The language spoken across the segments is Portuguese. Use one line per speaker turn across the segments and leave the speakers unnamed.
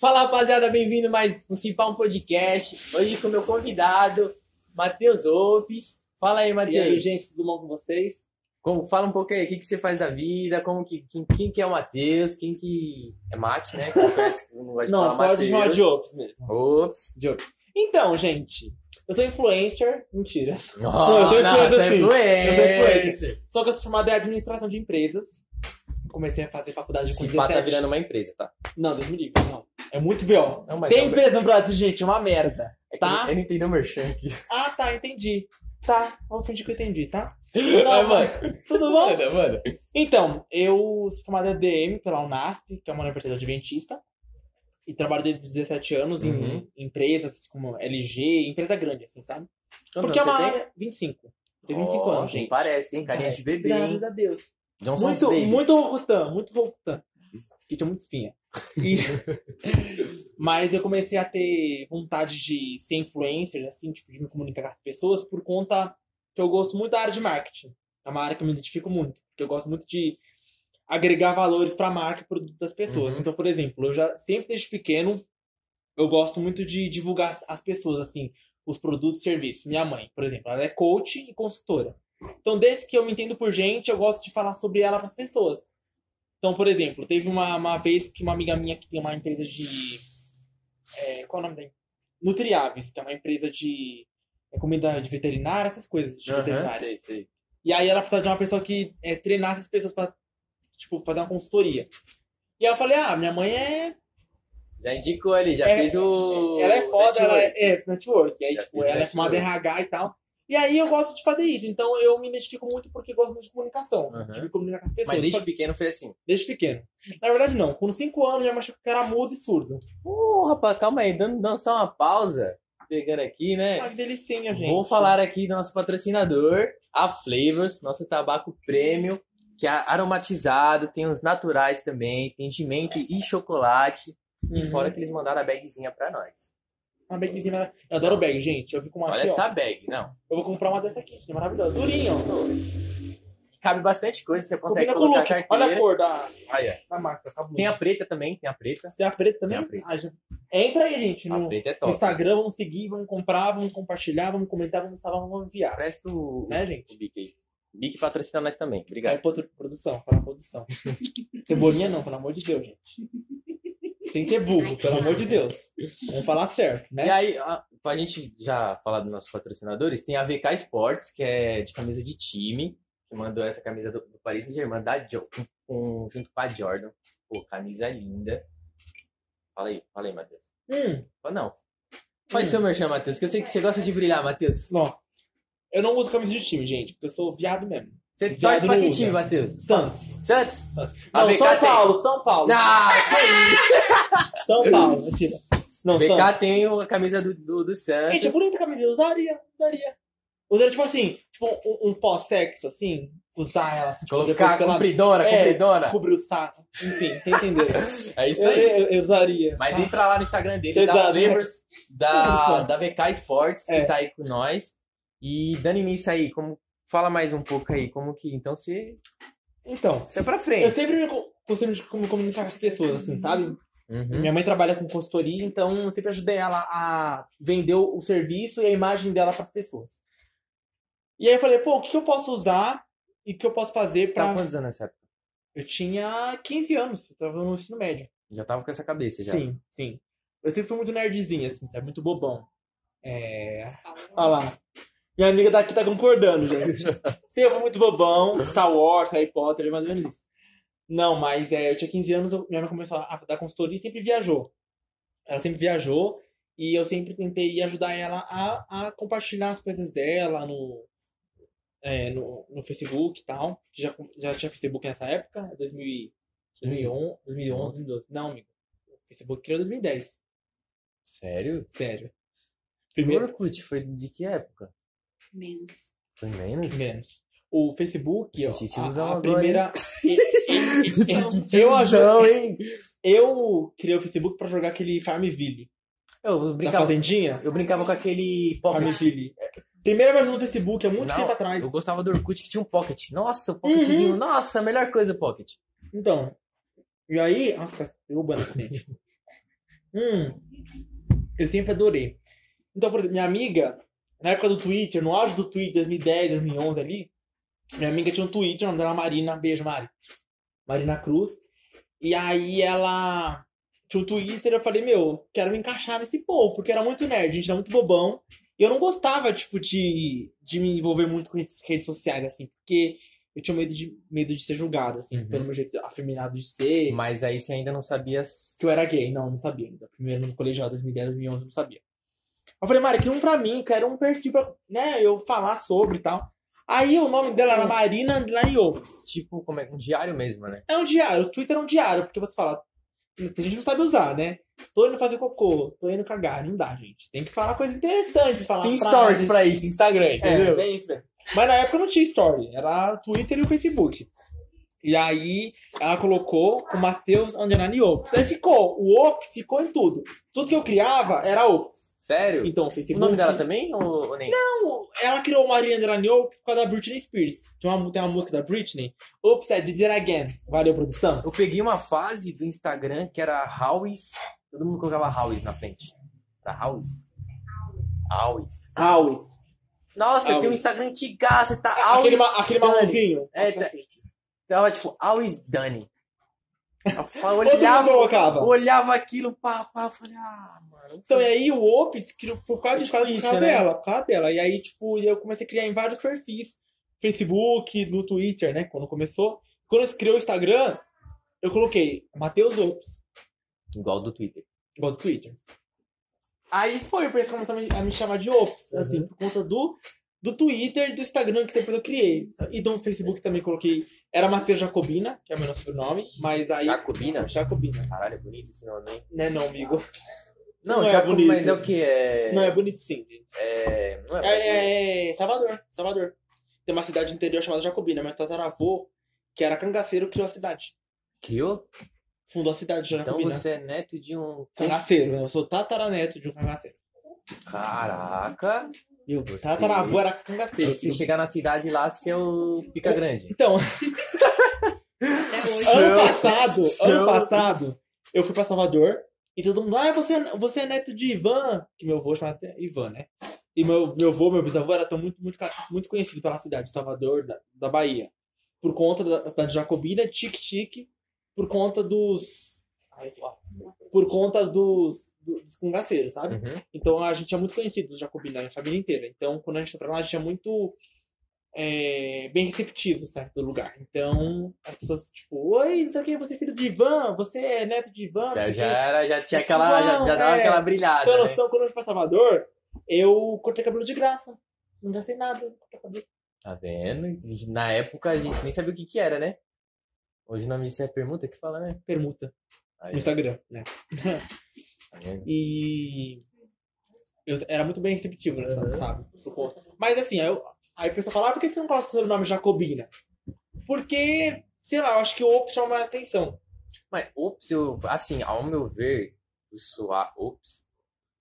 Fala rapaziada, bem-vindo mais um Simpar um Podcast. Hoje com o meu convidado, Matheus Opes. Fala aí,
E aí,
Matheus.
gente, tudo bom com vocês?
Como- Fala um pouco aí, o que, que você faz da vida? Como que, quem, quem que é o Matheus? Quem que é Mate, né? Quem conhece- Não gosto de falar
Não, pode chamar
Matheus.
de Ops mesmo.
Ops.
Então, gente, eu sou influencer, mentira.
Nossa,
eu tô influencer,
você é
sim. Eu tô
influencer.
Só que eu sou formado em administração de empresas. Comecei a fazer faculdade com
Esse pá
17.
tá virando uma empresa, tá?
Não, Deus me livre, não. É muito B.O.
Não, mas
Tem
é um-
empresa no Brasil, gente, é uma merda.
é que
tá?
Eu não entendi o merchan aqui.
Ah, tá, entendi. Tá, vou fingir que eu entendi, tá?
Vai, mano.
Tudo bom?
Manda, manda.
Então, eu sou formado em ADM pela Unasp, que é uma universidade adventista, e trabalho desde 17 anos
Uhum.
em empresas como LG, empresa grande, assim, sabe?
Quantos
Porque é
anos
uma
você tem? É.
área 25. Tem 25
Ó,
anos,
nem
gente.
Parece, hein? Carinha de bebê, hein?
Graças a Deus.
Johnson
Muito,
Baby.
muito Rokutan, muito Rokutan. Que tinha muita espinha. E- Mas eu comecei a ter vontade de ser influencer, assim, tipo, de me comunicar com as pessoas, por conta que eu gosto muito da área de marketing. É uma área que eu me identifico muito. Porque eu gosto muito de agregar valores para a marca e produto das pessoas.
Uhum.
Então, por exemplo, eu já sempre desde pequeno, eu gosto muito de divulgar as pessoas, assim, os produtos e serviços. Minha mãe, por exemplo, ela é coach e consultora. Então, desde que eu me entendo por gente, eu gosto de falar sobre ela para as pessoas. Então, por exemplo, teve uma, uma vez que uma amiga minha que tem uma empresa de. é, qual é o nome da em- Nutriáveis, que é uma empresa de é, comida de veterinária, essas coisas de
Aham,
veterinária.
sei, sei.
E aí ela precisava de uma pessoa que é, treinasse as pessoas pra, tipo, fazer uma consultoria. E aí eu falei, ah, minha mãe é.
Já indicou ali, já
É,
fez o.
Ela é foda, ela
network.
é, é network. E aí,
Já
tipo,
fiz
ela é
network.
formada em RH e tal. E aí eu gosto de fazer isso. Então eu me identifico muito porque gosto muito de comunicação.
Aham.
De me comunicar com as
Mas
pessoas. Tipo, Só
desde
que
pequeno foi assim.
desde pequeno. Na verdade, não. Com 5 anos, minha mãe achou que eu era mudo e surdo.
Ô, rapaz, calma aí, dando, dando só uma pausa. Pegando aqui,
Ah,
né?
que delicinha, gente.
Vou falar aqui do nosso patrocinador, a Flavors, nosso tabaco prêmio, que é aromatizado, tem os naturais também, tem de mente e chocolate. E
Uhum.
fora que eles mandaram a bagzinha pra nós.
Uma bagzinha maravilhosa. Eu adoro bag, gente. Eu fico uma
Olha
aqui, ó.
essa bag, não.
Eu vou comprar uma dessa aqui, gente. É maravilhosa. Durinha, ó.
Cabe bastante coisa, você consegue
Combina com o
colocar a
look.
carteira.
Olha a cor da,
Aí, ó.
da marca. Tá bonita.
Tem a preta também, tem a preta.
Tem a preta também?
Tem a preta.
Ah, já- Entra aí, gente,
A
no,
preta é
no
top.
Instagram, vamos seguir, vamos comprar, vamos compartilhar, vamos comentar, vamos salvar, vamos enviar.
Presta o,
Né, gente?
o Bic aí. Bic patrocina nós também.
É
Obrigado.
pra outra produção, para produção. Cebolinha não, pelo amor de Deus, gente. Sem ser burro, pelo amor de Deus. Vamos falar certo,
E
né?
aí, a, pra gente já falar dos nossos patrocinadores, tem a VK Sports, que é de camisa de time, que mandou essa camisa do, do Paris Saint-Germain da Jo- com- com- junto com a Jordan. Pô, camisa linda. Fala aí, fala aí, Matheus.
Hum,
Fala, não. Faz
Hum.
seu merchan, Matheus, que eu sei que você gosta de brilhar, Matheus.
não. Eu não uso camisa de time, gente, porque eu sou viado mesmo.
Você
Viado
torce pra que
não
time,
usa.
Matheus?
Santos.
Santos?
Santos.
A
Não,
VK
São
Ah, tem.
Paulo, São Paulo.
Ah,
São Paulo, mentira. Não, Santos.
VK tem a camisa do, do, do Santos.
Gente, é bonita a camisa, eu usaria, usaria. Usaria, tipo assim, tipo um, um pós-sexo, assim, usar ela, assim, tipo,
Colocar
depois que ela
cumpridora,
É.
cumpridora.
cobrir o saco. Enfim, você entendeu.
É isso
eu,
aí.
eu, eu usaria.
Mas
tá?
entra lá no Instagram dele, da
Exato.
Flavors, da,
Exato.
da VK Sports,
É.
que tá aí com nós. E dando início aí, como, fala mais um pouco aí, como que. Então você,
Então,
você é pra
eu
frente.
sempre me, co- costumo de me comunicar com as pessoas, assim, sabe?
Uhum.
Minha mãe trabalha com consultoria, então eu sempre ajudei ela a vender o o serviço e a imagem dela para as pessoas. E aí eu falei, pô, o que que eu posso usar e o que eu posso fazer
Você tava
pra.
Tá quantos anos nessa época?
Eu tinha 15 anos, eu tava no ensino médio.
Já tava com essa cabeça já.
Sim, sim. Eu sempre fui muito nerdzinho, assim, sabe? Muito bobão. É. Olha lá. Minha amiga daqui tá concordando, gente. sempre fui muito bobão, Star Wars, Harry Potter, mais ou menos isso. Não, mas é, eu tinha 15 anos, eu- minha mãe começou a dar consultoria e sempre viajou. Ela sempre viajou e eu sempre tentei ajudar ela a, a compartilhar as coisas dela no, é, no, no Facebook e tal. Já, já tinha Facebook nessa época, 2000, 2011, 2012. Não, amigo. O Facebook criou em 2010,
Sério?
sério.
O
Primeiro
Orkut foi de que época?
Menos.
Foi menos?
menos. O Facebook,
Esse
ó,
tiozão
a- a,
agora,
primeira. eu,
tiozão,
ajudo, hein? Eu criei o Facebook pra jogar aquele Farmville.
Eu
Da
brincava,
Fazendinha?
eu brincava com aquele pocket.
Farmville. Primeira versão do Facebook, há muito
Não,
tempo atrás. Uhum.
Eu gostava do Orkut que tinha um pocket. Nossa, o pocketzinho. Nossa, a melhor coisa, pocket.
Então. E aí. Nossa, tá derrubando aqui, gente. Hum, eu sempre adorei. Então, por exemplo, minha amiga, na época do Twitter, no auge do Twitter, 2010, 2011 ali, minha amiga tinha um Twitter, o nome dela era Marina, beijo, Mari. Marina Cruz. E aí ela tinha um Twitter, eu falei, meu, quero me encaixar nesse povo, porque era muito nerd, a gente era muito bobão. E eu não gostava, tipo, de, de me envolver muito com redes redes sociais, assim, porque eu tinha medo de, medo de ser julgado, assim,
Uhum.
pelo meu jeito afeminado de ser.
Mas aí você ainda não sabia. s-
que eu era gay. Não, não sabia ainda. Primeiro no colegial, 2010, 2011, não sabia. Eu falei, Mari, cria um pra mim, quero um perfil pra né, eu falar sobre e tal. Aí o nome dela era Marina Underline Oaks.
Tipo, como é, um diário mesmo, né?
É um diário, o Twitter é um diário, porque você fala. A gente que não sabe usar, né? Tô indo fazer cocô, tô indo cagar, não dá, gente. Tem que falar coisa interessante, falar
Tem
frases.
stories pra isso, Instagram,
É,
entendeu?
bem isso mesmo. Mas na época não tinha story, era Twitter e o Facebook. E aí ela colocou o Matheus Underline Ops. Aí ficou, o Ops ficou em tudo. Tudo que eu criava era Ops.
Sério?
Então, o
O
Facebook.
nome dela tá- também? Ou, ou nem?
Não, ela criou o Maria Underline Ops por causa da Britney Spears. Tem uma, tem uma música da Britney. Ops, é Did It Again. Valeu, produção.
Eu peguei uma fase do Instagram que era Howies. Todo mundo colocava Howies na frente. Tá, Howies? Howies.
Always.
Nossa, eu
Howies.
tenho um Instagram antigaço, você tá
Aquele,
Howies.
ma- aquele
Dani.
marronzinho.
É, tá- Tava tipo, Howies Dani. Eu fa- eu
Outro mundo
olhava,
colocava.
olhava aquilo, pá, pá, eu falei, ah, mano.
Então, e aí o Ops criou por causa, de, por causa,
Isso, né?
dela, por causa dela. E aí, tipo, eu comecei a criar em vários perfis. Facebook, no Twitter, né? Quando começou. Quando eu criei o Instagram, eu coloquei Matheus Ops, é-
Igual do Twitter.
igual do Twitter. Aí foi, por isso que começaram a me- a me chamar de Ops,
Uhum.
assim, por conta do, do Twitter e do Instagram que depois eu criei. E do Facebook também coloquei. Era Matheus Jacobina, que é o meu sobrenome, mas aí.
Jacobina?
Jacobina.
Caralho, é bonito esse nome, hein?
Né, não, amigo?
Não,
Não é
Jacob,
bonito.
mas é o que? É.
Não, é bonito sim, gente.
é... Não é, bonito.
É, é, é, Salvador, Salvador. Tem uma cidade interior chamada Jacobina, meu tataravô, que era cangaceiro, criou a cidade.
Criou?
Fundou a cidade de
Então
Jacobina.
você é neto de um.
Cangaceiro, né? eu sou tataraneto de um cangaceiro.
Caraca.
Meu
Você-
tataravô era
Se
cangaceiro.
você chegar na cidade lá, seu pica grande.
Então,
Até hoje.
ano passado, ano
Não.
passado, eu fui pra Salvador e todo mundo, ah, você, você é neto de Ivan, que meu avô chamava até Ivan, né? E meu, meu avô, meu bisavô era tão muito, muito, ca- muito conhecido pela cidade de Salvador, da, da Bahia. Por conta da, da cidade de Jacobina, tique-tique, por conta dos. Ai, eu tô- Por conta dos, dos cangaceiros, sabe?
Uhum.
Então a gente é muito conhecido dos jacobinos, a família inteira. Então quando a gente foi pra lá, a gente é muito é, bem receptivo, certo? Do lugar. Então as pessoas, tipo, oi, não sei o que, você é filho de Ivan, você é neto de Ivan, não
Já,
sei o
já
quê.
era, já tinha
Mas
aquela. Já,
não,
já dava
é.
aquela brilhada.
Tem uma
né?
noção, quando eu fui pra Salvador, eu cortei cabelo de graça. Não gastei nada. eu cortei cabelo.
Tá vendo? Na época a gente nem sabia o que que era, né? Hoje o nome disso é permuta que fala, né?
Permuta
Aí,
no Instagram, né?
tá vendo?
E eu era muito bem receptivo, né,
Uhum.
sabe? Socorro. Mas assim, aí, eu, aí a pessoa fala, ah, por que você não coloca o sobrenome Jacobina? Porque, sei lá, eu acho que o Op chama mais atenção.
Mas, ops, eu, assim, ao meu ver, o suar, ops,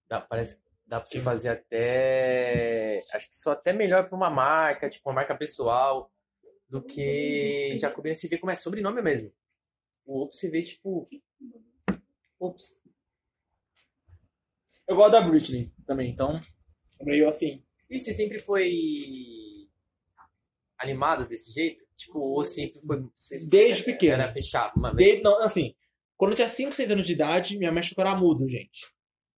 dá, parece, dá pra você fazer até. Acho que só até melhor pra uma marca, tipo, uma marca pessoal, do que Jacobina. Você vê como é sobrenome mesmo. O ops você vê, tipo. Ops.
Eu gosto da Britney também, então. Meio assim.
E você sempre foi animado desse jeito? Tipo, ou sempre foi. você-
Desde pequeno.
Era fechado. Mas,
Desde, não, assim, quando eu tinha 5, 6 anos de idade, minha mãe achou que eu era mudo, gente.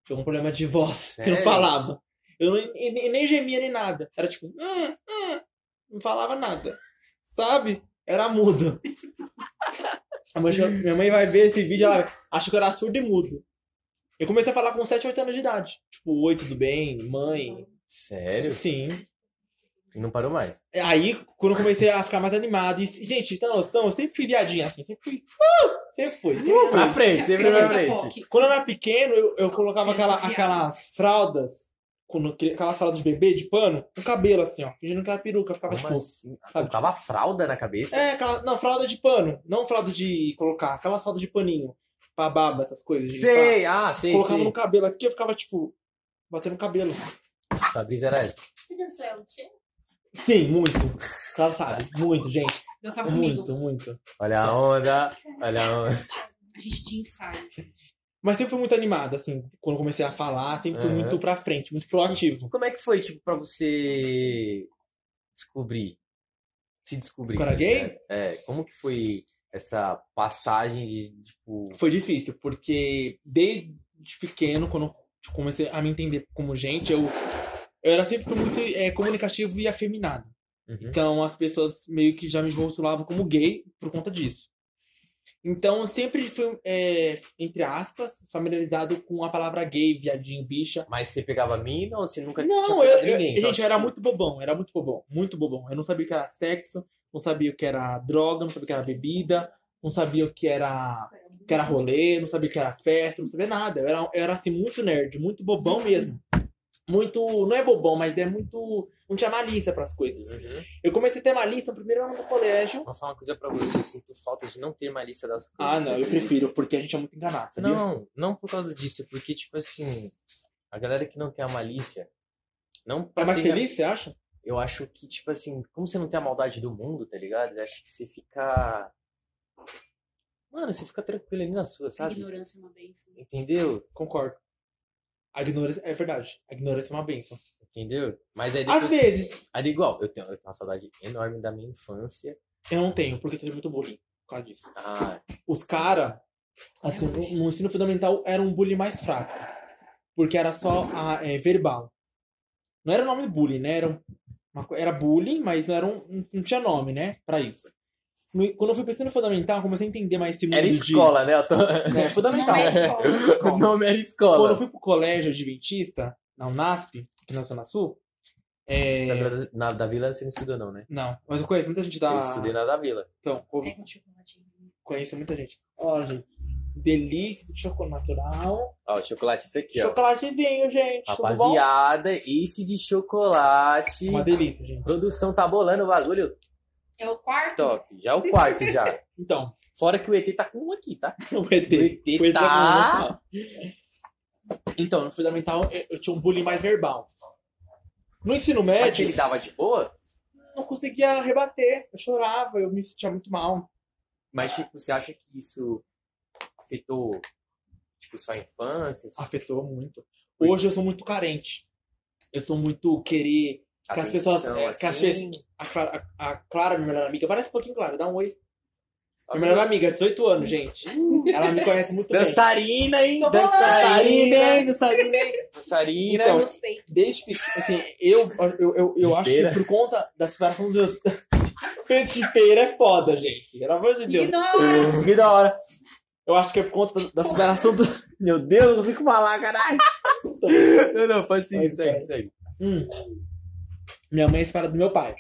Tinha um problema de voz, que eu não
Sério?
falava. Eu, não, e nem- nem gemia nem nada. Era tipo, "Hum, hum", não falava nada. Sabe? Era mudo. A mãe achou- minha mãe vai ver esse vídeo, ela acha que eu era surdo e mudo. Eu comecei a falar com 7, 8 anos de idade. Tipo, oi, tudo bem? Mãe?
Sério?
Sim.
E não parou mais.
Aí, quando eu comecei a ficar mais animado, e, gente, tá noção? Eu sempre fui viadinha assim, sempre fui. "Uh!" Sempre fui. Sempre fui.
Pra frente, sempre pra
Criança
frente.
POC.
Quando eu era pequeno, eu, eu colocava
criança
aquela-
criada.
aquelas fraldas, quando, aquelas fraldas de bebê de pano, no cabelo, assim, ó, fingindo que era peruca. Ficava
Como
tipo.
assim?
sabe,
Colocava fralda na cabeça?
É, aquela. Não, fralda de pano. Não fralda de colocar, aquela fralda de paninho. Pra baba, essas coisas. de limpar.
Sei, ah, sei,
colocava
sei.
no cabelo aqui, eu ficava, tipo, batendo o cabelo.
A brisa era essa.
Você dançou El Tchê?
Sim, muito. Claro, sabe? Muito, gente.
Dançava comigo.
Muito, muito.
Olha a onda, olha a onda.
A gente tinha ensaio.
Mas sempre fui muito animado, assim, quando comecei a falar, sempre fui
Aham.
muito pra frente, muito proativo.
Como é que foi, tipo, pra você descobrir? Se descobrir.
Que era
tá
gay?
ligado? É, como que foi essa passagem de, tipo.
Foi difícil, porque desde pequeno, quando eu comecei a me entender como gente, eu, eu era sempre fui muito eh, comunicativo e afeminado.
Uhum.
Então as pessoas meio que já me rotulavam como gay por conta disso. Então eu sempre fui, é, entre aspas, familiarizado com a palavra gay, viadinho, bicha.
Mas você pegava a mina ou você nunca
Não,
tinha
eu,
pegado
eu,
ninguém? Só,
gente, eu era
tipo,
muito bobão, era muito bobão, muito bobão. Eu não sabia o que era sexo, não sabia o que era droga, não sabia o que era bebida, não sabia o que era, o que era rolê, não sabia o que era festa, não sabia nada. Eu era, eu era assim, muito nerd, muito bobão mesmo. Muito, não é bobão, mas é muito. Não tinha malícia pras coisas.
Uhum.
Eu comecei a ter malícia no primeiro ano do colégio.
Vou falar uma coisa pra você, eu sinto falta de não ter malícia das coisas.
Ah, não, eu
sabia?
prefiro, porque a gente é muito enganado, sabia?
Não, não por causa disso, porque, tipo assim, a galera que não tem a malícia, não
é mais
assim,
feliz, você acha?
Eu acho que, tipo assim, como você não tem a maldade do mundo, tá ligado? Eu acho que você fica. Mano, você fica tranquilo ali na sua,
A
sabe?
ignorância é uma bênção.
Entendeu?
Concordo. A ignorância, é verdade, a ignorância é uma benção.
Entendeu? Mas aí
Às
depois.
vezes,
Aí igual, eu tenho, eu tenho uma saudade enorme da minha infância.
eu não tenho, porque eu sou muito bullying, por causa disso.
Ah,
Os caras, assim, no, no ensino fundamental era um bullying mais fraco, porque era só a, é, verbal. Não era nome bullying, né? Era, um- uma co- era bullying, mas não, era um, não tinha nome, né, pra isso. No- quando eu fui pro ensino fundamental, eu comecei a entender mais esse mundo
era
de...
escola, né? Eu tô-
É, fundamental.
Não é escola.
o nome era
Quando eu
é escola.
fui pro colégio adventista, na UNASP, aqui na Zona Sul, é...
Na, Vila- na- da vila você não estudou, não, né?
Não, mas eu conheço muita gente da...
Eu estudei na da vila.
Então, eu
Pega um chocolatinho.
conheço muita gente. Ó, gente, delícia de chocolate natural.
Ó, o chocolate, isso aqui, ó.
Chocolatezinho, gente, tudo bom? É
Rapaziada, esse de chocolate.
Uma delícia, gente.
Produção tá bolando o bagulho.
É o quarto?
Top. Já é o quarto, já.
Então,
Fora que o ET tá com um aqui, tá?
o ET.
O ET
o ET é
tá-
bom, tá? Então, no fundamental, eu- eu tinha um bullying mais verbal. No ensino
Mas se
médio,
ele dava de boa,
eu não conseguia rebater. Eu chorava, eu me sentia muito mal.
mas tipo, você acha que isso afetou tipo, sua infância? sua
Afetou muito. Hoje eu sou muito carente. Eu sou muito querer. que as pessoas-
atenção, assim?
é, que as pessoas- A Clara, a- a Clara, minha melhor amiga, parece um pouquinho Clara, dá um oi. Minha melhor amiga, 18 anos, gente. Ela me conhece muito bem.
Dançarina, hein?
Tô bolando.
Dançarina!
hein? dançarina, hein?
Dançarina!
Então,
Nos peitos.
Desde que, assim, eu, eu, eu, eu acho que
Pera.
por conta da separação dos meus. Peito de pera é foda, gente. Pelo amor de Deus.
Ignora.
Que da hora. Eu acho que é por conta da- da separação do. Meu Deus, eu não consigo falar, caralho.
não, não, pode seguir,
Vai,
segue, segue.
Hum. Minha mãe é separada do meu pai.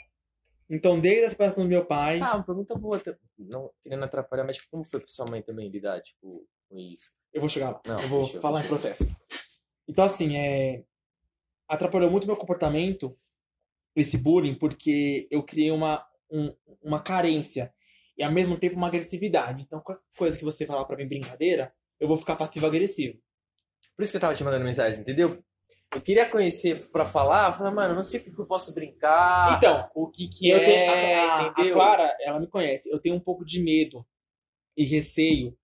Então, desde a separação do meu pai.
Ah, uma pergunta boa. tá- Não querendo atrapalhar, mas tipo, como foi pra sua mãe também lidar, tipo, com isso?
Eu vou chegar lá.
Não,
eu vou
fechou,
falar em
fechou.
processo. Então, assim, é... atrapalhou muito meu comportamento esse bullying, porque eu criei uma, um- uma carência e, ao mesmo tempo, uma agressividade. Então, qualquer coisa que você falar pra mim brincadeira, eu vou ficar passivo-agressivo.
Por isso que eu tava te mandando mensagem, entendeu? Eu queria conhecer pra falar, falar, mano, não sei o que que eu posso brincar,
então,
o que que
eu
é,
tenho, a, a- a
entendeu?
Clara, ela me conhece. Eu tenho um pouco de medo e receio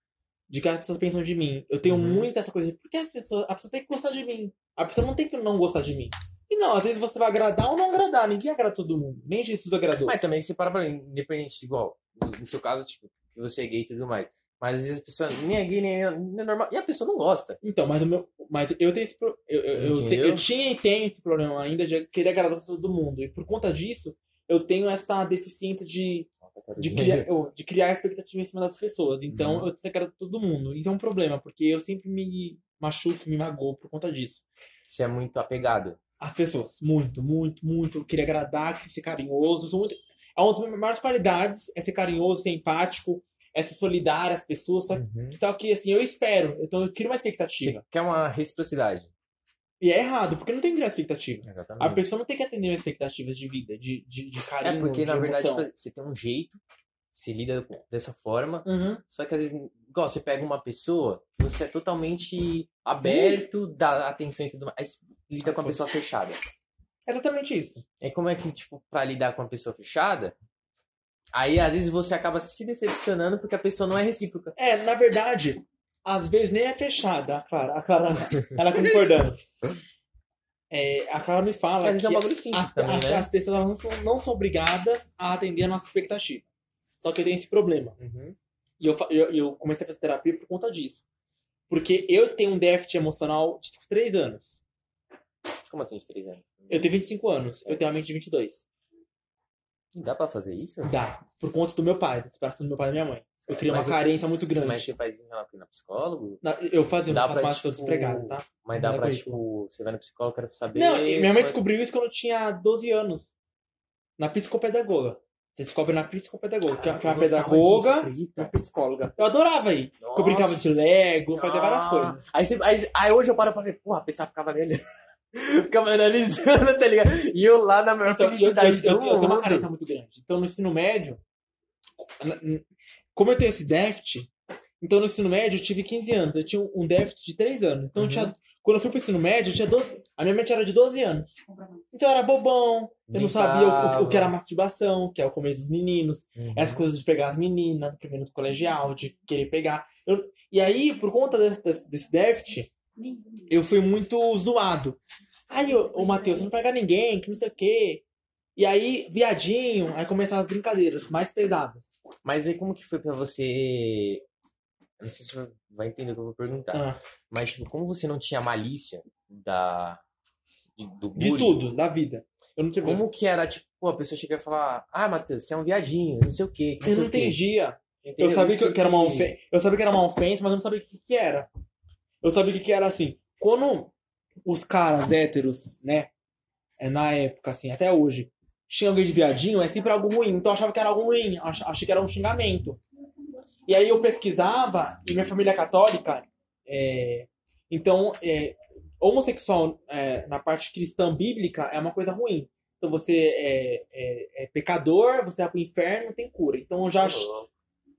de que as pessoas pensam de mim. Eu tenho
Uhum.
muito essa coisa de por que as pessoas, a pessoa tem que gostar de mim. A pessoa não tem que não gostar de mim. E não, às vezes você vai agradar ou não agradar. Ninguém agrada todo mundo. Nem Jesus agradou.
Mas também você para pra mim, independente, igual, no- no seu caso, tipo, que você é gay e tudo mais. Mas às vezes a pessoa nem é gay, nem é, nem é normal. E a pessoa não gosta.
Então, mas, o meu, mas eu tenho esse pro, eu, eu, eu, te-
Entendeu?
eu tinha e tenho esse problema ainda de querer agradar todo mundo. E por conta disso, eu tenho essa deficiência de de criar, eu- de criar expectativa em cima das pessoas. Então
Uhum.
eu desagrado todo mundo. Isso é um problema, porque eu sempre me machuco, me magoo por conta disso.
Você é muito apegado.
As pessoas, muito, muito, muito. Eu queria agradar, queria ser carinhoso. Eu sou muito... É uma das minhas maiores qualidades é ser carinhoso, ser empático, é ser solidário às pessoas. Só, só que assim, eu espero, então eu crio uma expectativa.
Você quer uma reciprocidade.
E é errado, porque não tem que criar expectativa. A
Exatamente.
pessoa não tem que atender minhas expectativas de vida, de, de, de carinho,
Uhum. É porque,
de
na verdade,
emoção.
tipo, você tem um jeito, se lida dessa forma.
Uhum.
Só que às vezes, igual, você pega uma pessoa, você é totalmente aberto, dá atenção e tudo mais. Aí você lida com a pessoa fechada.
É Exatamente isso.
É como é que, tipo, pra lidar com uma pessoa fechada, aí às vezes você acaba se decepcionando porque a pessoa não é recíproca.
É, na verdade, Às vezes nem é fechada, a Clara. A Clara, ela concordando. É, a Clara me fala
Mas
que
isso é um bagulho simples
as,
também,
as-
né?
as pessoas elas não, são, não são obrigadas a atender a nossa expectativa. Só que eu tenho esse problema.
Uhum.
E eu, fa- eu, eu comecei a fazer terapia por conta disso. Porque eu tenho um déficit emocional de 3 anos.
Como assim, de três anos?
Eu tenho 25 anos, eu tenho a mente de 22.
Dá pra fazer isso?
Dá. Por conta do meu pai, da separação do meu pai e da minha mãe. Eu criei uma
Mas eu-
carência muito grande.
Mas você faz isso na na psicólogo?
Na- Eu fazia,
Dá
eu faço
pra,
mais que eu
tipo,
despregado, tá?
Mas dá
Não é
pra,
currículo.
tipo, você vai no psicólogo, quero saber.
Não, e minha mãe
quanto-
descobriu isso quando eu tinha 12 anos. Na psicopedagoga. Você descobre na psicopedagoga,
Ah,
que é que é uma pedagoga e uma psicóloga. Eu adorava ir. Porque eu brincava de Lego, fazia várias
Ah.
coisas.
Aí, você, aí, aí hoje eu paro pra ver, porra, a pessoa ficava me olhando. ficava me analisando, tá ligado? E eu lá na maior
Então, eu, eu,
Ah, felicidade
eu- eu
do
tenho uma
mundo.
carência muito grande. Então, no ensino médio, na- n- como eu tenho esse déficit, então no ensino médio eu tive 15 anos. Eu tinha um déficit de 3 anos. Então, eu
Uhum.
tinha- quando eu fui pro ensino médio, eu tinha 12. A minha mente era de 12 anos.
Compromisso.
Então eu era bobão, eu não sabia o- o, o que era
Brincava.
masturbação, que é o começo dos meninos,
Uhum.
essas coisas de pegar as meninas, do primeiro do colegial, de querer pegar. Eu- e aí, por conta desse, desse- desse déficit,
Nenhum.
eu fui muito zoado. Aí, ô, ô Matheus, você não pega ninguém, que não sei o quê. E aí, viadinho, aí começaram as brincadeiras mais pesadas.
Mas aí como que foi pra você. Não sei se você vai entender o que eu vou perguntar.
Ah,
Mas, tipo, como você não tinha malícia da. de- do
de
bullying,
tudo, da vida. Eu não tive.
Como que era, tipo, a pessoa chega e fala, ah, Matheus, você é um viadinho, não sei o quê. que
Eu
sei
não
o quê."
entendia.
Entendeu?
Eu sabia que,
Isso
que era uma ofensa. Eu sabia que era uma ofensa, mas eu não sabia o que, que era. Eu sabia o que, que era assim. Quando os caras héteros, né? é, Na época, assim, até hoje, tinha alguém de viadinho, é sempre algo ruim. Então eu achava que era algo ruim, ach- achei que era um xingamento. E aí eu pesquisava, e minha família é católica, é, então é, homossexual é, na parte cristã bíblica é uma coisa ruim. Então você é, é- é pecador, você vai pro inferno, não tem cura. Então eu já ach-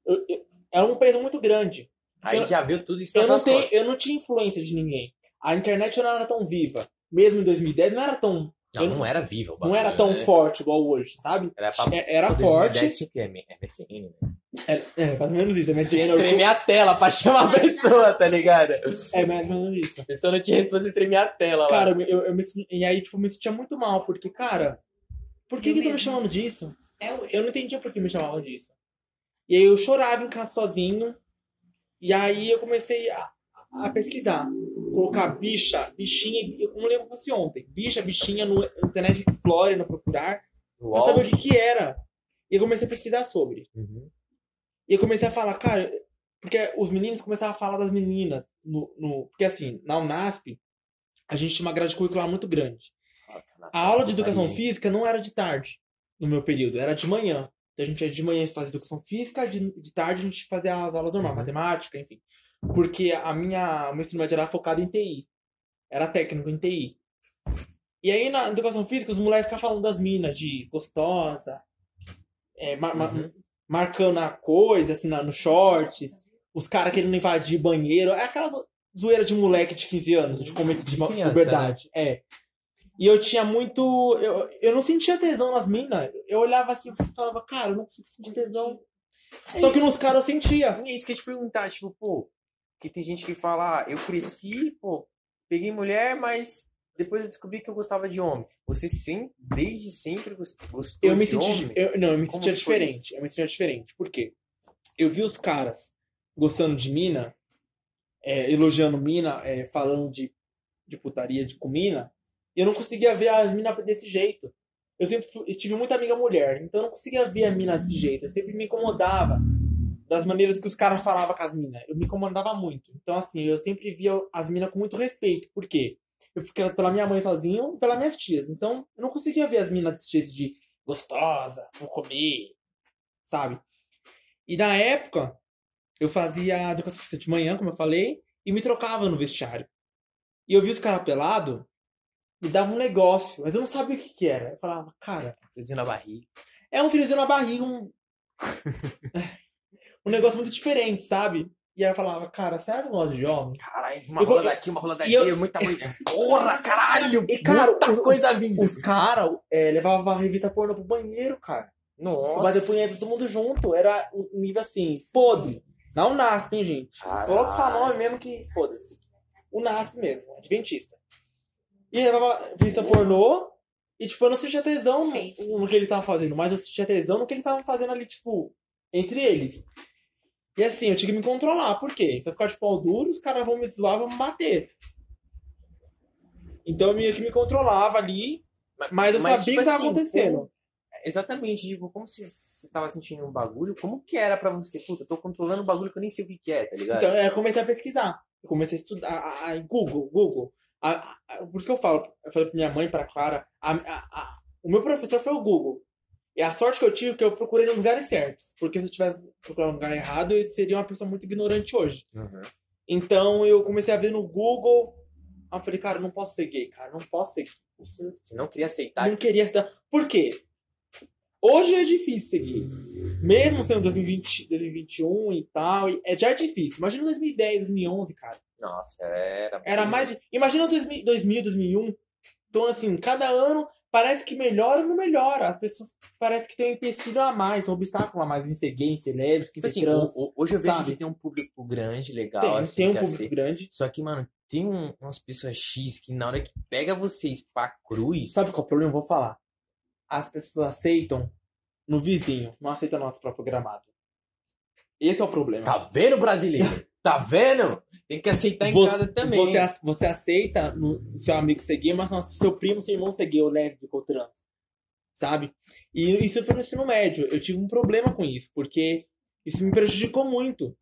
eu- eu- era um peso muito grande.
Aí
Eu-
já viu tudo isso
Eu
nas
não,
suas
tenho,
costas.
eu não tinha influência de ninguém. A internet não era tão viva. Mesmo em 2010, não era tão,
Não,
eu-
não era viva o
não
bagulho,
era tão
né?
forte igual hoje, sabe?
Era pra
É- Era
Pô,
forte.
2010 tinha que M- MSN, né?
É, é, mais ou menos isso. MSN, Orkut,
Tremer a tela pra chamar a pessoa, tá ligado?
é mais ou menos isso.
A pessoa não tinha resposta de tremer a tela Tá lá.
Cara, eu, eu, eu me senti- e aí, tipo, eu me sentia muito mal, porque, cara, por que
Eu
que estão me
mesmo.
chamando disso?
Até hoje.
Eu não entendia por que me chamavam disso. E aí eu chorava em casa sozinho, e aí eu comecei a, a pesquisar. Colocar bicha, bichinha, eu não lembro como se ontem. Bicha, bichinha no Internet Explorer, no procurar, pra
Uol.
saber o que que era. E eu comecei a pesquisar sobre.
Uhum.
E eu comecei a falar, cara, porque os meninos começavam a falar das meninas. No, no- porque assim, na Unasp, a gente tinha uma grade curricular muito grande. A aula de educação
Aí.
física não era de tarde, no meu período, era de manhã. Então a gente ia de manhã fazer educação física, de, de tarde a gente fazia as aulas normais,
Uhum.
matemática, enfim. Porque a minha, o meu ensino médio era focado em TI. Era técnico em TI. E aí na educação física os moleques ficavam falando das minas, de gostosa, é, ma- ma-
Uhum.
marcando a coisa, assim, na, nos shorts,
Tá
os caras querendo invadir banheiro. É aquela zo- zoeira de moleque de 15 anos, de começo de ma-
Criança,
puberdade. É. E eu tinha muito. Eu, eu não sentia tesão nas minas. Eu olhava assim e falava, cara, eu não consigo sentir tesão. Só que nos caras eu sentia.
É isso que eu ia te perguntar, tipo, pô, que tem gente que fala, ah, eu cresci, pô, peguei mulher, mas depois eu descobri que eu gostava de homem. Você sim, desde sempre gos- gostou
Eu me
de
senti.
homem?
Eu, não, eu me
Como
sentia
que foi
diferente. Eu me sentia diferente. Por quê? Eu vi os caras gostando de mina, é, elogiando mina, é, falando de, de putaria de com mina, e eu não conseguia ver as minas desse jeito. Eu sempre fui- eu tive muita amiga mulher, então eu não conseguia ver a mina desse jeito. Eu sempre me incomodava das maneiras que os caras falavam com as minas. Eu me incomodava muito. Então, assim, eu sempre via as minas com muito respeito. Por quê? Eu ficava pela minha mãe sozinho e pelas minhas tias. Então, eu não conseguia ver as minas desse jeito de gostosa, vou comer, sabe? E na época, eu fazia educação física de manhã, como eu falei, e me trocava no vestiário. E eu vi os caras pelados, me dava um negócio, mas eu não sabia o que que era. Eu falava, cara,
Friozinho na barriga.
é um friozinho na barriga, um... um negócio muito diferente, sabe? E aí eu falava, cara, será que eu gosto de homem?
Caralho, uma
Eu
rola
colo-
daqui, uma rola daqui,
e eu-
muita coisa. Porra, caralho!
E, cara,
muita
os-
coisa vindo.
Os caras é, levavam a revista pornô pro banheiro, cara.
Nossa.
Mas eu punha todo mundo junto. Era um nível assim, podre. Não o NASP, hein, gente?
Caralho.
Falou que falar nome mesmo que foda-se. O NASP mesmo, adventista. E ele levava vista pornô. E, tipo, eu não sentia tesão no, no que ele tava fazendo, mas eu sentia tesão no que ele tava fazendo ali, tipo, entre eles. E assim, eu tinha que me controlar, por quê? Se eu ficar de pau duro, os caras vão me zoar, vão me bater. Então eu meio que me controlava ali, mas eu sabia o
tipo
que tava
assim,
acontecendo.
como- Exatamente, tipo, como se você tava sentindo um bagulho, como que era pra você? Puta, eu tô controlando um bagulho que eu nem sei o que que é, tá ligado?
Então, eu comecei a pesquisar. Eu comecei a estudar. A, a- Google, Google. A- a- a- por isso que eu falo, eu falei pra minha mãe, pra Clara. a- a- a- o meu professor foi o Google. E a sorte que eu tive é que eu procurei nos lugares certos. Porque se eu tivesse procurado no lugar errado, eu seria uma pessoa muito ignorante hoje.
Uhum.
Então eu comecei a ver no Google. Aí eu falei, cara, eu não posso ser gay, cara, eu não posso ser gay. Isso-
Você não queria aceitar.
não queria se dar. Por quê? Hoje é difícil seguir. Mesmo sendo 2020, 2021 e tal, e- é já é difícil. Imagina 2010, 2011, cara.
Nossa, era.
Era mais. de- Imagina 2000, 2000, 2001. Então, assim, cada ano parece que melhora ou não melhora. As pessoas parece que tem um empecilho a mais, um obstáculo a mais em ser gay, em ser lésbico,
Tipo
em ser
assim,
trans.
o- o- hoje eu vejo
sabe?
que tem um público grande, legal,
Tem,
assim,
tem um
que
público
aceita.
grande.
Só que, mano, tem um- umas pessoas X que na hora que pega vocês pra cruz.
Sabe qual é o problema? Eu vou falar. As pessoas aceitam no vizinho, não aceitam nosso próprio gramado. Esse é o problema.
Tá vendo, brasileiro? tá vendo? Tem que aceitar em
Você-
casa também.
Você, ac- você aceita no seu amigo seguir, mas não, seu primo, seu irmão seguir, ou lésbico ou trans. Sabe? E isso foi no ensino médio. Eu tive um problema com isso, porque isso me prejudicou muito.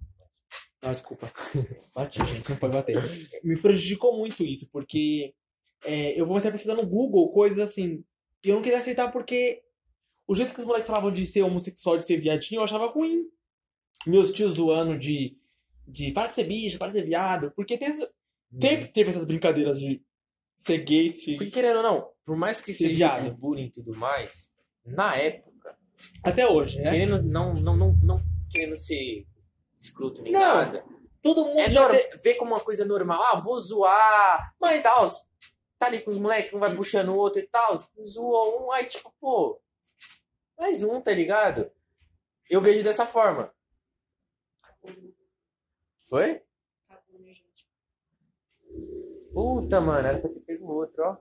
Não, desculpa. Bati, gente, não foi bater. Me prejudicou muito isso, porque é, eu comecei a pesquisar no Google coisas assim. E eu não queria aceitar porque o jeito que os moleques falavam de ser homossexual, de ser viadinho, eu achava ruim. Meus tios zoando de. De para de ser bicho, para de ser viado. Porque tem,
Uhum.
Sempre teve essas brincadeiras de ser gay, se...
Porque querendo ou não, por mais que
Esse
seja
viado.
de bullying e tudo mais, na época,
até hoje, né?
querendo não, não, não, não querendo ser escroto nem
Não,
nada.
Todo mundo
É
já
norma,
teve...
ver como uma coisa normal. Ah, vou zoar e
Mas
tal. Tá ali com os moleques, um vai puxando o outro e tal. Zoa um, aí tipo, pô, mais um, tá ligado? Eu vejo dessa forma. Foi?
Acabou, né, gente?
Puta, mano, era pra ter pego o outro, ó.
A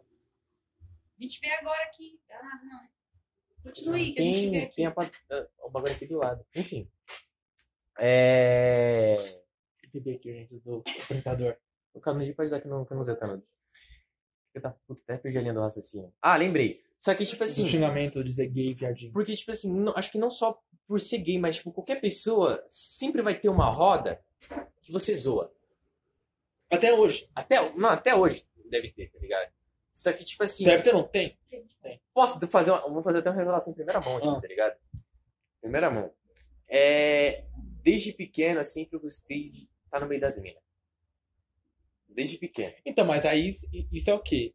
gente vê agora aqui. Ah, não. Continue, que a gente vê
Tem,
aqui.
tem a pat- ah, o bagulho aqui do lado. Enfim. É.
Bebê aqui, gente, do brincador.
O Canudo pode usar que eu não, que eu não usei o Canudo. Eu tá, puta, até perdi a linha do raciocínio. Ah, lembrei. Só que, tipo assim.
Do xingamento de ser gay, viadinho.
Porque, tipo assim, não- acho que não só por ser gay, mas, tipo, qualquer pessoa sempre vai ter uma roda que você zoa.
Até hoje.
Até, não, até hoje deve ter, tá ligado? Só que, tipo assim,
Deve ter, não? Tem.
posso fazer uma, eu vou fazer até uma revelação em primeira mão aqui,
Ah.
tá ligado? Primeira mão. É, desde pequeno, assim, eu sempre gostei de estar no meio das minas. Desde pequeno.
Então, mas aí isso- isso é o quê?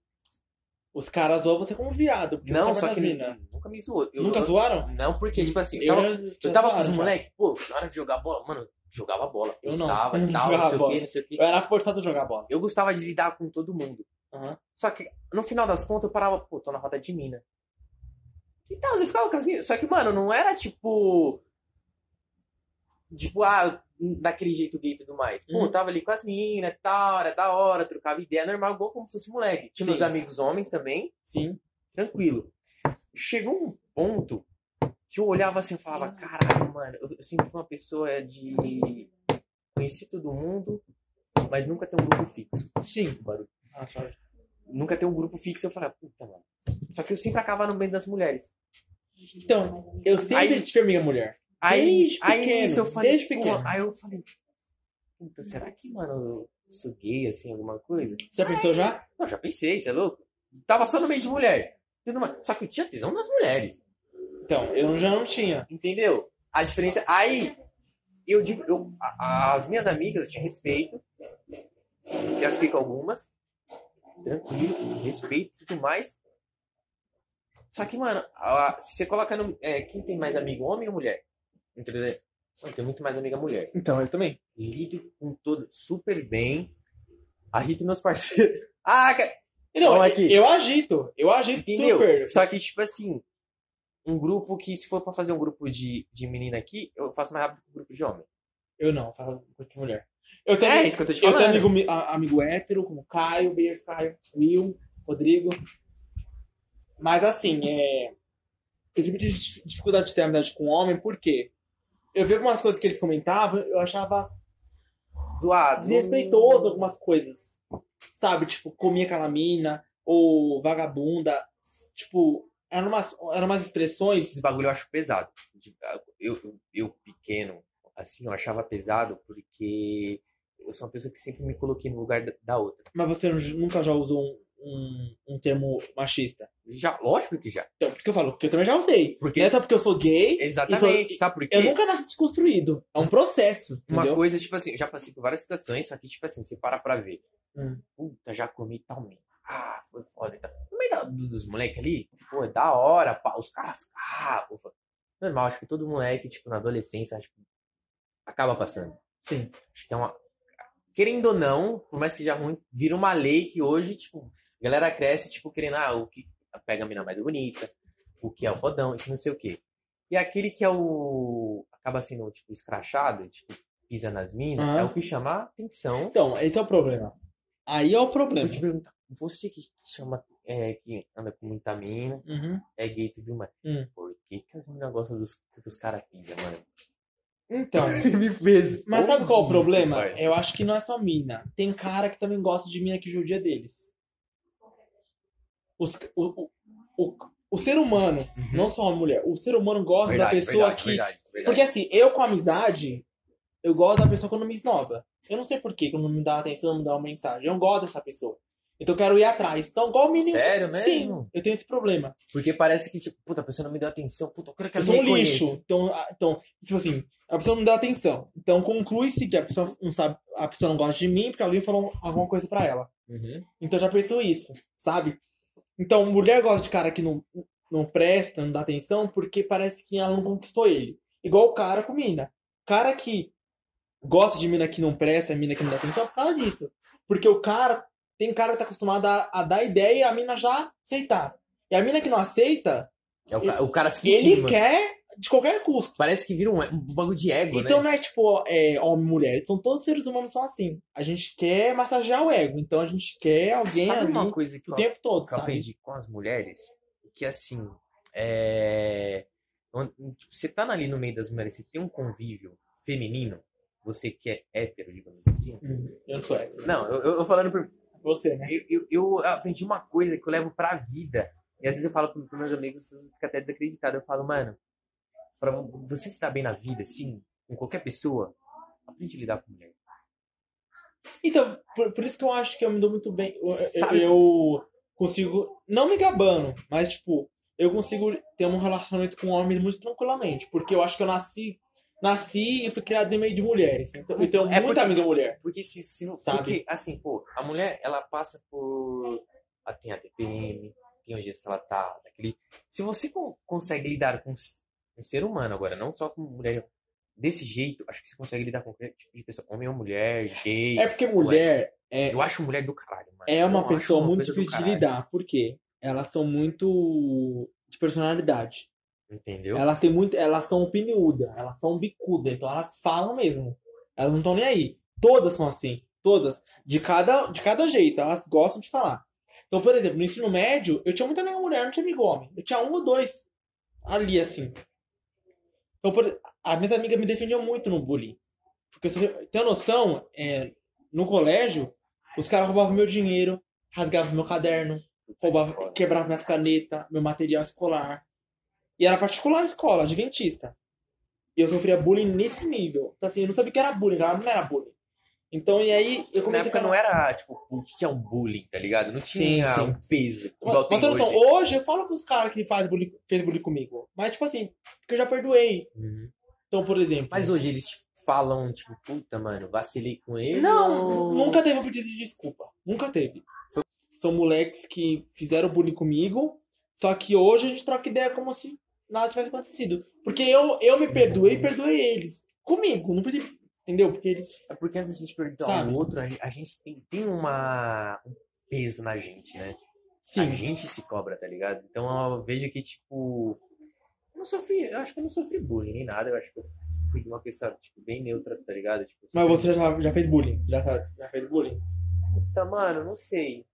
Os caras zoam você como viado. porque
Não,
você
só
tá
que
com as mina.
nunca me zoou. Eu-
Nunca
eu-
zoaram?
Não, porque, tipo assim, eu
Eu
tava
já- já
Eu tava com
zoaram,
os
já.
moleques, pô, na hora de jogar bola, mano, jogava bola.
Eu não.
Gostava
Eu
e tal,
jogava
não sei o
bola.
que, não sei o que.
Eu era forçado a jogar bola.
Eu gostava de lidar com todo mundo.
Aham.
Só que, no final das contas, eu parava, pô, tô na roda de mina. E tal, eu ficava com as minas. Só que, mano, não era tipo. Tipo, ah, daquele jeito gay e tudo mais. Pô,
Uhum.
eu tava ali com as minas, tal, era da hora, trocava ideia, é normal, igual como se fosse moleque. Tinha
Sim.
meus amigos homens também,
Sim.
tranquilo. Chegou um ponto que eu olhava assim e falava,
Uhum.
caralho, mano, eu, eu sempre fui uma pessoa de conhecer todo mundo, mas nunca ter um grupo fixo.
Sim.
Barulho.
Ah, sorry.
Nunca ter um grupo fixo, eu falava, puta, mano. Só que eu sempre acabava no meio das mulheres.
é
Então, eu sempre
Aí-
tive amiga mulher.
Aí,
Desde
aí
pequeno,
nisso eu falei,
desde
pô,
pequeno.
aí eu falei, puta, será que, mano, eu sou gay, assim, alguma coisa?
Você já pensou já?
Não, já pensei, você é louco? Tava só no meio de mulher. Tudo mais. Só que eu tinha tesão nas mulheres.
Então, eu já não tinha.
Entendeu? A diferença. Aí, eu digo, eu, a- as minhas amigas, eu te respeito. Já fiquei com algumas. Tranquilo, respeito e tudo mais. Só que, mano, a- se você coloca no. é, quem tem mais amigo, homem ou mulher? Entendeu? Mano, tem muito mais amiga mulher.
Então, eu também.
Lido com todo super bem. Agito meus parceiros. Ah, cara,
Então,
Vamos aqui.
eu agito. Eu agito
Entendeu?
super.
Só que, tipo assim, um grupo que, se for pra fazer um grupo de, de menina aqui, eu faço mais rápido que um grupo de homem.
Eu não, falo coisa de mulher. Eu tenho,
É isso que eu tô te
eu
falando.
tenho amigo, mi- a- amigo hétero, como Caio, beijo, Caio, Will, Rodrigo. Mas assim, é. Eu tive dif- dificuldade de ter amizade com homem, por quê? Eu vi algumas coisas que eles comentavam, eu achava
Zoado.
desrespeitoso algumas coisas. Sabe, tipo, comia calamina, ou vagabunda. Tipo, eram umas, eram umas expressões.
Esses bagulho eu acho pesado. De- Eu, eu, eu pequeno, assim, eu achava pesado porque eu sou uma pessoa que sempre me coloquei no lugar da, da outra.
Mas você nunca já usou um, um, um termo machista.
Já, lógico que já.
Então, por isso que eu falo, porque eu também já usei.
Porque-
Não é só porque eu sou gay.
Exatamente.
e sou-
Sabe por quê?
eu nunca nasci desconstruído. É um processo,
Uma
entendeu?
coisa, tipo assim, eu já passei por várias situações, só que, tipo assim, você para pra ver.
Hum.
Puta, já comi tal mesmo. Ah, foi foda. e tal. No meio da- do- dos moleques ali, pô, é da hora, pá, os caras. Ah, pô, pô. normal, acho que todo moleque, tipo, na adolescência, acho que acaba passando.
Sim.
Acho que é uma. Querendo ou não, por mais que seja ruim, vira uma lei que hoje, tipo, a galera cresce, tipo, querendo, ah, o que pega a mina mais bonita, o que é o fodão, e que não sei o quê. E aquele que é o. acaba sendo, tipo, escrachado, tipo, pisa nas minas,
Aham.
é o que chama a atenção.
Então, esse é o problema. Aí é o
Eu
problema.
te perguntar, você que chama, é, que anda com muita mina,
Uhum.
é gay e tudo mais,
Hum.
por que, que as minas gostam dos que os caras pisam, mano?
Então,
Me fez.
mas sabe qual é o
Isso,
problema?
parça.
Eu acho que não é só mina. Tem cara que também gosta de mina que judia deles. Os- o, o, o, o ser humano,
Uhum.
não só a mulher, o ser humano gosta
Verdade,
da pessoa
verdade,
que
verdade, verdade.
Porque assim, eu com amizade, eu gosto da pessoa quando me esnoba. Eu não sei por quê, quando me dá atenção, não me dá uma mensagem. Eu gosto dessa pessoa. Então eu quero ir atrás. Então, igual o menino.
Sério mesmo?
Sim, eu tenho esse problema.
Porque parece que, tipo, puta, a pessoa não me deu atenção, puta, eu quero que
Eu
ela
sou
me
um
reconheça.
lixo. Então, a- então, tipo assim, a pessoa não me dá atenção. Então conclui-se que a pessoa não sabe, a pessoa não gosta de mim porque alguém falou alguma coisa pra ela.
Uhum.
Então eu já pensou isso, sabe? Então, mulher gosta de cara que não, não presta, não dá atenção, porque parece que ela não conquistou ele. Igual o cara com mina. Cara que gosta de mina que não presta, mina que não dá atenção, é por causa disso. Porque o cara, tem cara que tá acostumado a, a dar ideia e a mina já aceitar. E a mina que não aceita,
É, o, ca- o cara fica em
ele
cima.
quer de qualquer custo.
Parece que vira um, um bagulho de ego,
Então
né?
não é tipo é, homem e mulher, são todos seres humanos são assim. A gente quer massagear o ego, então a gente quer alguém
Sabe
ali
uma coisa que
o
eu
tempo todo,
que eu
sabe?
aprendi com as mulheres, que assim, é... quando- tipo, você tá ali no meio das mulheres, você tem um convívio feminino, você que é hétero, digamos assim.
Hum, Eu não sou hétero.
Não, eu, eu- eu falando por...
Você, né?
eu, eu- eu aprendi uma coisa que eu levo pra vida. E às vezes eu falo pros meus amigos, vocês ficam até desacreditados. Eu falo, mano, pra vo- você se dar bem na vida, assim, com qualquer pessoa, aprende a lidar com mulher.
Então, por, por isso que eu acho que eu me dou muito bem. Eu,
Sabe-
eu- eu consigo, não me gabando, mas tipo, eu consigo ter um relacionamento com homens muito tranquilamente. Porque eu acho que eu nasci, nasci e fui criado em meio de mulheres. Então, eu tenho
É
muita
porque-
amiga mulher.
Porque se, se
Sabe?
porque, assim, pô, a mulher, ela passa por. Ela tem a TPM, tem os dias que ela tá daquele. Se você con- consegue lidar com s- um ser humano agora, não só com mulher desse jeito, acho que você consegue lidar com qualquer tipo de pessoa, homem ou mulher, gay.
É porque mulher é,
Eu acho mulher do caralho, mano.
é uma
Eu acho
pessoa muito
coisa do
difícil de
caralho,
lidar. Por quê? Elas são muito de personalidade.
Entendeu?
Elas têm muito. Elas são opiniudas, elas são bicudas, então elas falam mesmo. Elas não estão nem aí. Todas são assim. Todas. De cada, de cada jeito, elas gostam de falar. Então, por exemplo, no ensino médio, eu tinha muita amiga mulher, não tinha amigo homem. Eu tinha um ou dois ali, assim. Então, por, as minhas amigas me defendiam muito no bullying. Porque, você tem noção, é, no colégio, os caras roubavam meu dinheiro, rasgavam meu caderno, roubava, quebrava minhas canetas, meu material escolar. E era particular a escola, adventista. E eu sofria bullying nesse nível. Então, assim, eu não sabia o que era bullying, cara, não era bullying. Então, e aí, eu
Na
comecei
época
a...
não era, tipo, o que que é um bullying, tá ligado? Não tinha
sim.
um peso.
Mas,
Igual
mas
tem
tem noção,
hoje.
hoje eu falo com os caras que faz bullying, fez bullying comigo. Mas, tipo assim, porque eu já perdoei.
Uhum.
Então, por exemplo.
Mas hoje eles falam, tipo, puta, mano, vacilei com ele.
Não,
ou-
nunca teve um pedido de desculpa. Nunca teve. São moleques que fizeram bullying comigo. Só que hoje a gente troca ideia como se nada tivesse acontecido. Porque eu, eu me perdoei e perdoei eles. Comigo, não precisa. Entendeu? Porque eles.
É porque às vezes a gente pergunta
Sabe?
ao outro, a gente, a gente tem, tem uma, um peso na gente, né? A
Sim.
gente se cobra, tá ligado? Então eu vejo que, tipo, eu não sofri, eu acho que eu não sofri bullying nem nada, eu acho que eu fui uma pessoa, tipo, bem neutra, tá ligado? Tipo,
Mas você já, já fez bullying. Você já, tá- já fez bullying?
Puta, mano, não sei.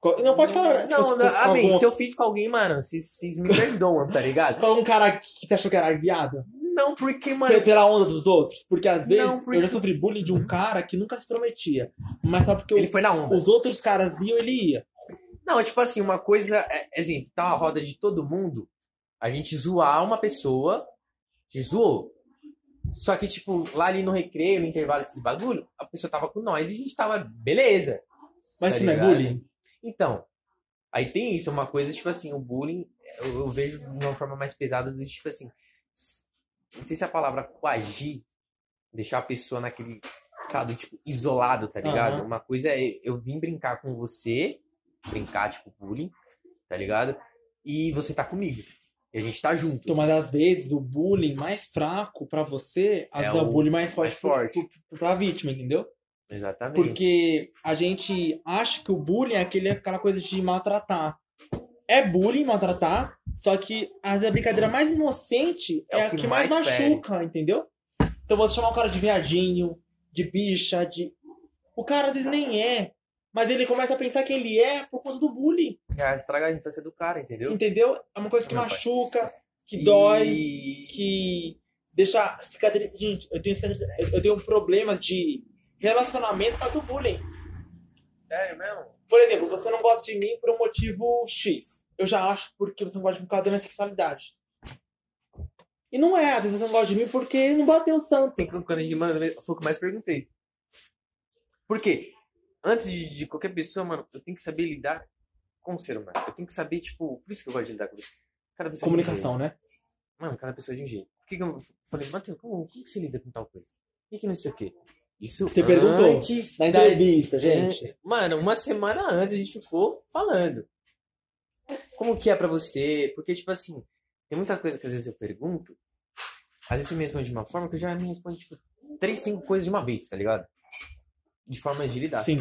Co- Não, pode falar. né?
Não,
Com-
não,
com
ah, bem,
algum-
se eu fiz com alguém, mano, vocês vocês me perdoam, tá ligado?
Com algum um cara que você achou que era viado?
Não, porque, mano,
Pe- Pela onda dos outros? Porque às vezes
Não, porque-
eu já sofri bullying de um cara que nunca se prometia. Mas só porque
ele
os-
foi na onda.
os outros caras iam, ele ia.
Não, tipo assim, uma coisa é, é assim, tá uma roda de todo mundo, a gente zoar uma pessoa, que zoou. Só que, tipo, lá ali no recreio, no intervalo, esses bagulho, a pessoa tava com nós e a gente tava, beleza.
Mas
Tá
isso não é
ligado?
bullying?
Então, aí tem isso, uma coisa, tipo assim, o bullying, eu, eu vejo de uma forma mais pesada, do tipo assim, s- não sei se é a palavra coagir, deixar a pessoa naquele estado, tipo, isolado, tá ligado?
Aham.
Uma coisa é eu vim brincar com você, brincar, tipo, bullying, tá ligado? E você tá comigo, e a gente tá junto.
Então, mas às vezes o bullying mais fraco pra você, às
É
vezes é o
o
bullying mais forte,
mais forte.
pro- pro- pra vítima, entendeu?
Exatamente.
Porque a gente acha que o bullying é aquele, aquela coisa de maltratar. É bullying maltratar, só que às vezes a brincadeira mais inocente é,
É o
a
que
que mais,
mais fere.
machuca, entendeu? Então você chamar o cara de viadinho, de bicha, de. O cara às vezes nem é, mas ele começa a pensar que ele é por conta do bullying,
Já estraga é a infância do cara, entendeu?
entendeu? É uma coisa que
Meu pai.
machuca, que
E-
dói que deixa cicatriz. Gente, eu tenho cicatriz. eu- Eu tenho problemas de relacionamento por causa do bullying.
Sério mesmo?
Por exemplo, você não gosta de mim por um motivo X. Eu já acho porque você não gosta de mim por causa da minha sexualidade. E não é, às vezes você não gosta de mim porque não bateu o santo.
Tem que- quando a gente manda, foi o que eu mais perguntei. Por quê? Antes de, de qualquer pessoa, mano, eu tenho que saber lidar com o ser humano. Eu tenho que saber, tipo, por isso que eu gosto de lidar com cada pessoa. de um jeito.
Comunicação, né?
Mano, cada pessoa de um jeito. Por que que eu falei, Matheus, como, como que você lida com tal coisa? E que não sei o quê? Isso
Você perguntou
antes
Na
da- É,
entrevista, gente.
Mano, uma semana antes a gente ficou falando. Como que é pra você? Porque, tipo assim, tem muita coisa que às vezes eu pergunto, às vezes você me responde de uma forma que eu já me responde, tipo, três, cinco coisas de uma vez, tá ligado? De forma agilidade.
Sim,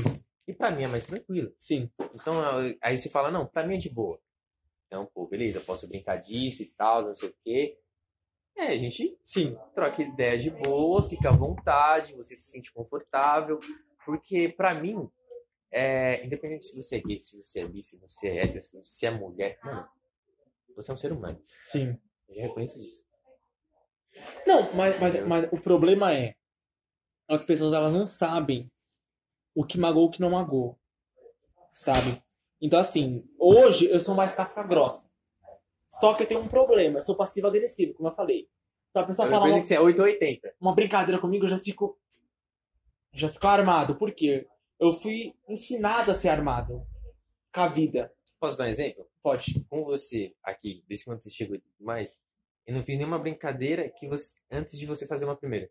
E pra mim é mais tranquilo.
sim.
Então, eu- aí você fala, não, pra mim é de boa. Então, pô, beleza, eu posso brincar disso e tal, não sei o quê. É, a gente
Sim.
troca ideia de boa, fica à vontade, você se sente confortável, porque pra mim, é, independente se você é gay, se você é bi, se você é hétero, se você é mulher, mano, você é um ser humano.
Sim.
Eu já reconheço isso.
Não, mas, mas, mas o problema é as pessoas elas não sabem o que magoou o que não magoou. Sabe? Então, assim, hoje eu sou mais casca grossa. Só que eu tenho um problema, eu sou passivo-agressivo, como eu falei. Então a pessoa
Outra
fala
coisa
uma,
é que você é 880.
uma brincadeira comigo, eu já fico. Já fico armado. Por quê? Eu fui ensinado a ser armado. Com a vida.
Posso dar um exemplo?
Pode.
Com você aqui, desde quando você chegou e tudo mais, eu não fiz nenhuma brincadeira que você, antes de você fazer uma primeira.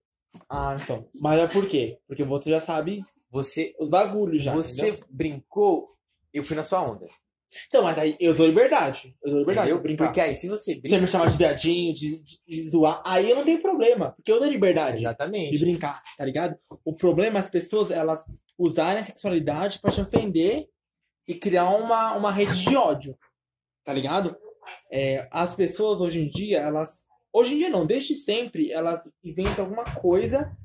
Ah, então. Mas é por quê? Porque você já sabe
Você,
os bagulhos já.
você
entendeu?
brincou, eu fui na sua onda.
Então, mas aí eu dou liberdade. Eu dou liberdade.
Entendeu?
pra É brincar.
Porque aí, se você
Se você
brinca.
me chamar de viadinho, de, de- de zoar, aí eu não tenho problema, porque eu dou liberdade de
Exatamente.
brincar, tá ligado? O problema é as pessoas, elas usarem a sexualidade pra te ofender e criar uma, uma rede de ódio, tá ligado? É, as pessoas hoje em dia, elas. Hoje em dia não, desde sempre, elas inventam alguma coisa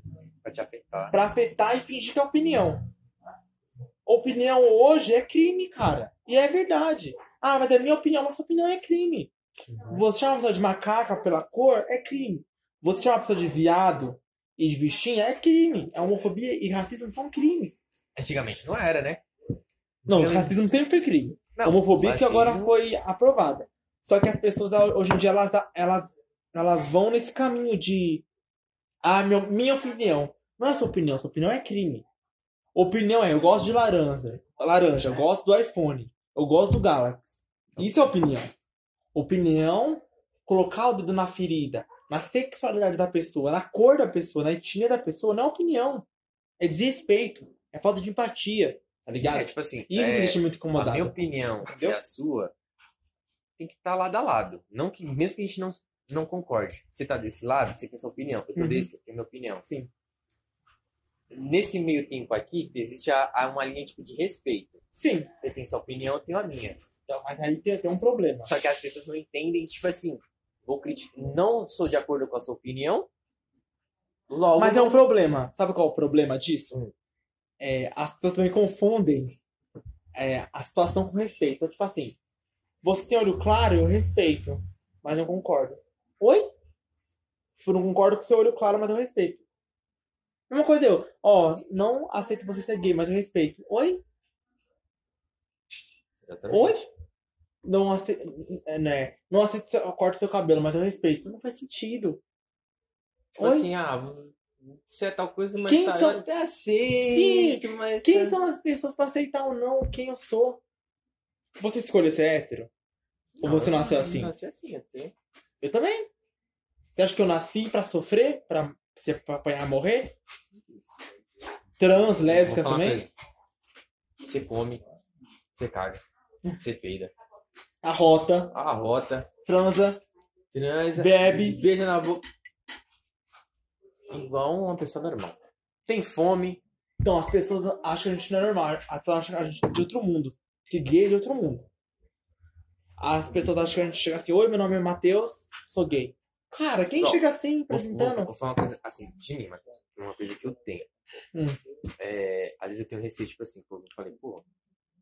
Pra te afetar.
pra afetar e fingir que é opinião. Opinião hoje é crime, cara. E é verdade. Ah, mas é minha opinião, mas sua opinião é crime. Você chama a pessoa de macaca pela cor, é crime. Você chama a pessoa de viado e de bichinha, é crime. É homofobia e racismo são crimes.
Antigamente não era, né?
Não,
Eu-
racismo sempre foi crime.
Não,
homofobia que
racismo-
agora foi aprovada. Só que as pessoas hoje em dia, elas, elas, elas vão nesse caminho de... Ah, meu, minha opinião. Não é sua opinião, sua opinião é crime. Opinião é, eu gosto de laranja. Laranja, eu gosto do iPhone. Eu gosto do Galaxy. Isso é opinião. Opinião, colocar o dedo na ferida, na sexualidade da pessoa, na cor da pessoa, na etnia da pessoa, não é opinião. É desrespeito. É falta de empatia, tá
É,
ligado?
tipo assim,
Isso me
é, a
deixa muito
minha
incomodado.
opinião
Entendeu?
e a sua tem que estar lado a lado. Não que, mesmo que a gente não, não concorde. Você tá desse lado, você tem sua opinião. Eu tô
Uhum.
desse, eu tenho minha opinião.
Sim.
Nesse meio tempo aqui, existe a, a uma linha tipo, de respeito.
Sim.
Você tem sua opinião, eu tenho a minha.
Então, mas aí tem até um problema.
Só que as pessoas não entendem, tipo assim, vou criticar, não sou de acordo com a sua opinião, Logo.
Mas é um problema. Sabe qual é o problema disso?
Hum.
É, as pessoas também confundem é, a situação com respeito. Então, tipo assim, você tem olho claro, eu respeito, mas não concordo. Oi? Tipo, Eu não concordo com seu olho claro, mas eu respeito. Mesma coisa eu, ó, não aceito você ser gay, mas eu respeito. Oi?
Exatamente.
Hoje? Não aceito, né? Não aceito seu, eu corto seu cabelo, mas eu respeito. Não faz sentido.
Tipo
Oi?
assim, ah, você é tal coisa, mas
Quem
tá.
são-
Até aceito, mas.
Quem
tá-
são as pessoas pra aceitar ou não quem eu sou? Você escolheu ser hétero? Ou você
eu
nasceu assim?
Nasci assim, até.
Eu também. Você acha que eu nasci pra sofrer? Pra se apanhar e morrer? Trans,
Vou
lésbica
falar uma
também?
coisa. Você come, você caga, você peida,
Arrota,
arrota,
transa,
transa,
Bebe.
beija na boca. Igual uma pessoa normal. Tem fome,
Então, as pessoas acham que a gente não é normal, elas acham a gente é de outro mundo. Que gay é de outro mundo. As pessoas acham que a gente chega assim, oi, meu nome é Matheus, sou gay. Cara, quem
Não.
chega assim,
Vou, vou-
apresentando?
vou falar uma coisa assim, de mim, Matheus. Uma coisa que eu tenho.
Hum.
É, às vezes eu tenho receio, tipo assim, pô, eu falei, pô,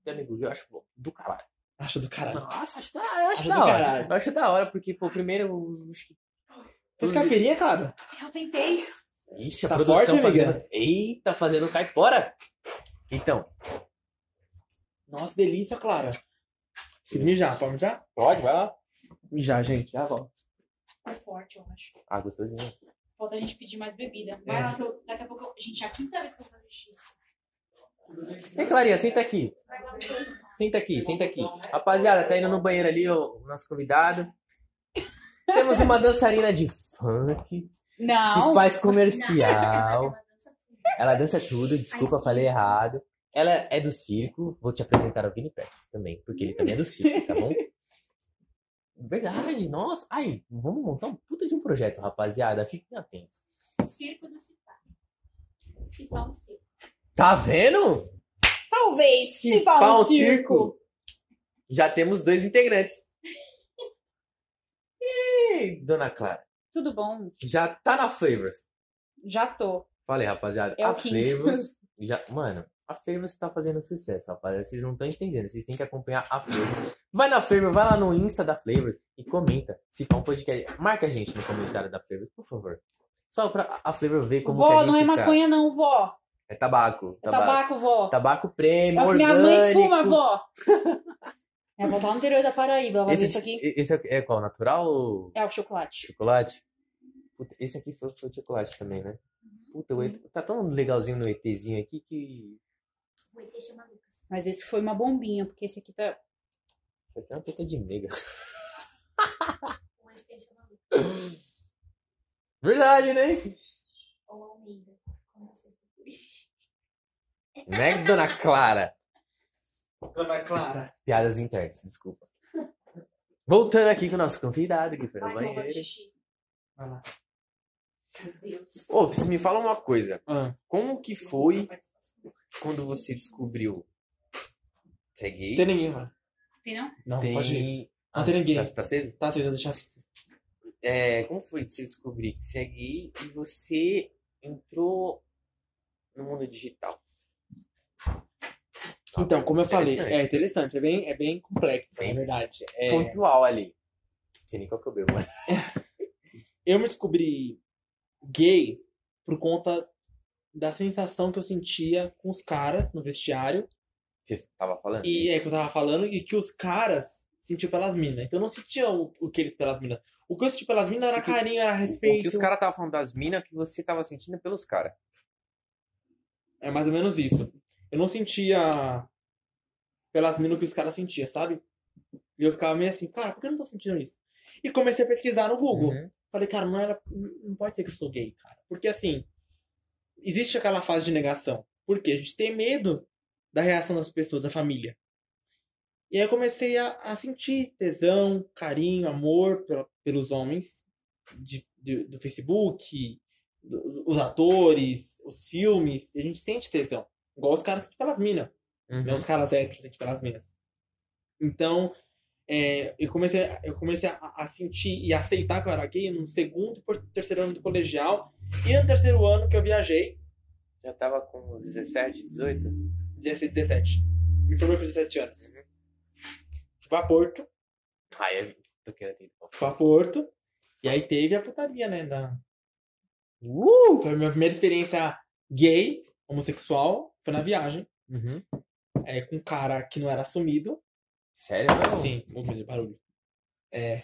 tem amigo, eu acho bom, do caralho.
Acho do caralho.
Nossa, acho da, eu acho
Acho
da
do
hora.
caralho.
Eu acho da hora, porque, pô, primeiro eu acho que.
Fez caipirinha, cara?
Eu tentei.
Ixi, a
Tá
produção
forte,
fazendo.
amiga?
Eita, fazendo caipora! Então,
Nossa, delícia, Clara. Fiz mijar, pode mijar?
pode, vai lá.
Mijar, gente, já volto.
Foi É forte, eu acho.
Ah, gostosinho.
Falta a gente pedir mais bebida. Vai
É.
lá, que eu, daqui a pouco. eu- Gente, é a quinta vez que eu vou mexer.
Ei, Clarinha, senta aqui.
Vai lá,
Senta aqui, senta aqui. Rapaziada, tá indo no banheiro ali o, o nosso convidado. Temos uma dançarina de funk que
Não.
faz comercial. Ela dança tudo, desculpa,
sim.
falei errado. Ela é do circo, vou te apresentar ao Vini Pérez também, porque ele também é do circo, tá bom? Verdade, nossa. Ai, vamos montar um puta de um projeto, rapaziada. Fiquem atentos.
Circo do Cipá. Cipá no circo.
Tá vendo?
Talvez. Cipá
Pau
no circo.
Já temos dois integrantes. E, dona Clara,
Tudo bom?
já tá na Flavors.
Já tô.
Falei, rapaziada,
É o
a
quinto.
Flavors já, mano, a Flavors tá fazendo sucesso, rapaziada. Vocês não estão entendendo, vocês têm que acompanhar a Flavors. Vai na Flavor, vai lá no Insta da Flavor e comenta se for um podcast. Marca a gente no comentário da Flavor, por favor. Só pra a Flavor ver como que a
vó,
gente
não é
tá.
maconha, não, vó.
É tabaco,
É
tabaco.
tabaco, vó.
Tabaco prêmio,
Ela-
orgânico.
Minha mãe fuma, vó. Minha avó tá no interior da Paraíba, ela vai ver
Esse,
isso aqui.
esse é, é qual? Natural ou
É o chocolate.
chocolate? Puta, esse aqui foi, foi chocolate também, né? Puta, o ET, tá tão legalzinho no ETzinho aqui que.
Mas esse foi uma bombinha, porque esse aqui tá.
Isso aqui é uma teta de nega. Verdade, né?
é
Né, dona Clara?
Dona Clara.
Piadas internas, desculpa. Voltando aqui com o nosso convidado, que foi no
Ai, que eu vou de
banheiro.
xixi.
Vai lá.
Meu Deus.
Ô, você me fala uma coisa.
Ah,
Como que foi quando você descobriu? Você é
não
gay?
tem ninguém, mano.
Tem não?
Não,
Tem-
pode ir. Não tem ninguém.
Tá, tá aceso?
Tá, vocês vão deixar assim.
É, como foi que você descobrir que você é gay e você entrou no mundo digital?
Então, como eu falei,
Tá. Interessante.
é interessante, é bem, é bem complexo,
Bem-
na verdade. É...
Pontual ali. Não sei nem qual que eu bebo, mas...
eu me descobri gay por conta da sensação que eu sentia com os caras no vestiário.
Você tava falando?
E é que eu tava falando, e que os caras sentiam pelas minas. Então eu não sentia o, o que eles pelas minas. O que eu sentia pelas minas era
Tipo,
carinho, era
O que
respeito.
os caras estavam falando das minas que você tava sentindo pelos caras.
É mais ou menos isso. Eu não sentia pelas minas o que os caras sentiam, sabe? E eu ficava meio assim, cara, por que eu não tô sentindo isso? E comecei a pesquisar no Google.
Uhum,
Falei, cara, não era. Não pode ser que eu sou gay, cara. Porque assim, existe aquela fase de negação. Porque a gente tem medo da reação das pessoas, da família. E aí eu comecei a, a sentir tesão, carinho, amor pela- pelos homens de- de- do Facebook, do- os atores, os filmes. E a gente sente tesão. Igual os É caras sentem pelas minas.
Uhum.
Né? Os caras héteros sentem pelas minas. Então, é, eu comecei, eu comecei a, a sentir e aceitar Karaki no segundo por terceiro ano do colegial. E no terceiro ano que eu viajei,
Já tava com uns 17, 18?
16, 17. Me formei com 17 anos.
Uhum.
Fui pra Porto.
Ai, eu tô querendo ir.
Fui pra Porto. E aí teve a putaria, né? Da... Uh! Foi a minha primeira experiência gay, homossexual. Foi na viagem.
Uhum.
É, com um cara que não era assumido.
Sério, mano?
Sim, vou fazer barulho. É,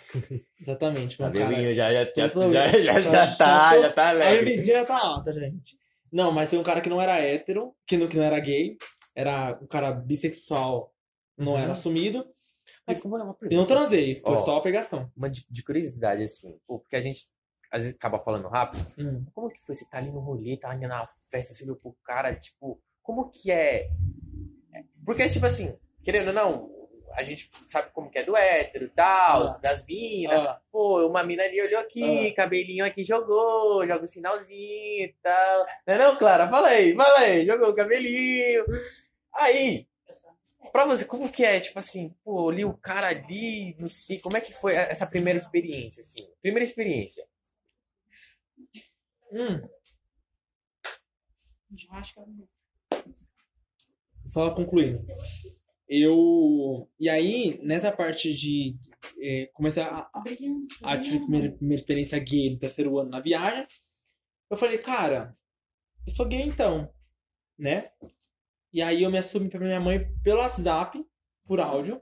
exatamente.
Tá
Mano, um cara,
vermelhinho, já, já, já,
Eu tô-
já, já,
já-
já tá,
já tô-
já tá
a
leve.
bebidinha tá alta, gente. Não, mas foi um cara que não era hétero, que não, que não era gay, era um cara bissexual, não
Uhum.
era assumido,
Mas como é uma
e não transei, foi
Ó.
só pegação.
Uma de, de curiosidade, assim, pô, porque a gente às vezes acaba falando rápido. Como que foi? Você tá ali no rolê, tá ali na festa, você olhou pro cara, tipo, como que é? Porque, tipo assim, querendo ou não, a gente sabe como que é do hétero e tal,
Ah.
das minas.
Ah,
Pô, uma mina ali olhou aqui, cabelinho aqui jogou, joga o sinalzinho e tal. Não é não, Clara? Fala aí, fala aí, jogou o cabelinho. Aí,
Eu sou mistério.
Pra você, como que é? Tipo assim, pô, li o cara ali, não sei. Como é que foi essa primeira experiência, assim? Primeira experiência.
hum,
Eu acho que é eu não
só concluindo. Eu. E aí, nessa parte de. É, comecei a,
Tô brilhando.
a tive a primeira, primeira experiência gay no terceiro ano na viagem. Eu falei, cara, eu sou gay então, né? E aí eu me assumi pra minha mãe pelo WhatsApp, por áudio.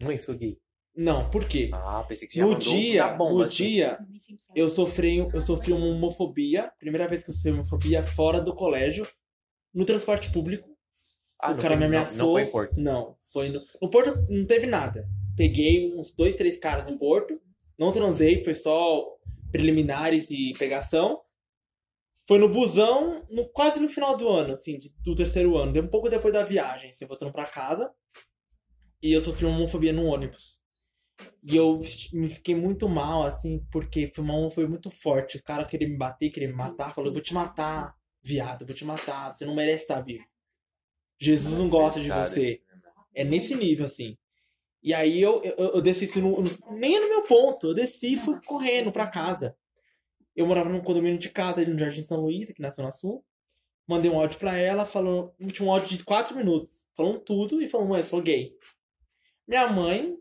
Mãe, sou gay.
Não, por quê?
Ah, pensei que já
No
mandou
dia,
da bomba,
no
assim.
dia, eu sofri, um, eu sofri uma homofobia. Primeira vez que eu sofri homofobia fora do colégio, no transporte público.
Ah,
o
não foi-
cara me
não-
ameaçou.
Não, foi em Porto.
Não, foi no. No Porto não teve nada. Peguei uns dois, três caras no Porto. Não transei, foi só preliminares e pegação. Foi no busão, no, quase no final do ano, assim, de- do terceiro ano. Deu um pouco depois da viagem, assim, voltando pra casa. E eu sofri uma homofobia no ônibus. E eu me fiquei muito mal, assim, porque foi uma homofobia muito forte. O cara queria me bater, queria me matar. Falou, eu vou te matar, viado, eu vou te matar. Você não merece estar vivo. Jesus não gosta de
Pensado
você.
isso, né, mano?
É nesse nível, assim. E aí eu, eu, eu desci assim, no, no- nem no meu ponto, eu desci e fui correndo pra casa. Eu morava num condomínio de casa ali no Jardim São Luís, aqui na Zona Sul. Mandei um áudio pra ela, falou, tinha um áudio de quatro minutos, falando tudo e falou, mãe, eu sou gay. Minha mãe,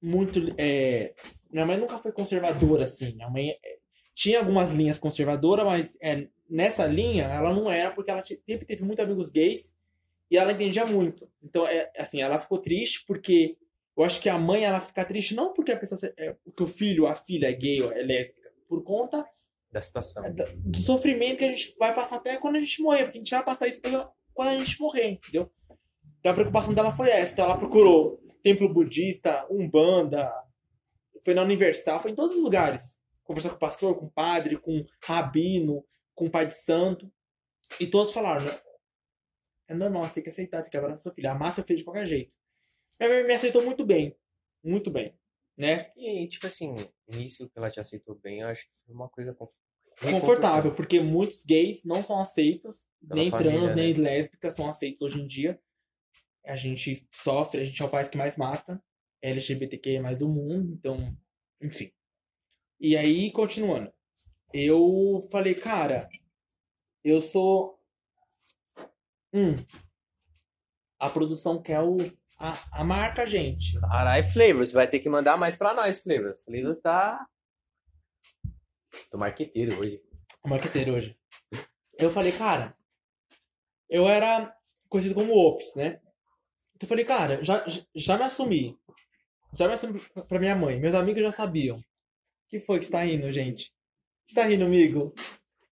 muito. é, minha mãe nunca foi conservadora, assim. Minha mãe é, tinha algumas linhas conservadoras, mas é, nessa linha ela não era, porque ela te- sempre teve muitos amigos gays e ela entendia muito. Então, é, assim, ela ficou triste porque eu acho que a mãe ela fica triste não porque a pessoa se- é, que o filho, a filha é gay ou é lésbica, por conta
Da situação. É,
da- do sofrimento que a gente vai passar até quando a gente morrer, porque a gente vai passar isso até quando a gente morrer, entendeu? Então a preocupação dela foi essa. Então ela procurou templo budista, umbanda, foi na Universal, foi em todos os lugares. Conversou com o pastor, com o padre, com o rabino, com o pai de santo. E todos falaram, né? É normal, você tem que aceitar, você tem que abraçar seu filho, amar seu filho de qualquer jeito. Minha mãe me aceitou muito bem. Muito bem. Né?
E, tipo assim, nisso que ela te aceitou bem, eu acho que foi uma coisa conf-
confortável, porque muitos gays não são aceitos,
Pela
nem
família,
trans,
né?
nem lésbicas são aceitos hoje em dia. A gente sofre, a gente é o país que mais mata, LGBTQ é mais do mundo, então, enfim. E aí, continuando, eu falei, cara, eu sou. Hum. A produção quer o. A, a marca, gente.
Caralho, Flavor, você vai ter que mandar mais pra nós, Flavor. Flavor tá. Tô marqueteiro hoje.
o marqueteiro hoje. Eu falei, cara, eu era conhecido como Ops, né? Então eu falei, cara, já, já me assumi. Já me assumi pra minha mãe. Meus amigos já sabiam. O que foi que está rindo, gente? Que está rindo, amigo?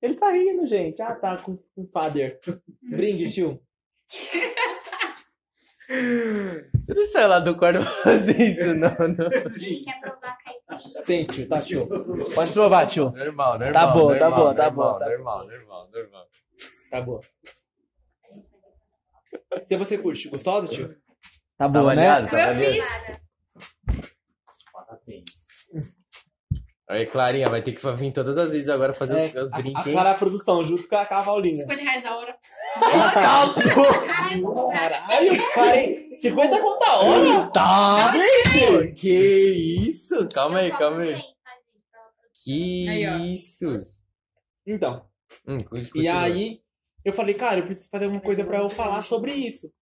Ele tá rindo, gente. Ah, tá, com com o father. Brinde, tio.
Você não saiu lá do quarto pra fazer isso, não, não.
Quem quer provar caipirinha?
Tem, tio, tá, tio. Pode provar, tio.
Normal, normal.
Tá bom, tá
normal,
bom, tá
normal,
bom, tá
Normal, normal, normal.
Tá bom. Se você curte, gostosa, tio?
Tá
Tá
bom, né?
avaliado, tá
Eu
avaliado.
fiz.
Aí, Clarinha, vai ter que vir todas as vezes agora fazer os- os,
É, a, a
drinks, hein?
Clara Produção, junto com a Cavalinha.
50 reais a hora.
Cala a boca!
Caralho, vou cobrar.
Caralho, parei. 50 conta a hora?
Tá,
Não,
gente! Que isso? Calma aí, calma aí. Que
Aí, ó.
isso?
Então,
Hum, continua.
e aí eu falei, cara, eu preciso fazer alguma coisa pra eu falar sobre isso.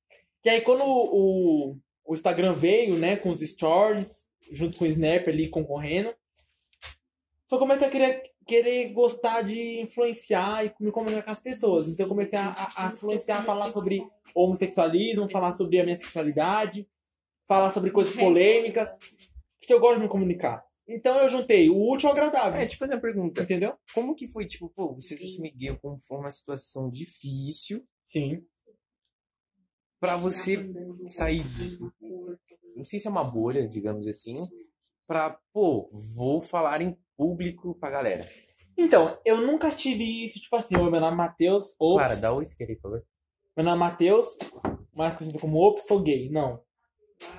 E aí quando o, o- o Instagram veio, né, com os stories, junto com o Snap ali concorrendo, eu comecei a querer, querer gostar de influenciar e me comunicar com as pessoas. Então eu comecei a, a, a influenciar, a falar sobre homossexualismo, falar sobre a minha sexualidade, falar sobre coisas polêmicas, porque eu gosto de me comunicar. Então eu juntei o útil ao
É,
agradável,
deixa eu fazer uma pergunta.
entendeu?
Como que foi, tipo, pô, você se esmigueu como foi uma situação difícil
Sim.
pra você sair, não sei se é uma bolha, digamos assim, pra, pô, vou falar em público pra galera.
Então, eu nunca tive isso, tipo assim, oi, meu nome é Matheus, ops,
Clara, dá o isqueiro aí, por favor.
meu nome é Matheus, mais conhecido como ops, sou gay. Não.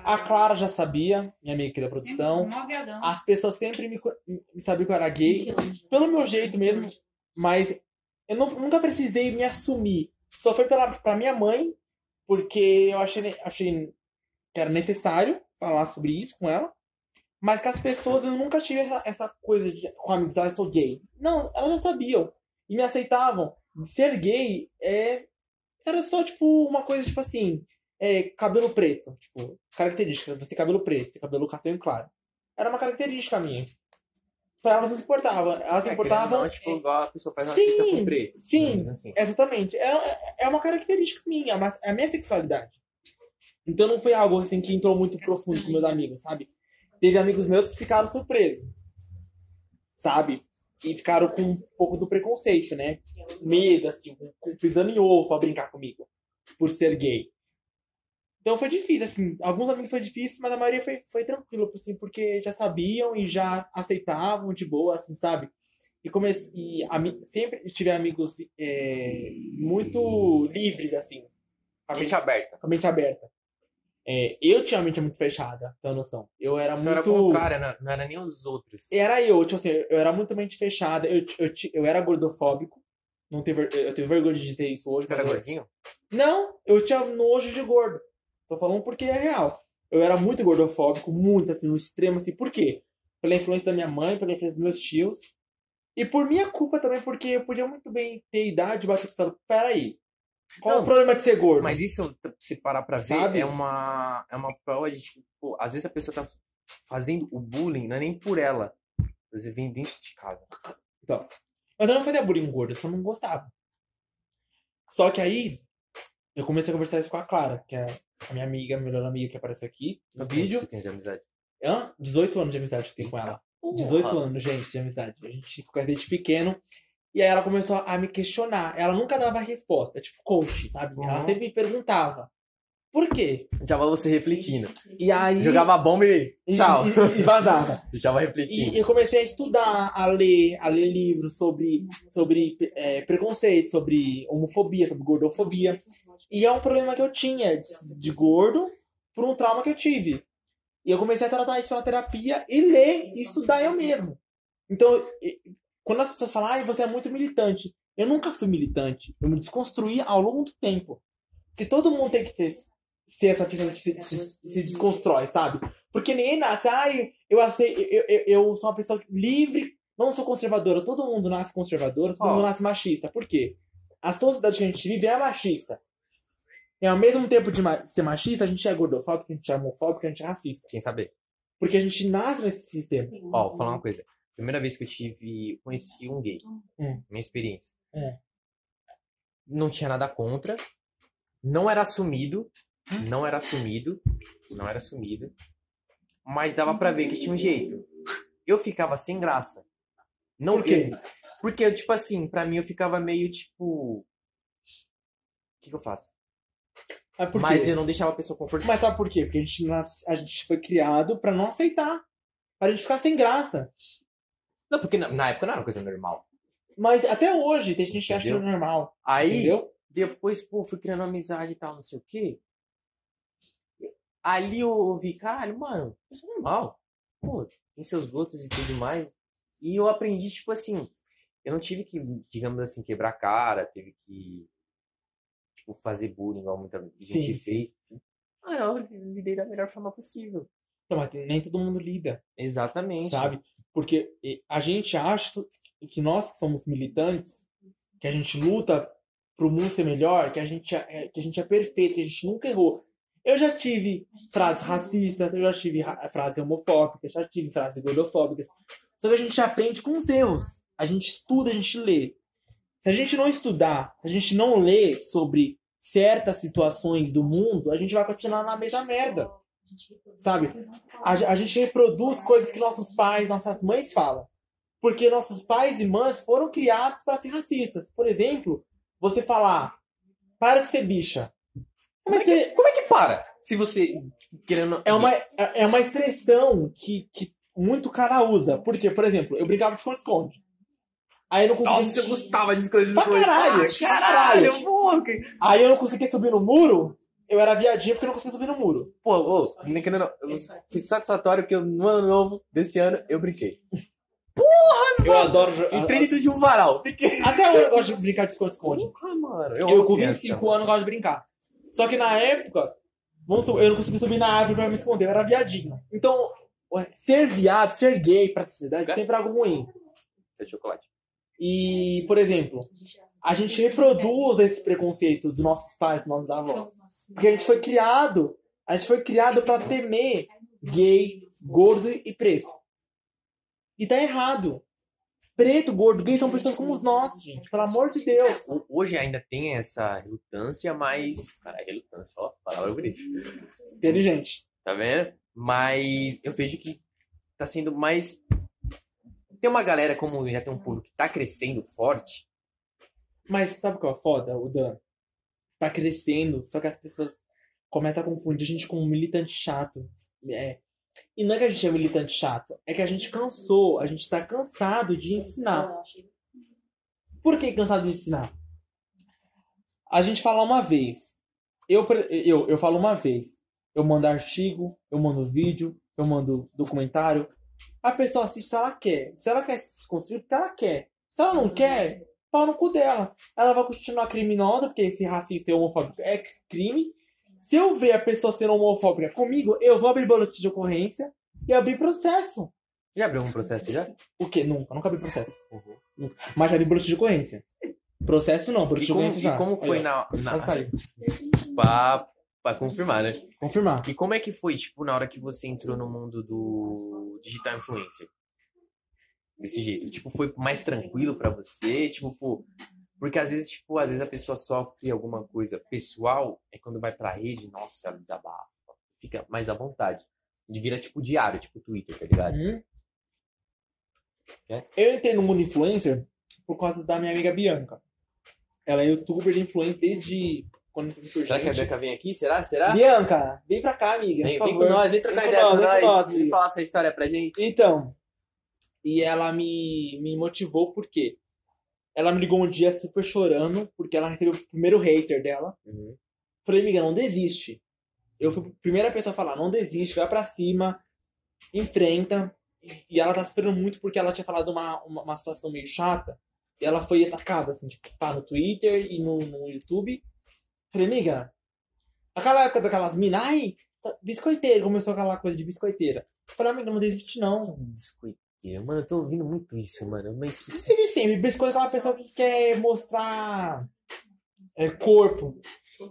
A Clara já sabia, minha amiga aqui da produção.
Mó viadão.
As pessoas sempre me, co- me sabiam que eu era gay, pelo meu jeito mesmo, mas eu nu- nunca precisei me assumir. Só foi pela, pra minha mãe, porque eu achei, ne- achei que era necessário falar sobre isso com ela. Mas com as pessoas eu nunca tive essa, essa coisa de com amigos, ah, eu sou gay. Não, elas já sabiam. E me aceitavam. Ser gay é. Era só, tipo, uma coisa, tipo assim. É, cabelo preto. Tipo, característica. Você tem cabelo preto, tem cabelo castanho claro. Era uma característica minha. Pra elas não se importavam. Elas se
É, querendo ou
importavam
Não, tipo, igual a pessoa faz uma
Sim,
fita com preto.
sim.
digamos Assim.
Exatamente. É, é uma característica minha, mas é a minha sexualidade. Então não foi algo assim que entrou muito profundo com meus amigos, sabe? Teve amigos meus que ficaram surpresos, sabe? E ficaram com um pouco do preconceito, né? Medo, assim, com- pisando em ovo pra brincar comigo, por ser gay. Então foi difícil, assim. Alguns amigos foi difícil, mas a maioria foi, foi tranquilo, assim, porque já sabiam e já aceitavam de boa, assim, sabe? E, comece... e ami- sempre tive amigos é, muito livres, assim. Com a
Mente aberta.
com a mente aberta. É, eu tinha a mente muito fechada, tem uma noção. Eu era
Não Então, era
muito.
contrária, não, não era nem os outros.
Era eu, tipo assim, eu era muito mente fechada, eu, eu, ti- eu era gordofóbico. Não tenho, ver- eu tenho vergonha de dizer isso hoje.
Você era
mas eu-
é gordinho?
Não, eu tinha nojo de gordo. Tô falando porque é real. Eu era muito gordofóbico, muito assim, no extremo, assim. Por quê? Pela influência da minha mãe, pela influência dos meus tios. E por minha culpa também, porque eu podia muito bem ter idade e bater e falar, peraí, qual
Não,
o problema de ser gordo?
Mas isso, se parar pra ver,
Sabe?
é uma, é uma prova de tipo, pô, às vezes a pessoa tá fazendo o bullying, não é nem por ela. Você vem dentro de casa.
Mas eu não fazia bullying gordo, eu só não gostava. Só que aí, eu comecei a conversar isso com a Clara, que é a minha amiga, a melhor amiga que apareceu aqui no
Quantos anos
vídeo.
Você tem de amizade.
Hã? 18 anos de amizade que eu tenho com ela. 18 anos, gente, de amizade. A gente ficou desde pequeno. E aí ela começou a me questionar. Ela nunca dava resposta, é tipo coach, sabe? Ela
Uhum.
sempre me perguntava. Por quê?
Já vai você refletindo.
E aí.
Jogava bomba e
e-
tchau.
e- e vazava.
Já vai
E
refletindo.
eu comecei a estudar, a ler, a ler livros sobre, sobre é, preconceito, sobre homofobia, sobre gordofobia. E é um problema que eu tinha de, de gordo por um trauma que eu tive. E eu comecei a tratar isso na terapia e ler e estudar eu mesmo. Então, e- quando as pessoas falam, ah, você é muito militante. Eu nunca fui militante. Eu me desconstruí ao longo do tempo. Porque todo mundo tem que ter, ser essa pessoa que se, se- se desconstrói, sabe? Porque ninguém nasce, ai, eu, acei, eu, eu, eu sou uma pessoa livre, não sou conservadora. Todo mundo nasce conservadora, todo
Ó.
mundo nasce machista. Por quê? A sociedade que a gente vive é machista. E ao mesmo tempo de ma- ser machista, a gente é gordofóbico, a gente é homofóbico, a gente é racista.
Sem saber.
Porque a gente nasce nesse sistema.
Ó, vou
Uhum.
falar uma coisa. Primeira vez que eu tive. Conheci um gay.
Hum.
Minha experiência.
É.
Não tinha nada contra. Não era assumido.
Hum?
Não era assumido. Não era assumido. Mas dava pra ver que tinha um jeito. Eu ficava sem graça. Não
Por quê?
Porque, eu, tipo assim, pra mim eu ficava meio tipo. O que, que eu faço?
Mas, por
Mas
quê?
eu não deixava a pessoa confortável.
Mas sabe por quê? Porque a gente, nas- a gente foi criado pra não aceitar. Pra gente ficar sem graça.
Não, porque na, na época não era uma coisa normal.
Mas até hoje tem gente que acha que é
Entendeu?
normal.
Aí,
Entendeu?
depois, pô, fui criando amizade e tal, não sei o quê. Ali eu vi, caralho, mano, isso é normal. Pô, tem seus gostos e tudo mais. E eu aprendi, tipo assim, eu não tive que, digamos assim, quebrar a cara, teve que, tipo, fazer bullying, igual muita gente
Sim, sim,
fez.
Ah, eu lidei da melhor forma possível.
Então, mas nem todo mundo lida,
Exatamente.
sabe? Porque eh, a gente acha que nós que somos militantes, que a gente luta pro mundo ser melhor, que a gente é, que a gente é perfeito, que a gente nunca errou. Eu já tive frases racistas, eu já tive ra- frases homofóbicas, já tive frases gordofóbicas. Só que a gente aprende com os erros. A gente estuda, a gente lê. Se a gente não estudar, se a gente não ler sobre certas situações do mundo, a gente vai continuar na mesma merda. Sabe? A, a gente reproduz coisas que nossos pais, nossas mães falam. Porque nossos pais e mães foram criados para ser racistas. Por exemplo, você falar, para de ser bicha. Como é que-
Como é que para? Se você querendo.
É uma, é- é uma expressão que, que muito cara usa. Porque, por exemplo, eu brincava de esconde-esconde. Aí eu não conseguia.
Nossa, eu gostava de Ah, escolher
Pra caralho, caralho.
Pô,
Aí eu não conseguia subir no muro, eu era viadinha porque eu não conseguia subir no muro.
pô, nem querendo. Eu fui satisfatório porque no ano novo desse ano eu brinquei.
Eu adoro. jo-
Entrei dentro de um varal.
Então, Até hoje eu gosto de brincar de esconde-esconde.
Porra, mano.
Então, Eu com 25 anos gosto de brincar. Só que na época, vamos supor, eu não conseguia subir na árvore pra me esconder, eu era viadinho. Então, ué, ser viado, ser gay pra sociedade é sempre algo ruim.
É chocolate.
E, por exemplo, a gente reproduz esse preconceito dos nossos pais, dos nossos avós. Porque a gente foi criado, a gente foi criado pra temer gay, gordo e preto. E tá errado. Preto, gordo, gay são pessoas como nós, gente. Pelo amor de Deus.
Ho- Hoje ainda tem essa relutância, mas. Caralho, relutância, ó, palavra bonita.
Inteligente.
Tá vendo? Mas eu vejo que tá sendo mais. Tem uma galera, como já tem um público que tá crescendo forte.
Mas sabe o que é foda? O Dan tá crescendo, só que as pessoas começam a confundir a gente com um militante chato. É. E não é que a gente é militante chato, é que a gente cansou, a gente tá cansado de ensinar.
É assim,
Por que cansado de ensinar? A gente fala uma vez. Eu, pre- eu, eu falo uma vez. Eu mando artigo, eu mando vídeo, eu mando documentário. A pessoa assiste se ela quer. Se ela quer se construir, porque ela quer. Se ela não quer, pau no cu dela. Ela vai continuar criminosa, porque esse racista e homofóbico é crime. Se eu ver a pessoa sendo homofóbica comigo, eu vou abrir boletim de ocorrência e abrir processo.
Já abriu um processo já?
O quê? Nunca, nunca abri processo.
Uhum.
Nunca. Mas já abri boletim de ocorrência. Processo não, boletim
E
de
como,
ocorrência já.
e como foi
Aí, ó.
na. na
Mas parei,
pra, pra confirmar, né?
confirmar.
E como é que foi, tipo, na hora que você entrou no mundo do digital influencer? Desse jeito. Tipo, foi mais tranquilo pra você? Tipo, pô, porque às vezes, tipo, às vezes a pessoa sofre alguma coisa pessoal, é quando vai pra rede, nossa, ela desabafa. Fica mais à vontade. E vira, tipo, diário, tipo Twitter, tá ligado?
Hum?
É?
Eu entrei no mundo influencer por causa da minha amiga Bianca. Ela é youtuber de influencer desde quando eu surgiu.
Será que a Bianca vem aqui? Será? Será?
Bianca, vem pra cá, amiga.
Vem,
por
vem com
favor.
nós, vem trocar
Vem com
ideia com
nós, vem com
nós.
nós,
Vem
filho.
falar essa história pra gente.
Então, e ela me, me motivou por quê? Ela me ligou um dia super chorando, porque ela recebeu o primeiro hater dela.
Uhum.
Falei, amiga, não desiste. Eu fui a primeira pessoa a falar, não desiste, vai pra cima, enfrenta. E ela tá sofrendo muito porque ela tinha falado uma, uma, uma situação meio chata. E ela foi atacada, assim, tipo, pá, no Twitter e no, no YouTube. Falei, amiga, aquela época daquelas minas, ai, tá- biscoiteira, começou aquela coisa de biscoiteira. Falei, amiga, não desiste não.
Biscoiteiro. Mano, eu tô ouvindo muito isso, mano. Mas que
Você diz sempre, biscoito é aquela pessoa que quer mostrar é, corpo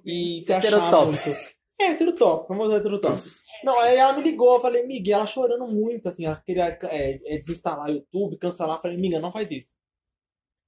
e se achar
Heterotop.
muito. É, heterotop, famoso heterotop. Não, aí ela me ligou, eu falei, Miguel, ela chorando muito, assim, ela queria é, é, desinstalar o YouTube, cancelar, eu falei, Miguel, não faz isso.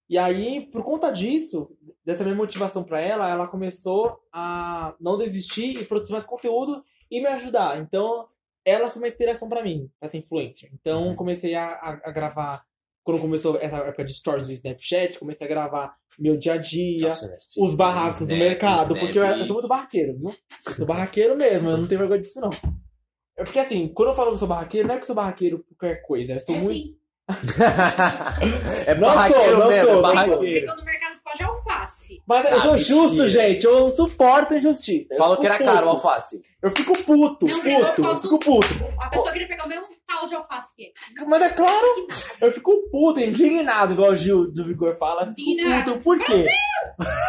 E aí, por conta disso, dessa minha motivação pra ela, ela começou a não desistir e produzir mais conteúdo e me ajudar. Então, ela foi uma inspiração pra mim, essa influencer. Então,
Uhum.
comecei a, a, a gravar, quando começou essa época de stories do Snapchat, comecei a gravar meu dia a dia,
Nossa, né?
os barracos do
Snap,
mercado,
Snap.
porque eu, eu sou muito barraqueiro, viu? Eu sou barraqueiro mesmo, eu não tenho vergonha disso, não. É porque assim, quando eu falo que eu sou barraqueiro, não é que eu sou barraqueiro por qualquer coisa, eu sou muito.
assim.
é
Não
barraqueiro
sou, não
mesmo, é
sou, não sou.
barraqueiro.
Ficou no mercado por causa de alface.
Mas eu
Ah,
sou
mentira.
justo, gente, eu não suporto a injustiça. Eu
Falou que
fico
era
puto.
caro o alface.
Eu fico puto,
Não, brigou
puto,
por
eu
causa
fico
do-
puto.
A pessoa queria pegar o mesmo tal de alface que ele.
Mas é claro, eu fico puto, indignado, igual o Gil do Vigor fala. Eu Fico
Indignado.
puto, por quê?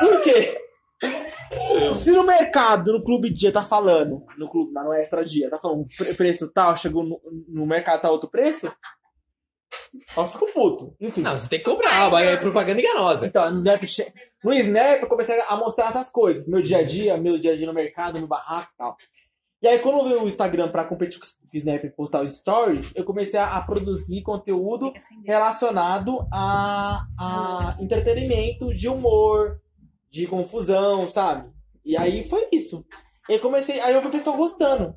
Por quê? Se no mercado, no clube dia, tá falando, no clube, mas não é extra dia, tá falando pre- preço tal, chegou no, no mercado tá outro preço, eu fico puto. Enfim.
Não, você tem que comprar, vai, é propaganda enganosa.
Então, no Snap, che- no Snap eu comecei a mostrar essas coisas. Meu dia a dia, meu dia a dia no mercado, no barraco e tal. E aí, quando veio o Instagram pra competir com o Snap e postar os stories, eu comecei a, a produzir conteúdo
Fica sem Deus.
relacionado a, a entretenimento, de humor, de confusão, sabe? E aí foi isso. Eu comecei, aí eu vi o pessoal gostando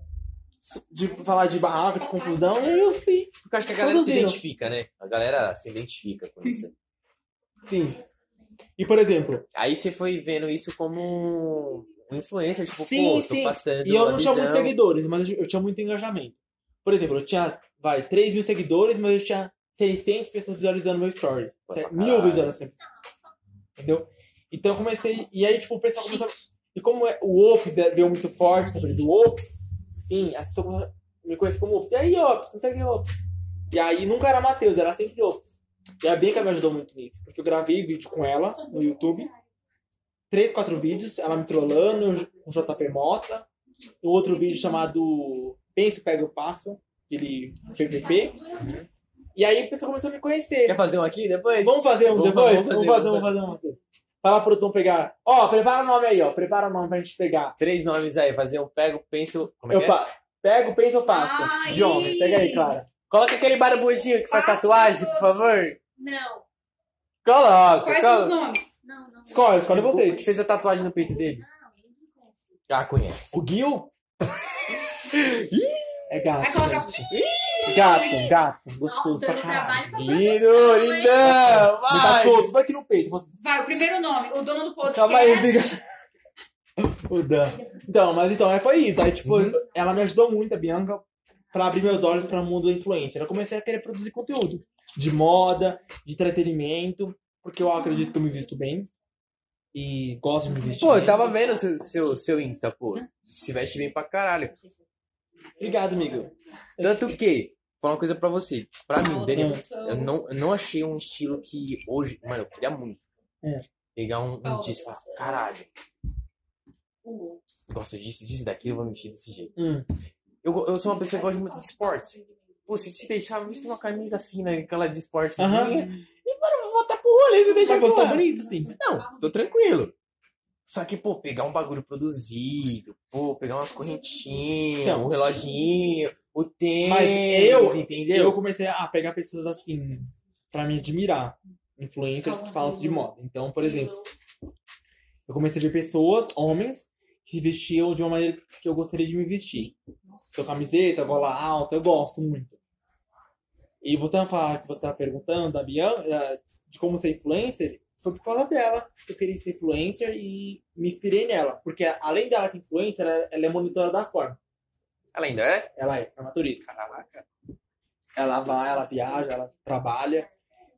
de falar de barraco, de confusão, e aí eu fui.
Porque eu acho que a galera se
Produziram.
identifica, né? A galera se identifica com isso.
Sim. E por exemplo,
Aí você foi vendo isso como um influencer, tipo,
Sim,
pô, tô
sim.
passando.
E eu
a
não tinha
visão.
muitos seguidores, mas eu tinha muito engajamento. Por exemplo, eu tinha, vai, 3 mil seguidores, mas eu tinha 600 pessoas visualizando meu story.
Pô, tá
Certo?
pra
Mil
caralho.
visualizações. Entendeu? Então eu comecei. E aí, tipo, o pessoal começou. E como é- o Ops é- veio muito forte, sabe? Do Ops, sim, as pessoas começaram a me conhecem como Ops. E aí, Ops, não sei o que é Ops. E aí nunca era Matheus, era sempre Ops. E a Bianca me ajudou muito nisso, porque eu gravei vídeo com ela no YouTube três, quatro vídeos, ela me trollando, eu com o JP Mota, um outro vídeo chamado Pensa, Pega o Passo, aquele PVP. E aí o pessoal começou a me
Quer
conhecer.
fazer um aqui depois?
Vamos fazer um
Vamos
depois?
fazer,
Vamos
vamos
fazer,
fazer,
um, fazer um. Fala a produção pegar. Ó, prepara o nome aí, ó. Prepara o nome pra gente pegar.
Três nomes aí, fazer um pego, penso. Como é
Eu
que é?
pa- Pego, pensa ou passo.
Ai!
De homem. Pega aí, Clara.
Coloca aquele barbudinho que faz
Passa
tatuagem,
todos.
por favor.
Não.
Coloca,
Quais são os
coloca.
nomes? Não, não.
Escolhe, escolhe
O que
vocês.
fez a tatuagem no peito dele?
Não, não conheço.
Ah, conhece.
O Gil? é gato.
Vai colocar.
gente. Gato, gato. Gostoso
Nossa, eu
pra caralho.
trabalho pra
Lindo,
profissão, hein?
lindão!
Me tá
então, Vai!
todo, tudo aqui no peito. Você
Vai, o primeiro nome. O dono do podcast.
Calma aí, diga. O Dan. Então, mas então, aí foi isso. Aí, tipo,
Uhum.
ela me ajudou muito, a Bianca, pra abrir meus olhos para o mundo da influencer. Eu comecei a querer produzir conteúdo de moda, de entretenimento, porque eu acredito que eu me visto bem. E gosto de me vestir.
Pô,
bem.
eu tava vendo seu, seu, seu Insta, pô. Se veste bem pra caralho.
Obrigado, amigo.
Tanto que, vou falar uma coisa pra você. Pra mim, Daniel, eu
Eu
não, eu não achei um estilo que hoje. Mano, eu queria muito.
É.
Pegar um, um
Qual
jeans e falar,
você?
caralho,
não.
gosto disso, disso, daquilo, vou mexer desse jeito.
Hum.
Eu, eu sou uma pessoa que gosta muito de esporte. Pô, se se deixar, eu visto uma camisa fina, aquela de esporte.
Aham.
E, mano, eu vou voltar pro rolê se eu deixar
Mas você tá
voar.
bonito, sim.
Não, tô tranquilo. Só que, pô, pegar um bagulho produzido, pô, pegar umas correntinhas,
Então,
um reloginho, o tênis,
eu-
entendeu?
É, Eu comecei a pegar pessoas assim, pra me admirar. Influencers que falam de moda. Então, por exemplo. Eu comecei a ver pessoas, homens, que se vestiam de uma maneira que eu gostaria de me vestir. Sua camiseta, gola alta, eu gosto muito. E voltando a falar que você estava perguntando da Bianca, da- de como ser influencer, foi por causa dela que eu queria ser influencer e me inspirei nela. Porque além dela ser influencer, ela- ela é monitora da forma.
Ela ainda é?
Ela é formaturista. Caraca. Ela vai, ela viaja, ela trabalha.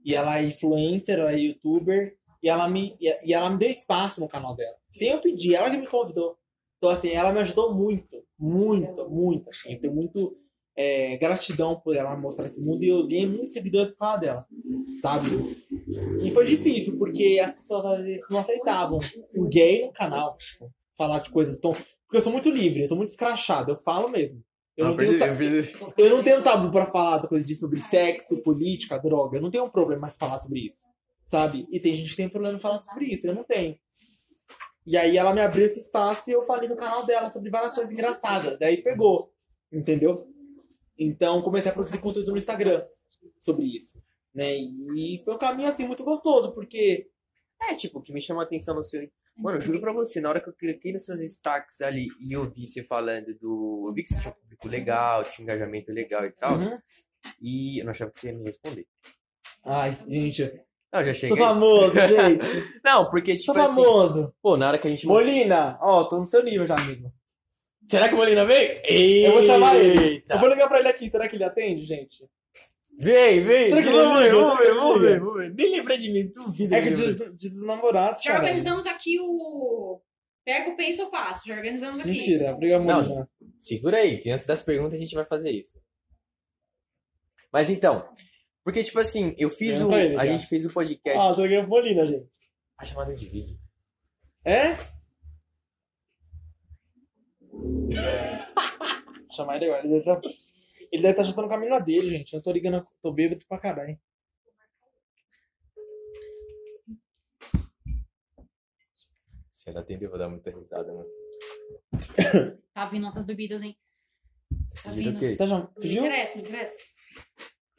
E ela é influencer, ela é youtuber. E ela me, e e ela me deu espaço no canal dela. Sem eu pedir, ela que me convidou. Então, assim, ela me ajudou muito. Muito, muito. Assim. Eu tenho muito é, gratidão por ela mostrar esse mundo. E eu ganhei muitos seguidores por causa dela. Sabe? E foi difícil, porque as pessoas às vezes não aceitavam um gay no canal. tipo, falar de coisas tão... Porque eu sou muito livre, eu sou muito escrachado. Eu falo mesmo. Eu não, tenho... ta- eu não tenho tabu pra falar coisas de sobre sexo, política, droga. Eu não tenho um problema de falar sobre isso. Sabe? E tem gente que tem problema em falar sobre isso. Eu não tenho. E aí ela me abriu esse espaço e eu falei no canal dela sobre várias coisas engraçadas. Daí pegou. Entendeu? Então comecei a produzir conteúdo no Instagram sobre isso. Né? E foi um caminho assim muito gostoso, porque.
É, tipo, o que me chamou a atenção no seu. Mano, eu juro pra você, na hora que eu cliquei nos seus destaques ali e eu vi você falando do. Eu vi que você tinha um público legal, tinha um engajamento legal e tal.
Uhum.
E eu não achava que você ia me responder.
Ai, gente.
Não, eu já
Sou
cheguei.
famoso, gente.
Não, porque, tipo,
Sou
assim, Tipo-
famoso.
pô, na hora que a gente.
Molina, ó, tô no seu nível já, amigo.
Será que o Molina veio?
Eu vou chamar ele.
Eita.
Eu vou ligar pra ele aqui, será que ele atende, gente?
Vem, vem.
Será que ele
Vamos ver,
liga?
vamos ver,
Será que
vamos
ele
ver,
liga?
vamos ver. Nem lembra de mim, duvido.
É que
me lembrar.
diz, diz dos namorados,
Já
cara.
organizamos aqui o. Pega o penso ou passo. Já organizamos aqui.
Mentira, obrigado,
Não,
Molina. Ah,
Segura aí, que antes das perguntas a gente vai fazer isso. Mas então, porque tipo assim, eu fiz
Eu
o.
não falei,
A
cara.
gente fez o podcast.
Ah, tô ligando pro Molina, gente.
A chamada de vídeo.
É? chamar ele agora. Ele deve tá- ele deve estar chutando o caminho na dele, gente. Eu não tô ligando, tô bêbado pra caralho.
Se ela atender, eu vou dar muita risada, né? mano.
Tá vindo nossas bebidas, hein? Tá
Pedido o
vindo.
quê?
Tá já
Não
pediu?
interessa, não interessa.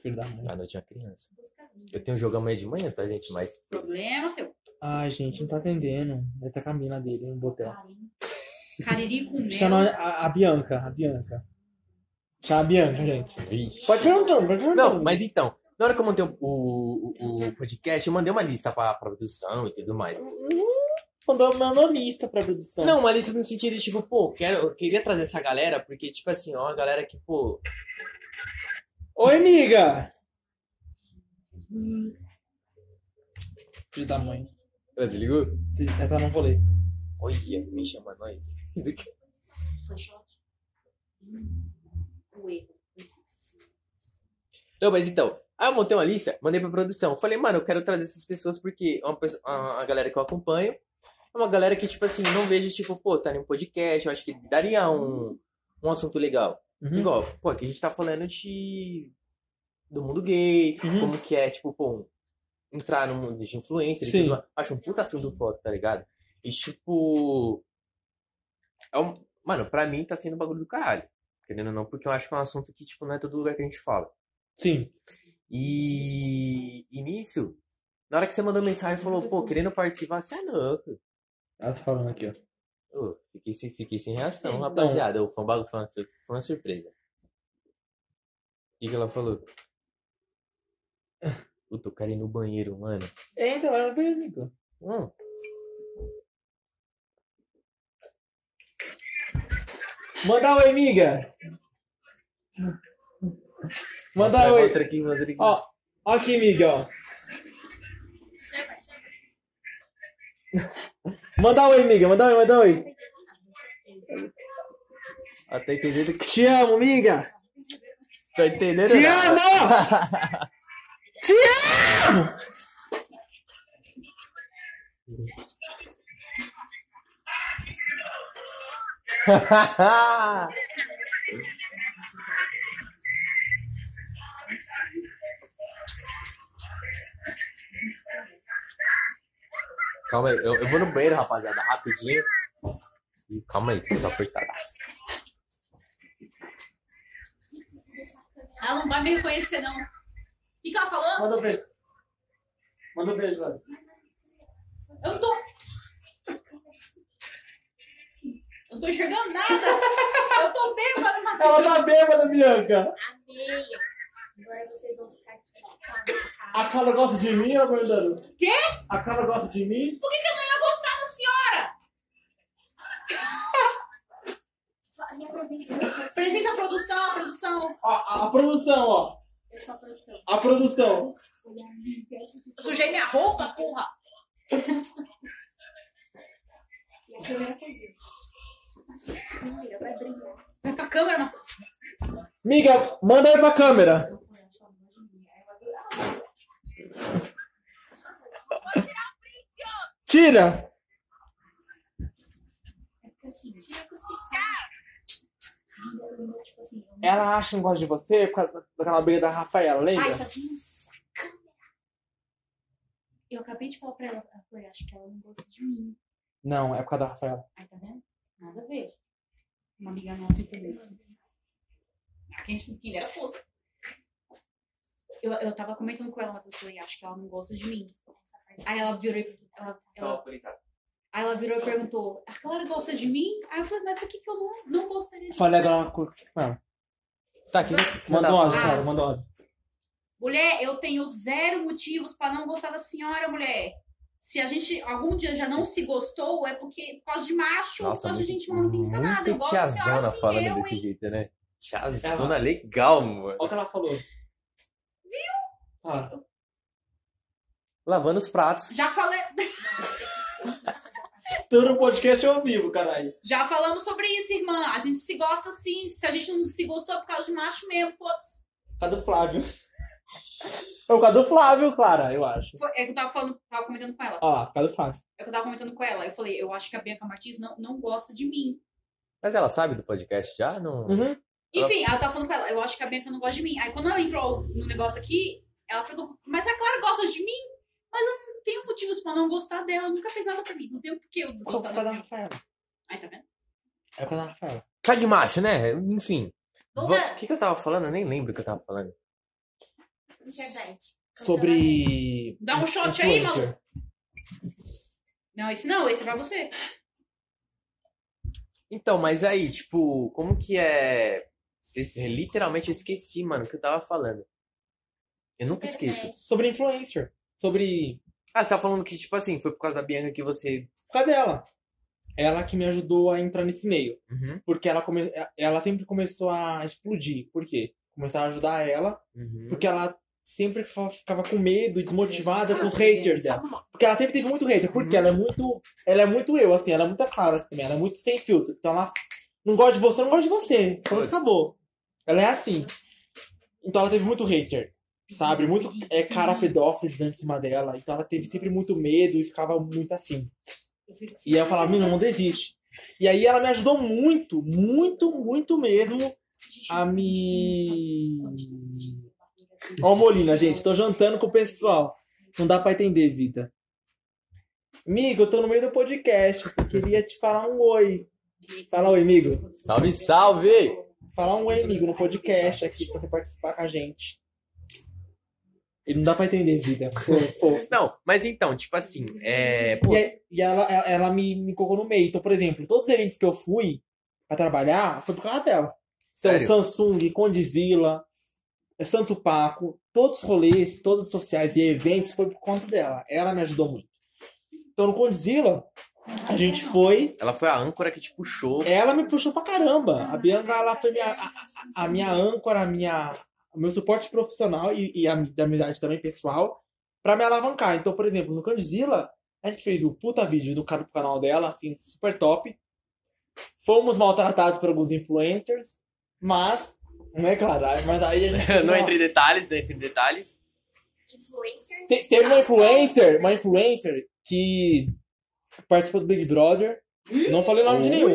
Filho da mãe.
Ah, não tinha criança. Eu tenho um jogo amanhã de manhã, tá, gente? Mas.
Problema seu.
Ai, gente, não tá atendendo. Deve estar com a mina dele no botel.
Cariri.
É.
Cariri com mel.
Chama a, a Bianca, a Bianca. Chama a Bianca, gente.
Vixe.
Pode perguntar, pode perguntar.
Não, mas então, na hora que eu montei o, o, o podcast, eu mandei uma lista pra, pra produção e tudo mais.
Mandou uma lista pra produção.
Não, uma lista no sentido de, tipo, pô, quero, eu queria trazer essa galera, porque, tipo assim, ó, a galera que, pô.
Oi, amiga! Filho da mãe.
Ela desligou?
Ela tá no rolê.
Olha, me chama nós.
Fanchote. Hum. O erro.
Não, mas então, aí eu montei uma lista, mandei pra produção. Falei, mano, eu quero trazer essas pessoas porque é uma pessoa, a, a galera que eu acompanho é uma galera que, tipo assim, não vejo, tipo, pô, tá em um podcast, eu acho que daria um, um assunto legal.
Uhum.
Igual, pô, aqui a gente tá falando de. do mundo gay,
Uhum.
como que é, tipo, pô, entrar no mundo de influencer e
Sim.
tudo mais. Acho um puta assunto foda, tá ligado? E, tipo. É um... Mano, pra mim tá sendo um bagulho do caralho. Querendo ou não, porque eu acho que é um assunto que, tipo, não é todo lugar que a gente fala.
Sim.
E. e nisso, na hora que você mandou mensagem e falou, pô, querendo participar, você é louco.
Ela tá falando aqui, ó.
Ô, fiquei, sem, fiquei sem reação,
Então.
rapaziada. Ô, Foi um bagulho, foi uma, foi uma surpresa. O que, que ela falou? Puta, eu quero ir no banheiro, mano.
Entra lá, vem, amigo.
Hum.
Manda oi, amiga! Manda
Mostra-
oi.
mostra aqui, mostra aqui.
Ó, ó aqui, amiga, ó.
Chega, chega.
Manda oi, amiga, manda oi, manda oi.
Ó, tá entendendo? que-
Te amo, amiga!
Tá entendendo?
Te
nada?
amo! Te amo!
Calma aí, eu, eu vou no banheiro, rapaziada, rapidinho. Ih, Calma aí, tá tô apertada.
Ela não vai me reconhecer, não. O que, que ela falou?
Manda um beijo. Manda um beijo, lá.
Eu não tô. Eu não tô enxergando nada. Eu tô bêbada, mas.
Ela tá bêbada, Bianca.
Amei. Agora vocês vão ficar aqui.
tá?
A Clara gosta de mim, ela mandando.
Quê?
A Clara gosta de mim?
Por que, que eu não ia gostar da senhora?
Me apresenta.
Apresenta a produção, a produção.
Ó, a, a produção, ó.
Eu sou a produção.
A produção.
Oi, amiga.
Eu sujei minha roupa, porra.
E a câmera sozinha. é Mentira, vai brincar.
Vai pra câmera, mano.
Miga, manda aí pra câmera.
Eu conheço a mãe de mim. Aí ela vai-
Tira.
É porque assim, tira com esse cara. Amiga, eu não, tipo assim, eu não-
Ela acha que não gosta de você por causa daquela briga da Rafaela, lembra?
Ai, tá vindo a câmera. Eu acabei de falar pra ela, ela falou, eu acho que ela não gosta de mim.
Não, é por causa da Rafaela.
Aí, tá vendo? Nada a ver. Uma amiga nossa entendeu. Ah, Quem que era força. Eu, eu tava comentando com ela, Matheus, eu falei, acho que ela não gosta de mim. Aí ela virou e ela,
Tá.
ela, aí ela virou e perguntou, a Clara gosta de mim? Aí eu falei, mas por que, que eu não, não gostaria de
Falei
você?
agora com ela.
Tá, que que
Manda um
tá-
áudio, Clara, manda um áudio.
Mulher, eu tenho zero motivos pra não gostar da senhora, mulher. Se a gente algum dia já não se gostou, é porque por causa de macho, por
Nossa,
causa
muito,
de gente mal intencionada. Eu
muito
gosto da senhora
tiazona
assim,
falando
eu,
desse
hein?
jeito, né? Tiazona legal, mano.
Olha o que ela falou. Viu? Ah,
Lavando os pratos.
Já falei,
todo podcast é ao vivo, caralho.
Já falamos sobre isso, irmã. A gente se gosta sim. Se a gente não se gostou é por causa de macho mesmo, pô.
Cadê o Flávio? É o cadê o Flávio, Clara, eu acho.
Foi- É que eu tava falando, tava comentando com ela.
Olha lá, cadê o Flávio?
É que eu tava comentando com ela. Eu falei, eu acho que a Bianca Martins não, não gosta de mim.
Mas ela sabe do podcast já? Não.
Uhum.
Enfim, ela tava falando com ela, eu acho que a Bianca não gosta de mim. Aí quando ela entrou no negócio aqui, ela falou, mas a Clara gosta de mim, mas eu não tenho motivos pra não gostar dela, ela nunca fez nada pra mim, não tenho por que eu
Qual é
desgostar
o da
dela.
Rafaela?
Aí tá vendo?
É o da Rafaela.
Tá de macho, né? Enfim. Va- O
Voltando.
que, que eu tava falando? Eu nem lembro o que eu tava falando.
Internet.
Sobre.
Dá um shot aí,
influencer.
maluco. Não, esse não, esse é pra você.
Então, mas aí, tipo, como que é. Es- Literalmente eu esqueci, mano, o que eu tava falando. Eu nunca esqueço.
Internet.
Sobre influencer. Sobre.
Ah, você tá falando que, tipo assim, foi por causa da Bianca que você.
Por causa dela. Ela que me ajudou a entrar nesse meio.
Uhum,
Porque ela, come... ela sempre começou a explodir. Por quê? Começaram a ajudar ela,
uhum.
porque ela sempre fa- ficava com medo, desmotivada com os
Sabe,
haters dela. Porque ela sempre teve muito hater, porque ela é muito. Ela é muito eu, assim, ela é muito clara também, ela é muito sem filtro. Então ela não gosta de você, não gosta de você. Pronto,
Pois.
acabou. Ela é assim. Então ela teve muito hater, sabe? Muito é, cara pedófilo dando em cima dela. Então ela teve sempre muito medo e ficava muito assim.
Eu fico assim,
E aí eu falava, menina, não desiste. E aí ela me ajudou muito, muito, muito mesmo a me. hum. Ó, o Molina, gente, tô jantando com o pessoal. Não dá pra entender, vida. Migo, eu tô no meio do podcast. Só queria te falar um oi. Fala oi, amigo.
Salve, salve!
Falar um oi, amigo, no podcast aqui pra você participar com a gente. E não dá pra entender, vida. Pô, pô.
Não, mas então, tipo assim, é. Pô,
E, aí- e ela, ela, ela me, me colocou no meio. Então, por exemplo, todos os eventos que eu fui pra trabalhar foi por causa dela. Então,
sério.
Samsung, Condizila, é Santo Paco, todos os rolês, todas as sociais e eventos foi por conta dela. Ela me ajudou muito. Então, no Condizila, a gente foi.
Ela foi a âncora que te puxou.
Ela me puxou pra caramba. A Bianca, ela foi minha, a, a- a minha âncora, a minha, o meu suporte profissional e, e a mi- da amizade também pessoal pra me alavancar. Então, por exemplo, no Candizila, a gente fez o puta vídeo do cara pro canal dela, assim, super top. Fomos maltratados por alguns influencers, mas, não é claro, aí- mas aí a gente...
não entre em detalhes, não entre em detalhes.
Influencers.
Te- teve uma influencer, uma influencer que participou do Big Brother, não falei o nome de nenhum,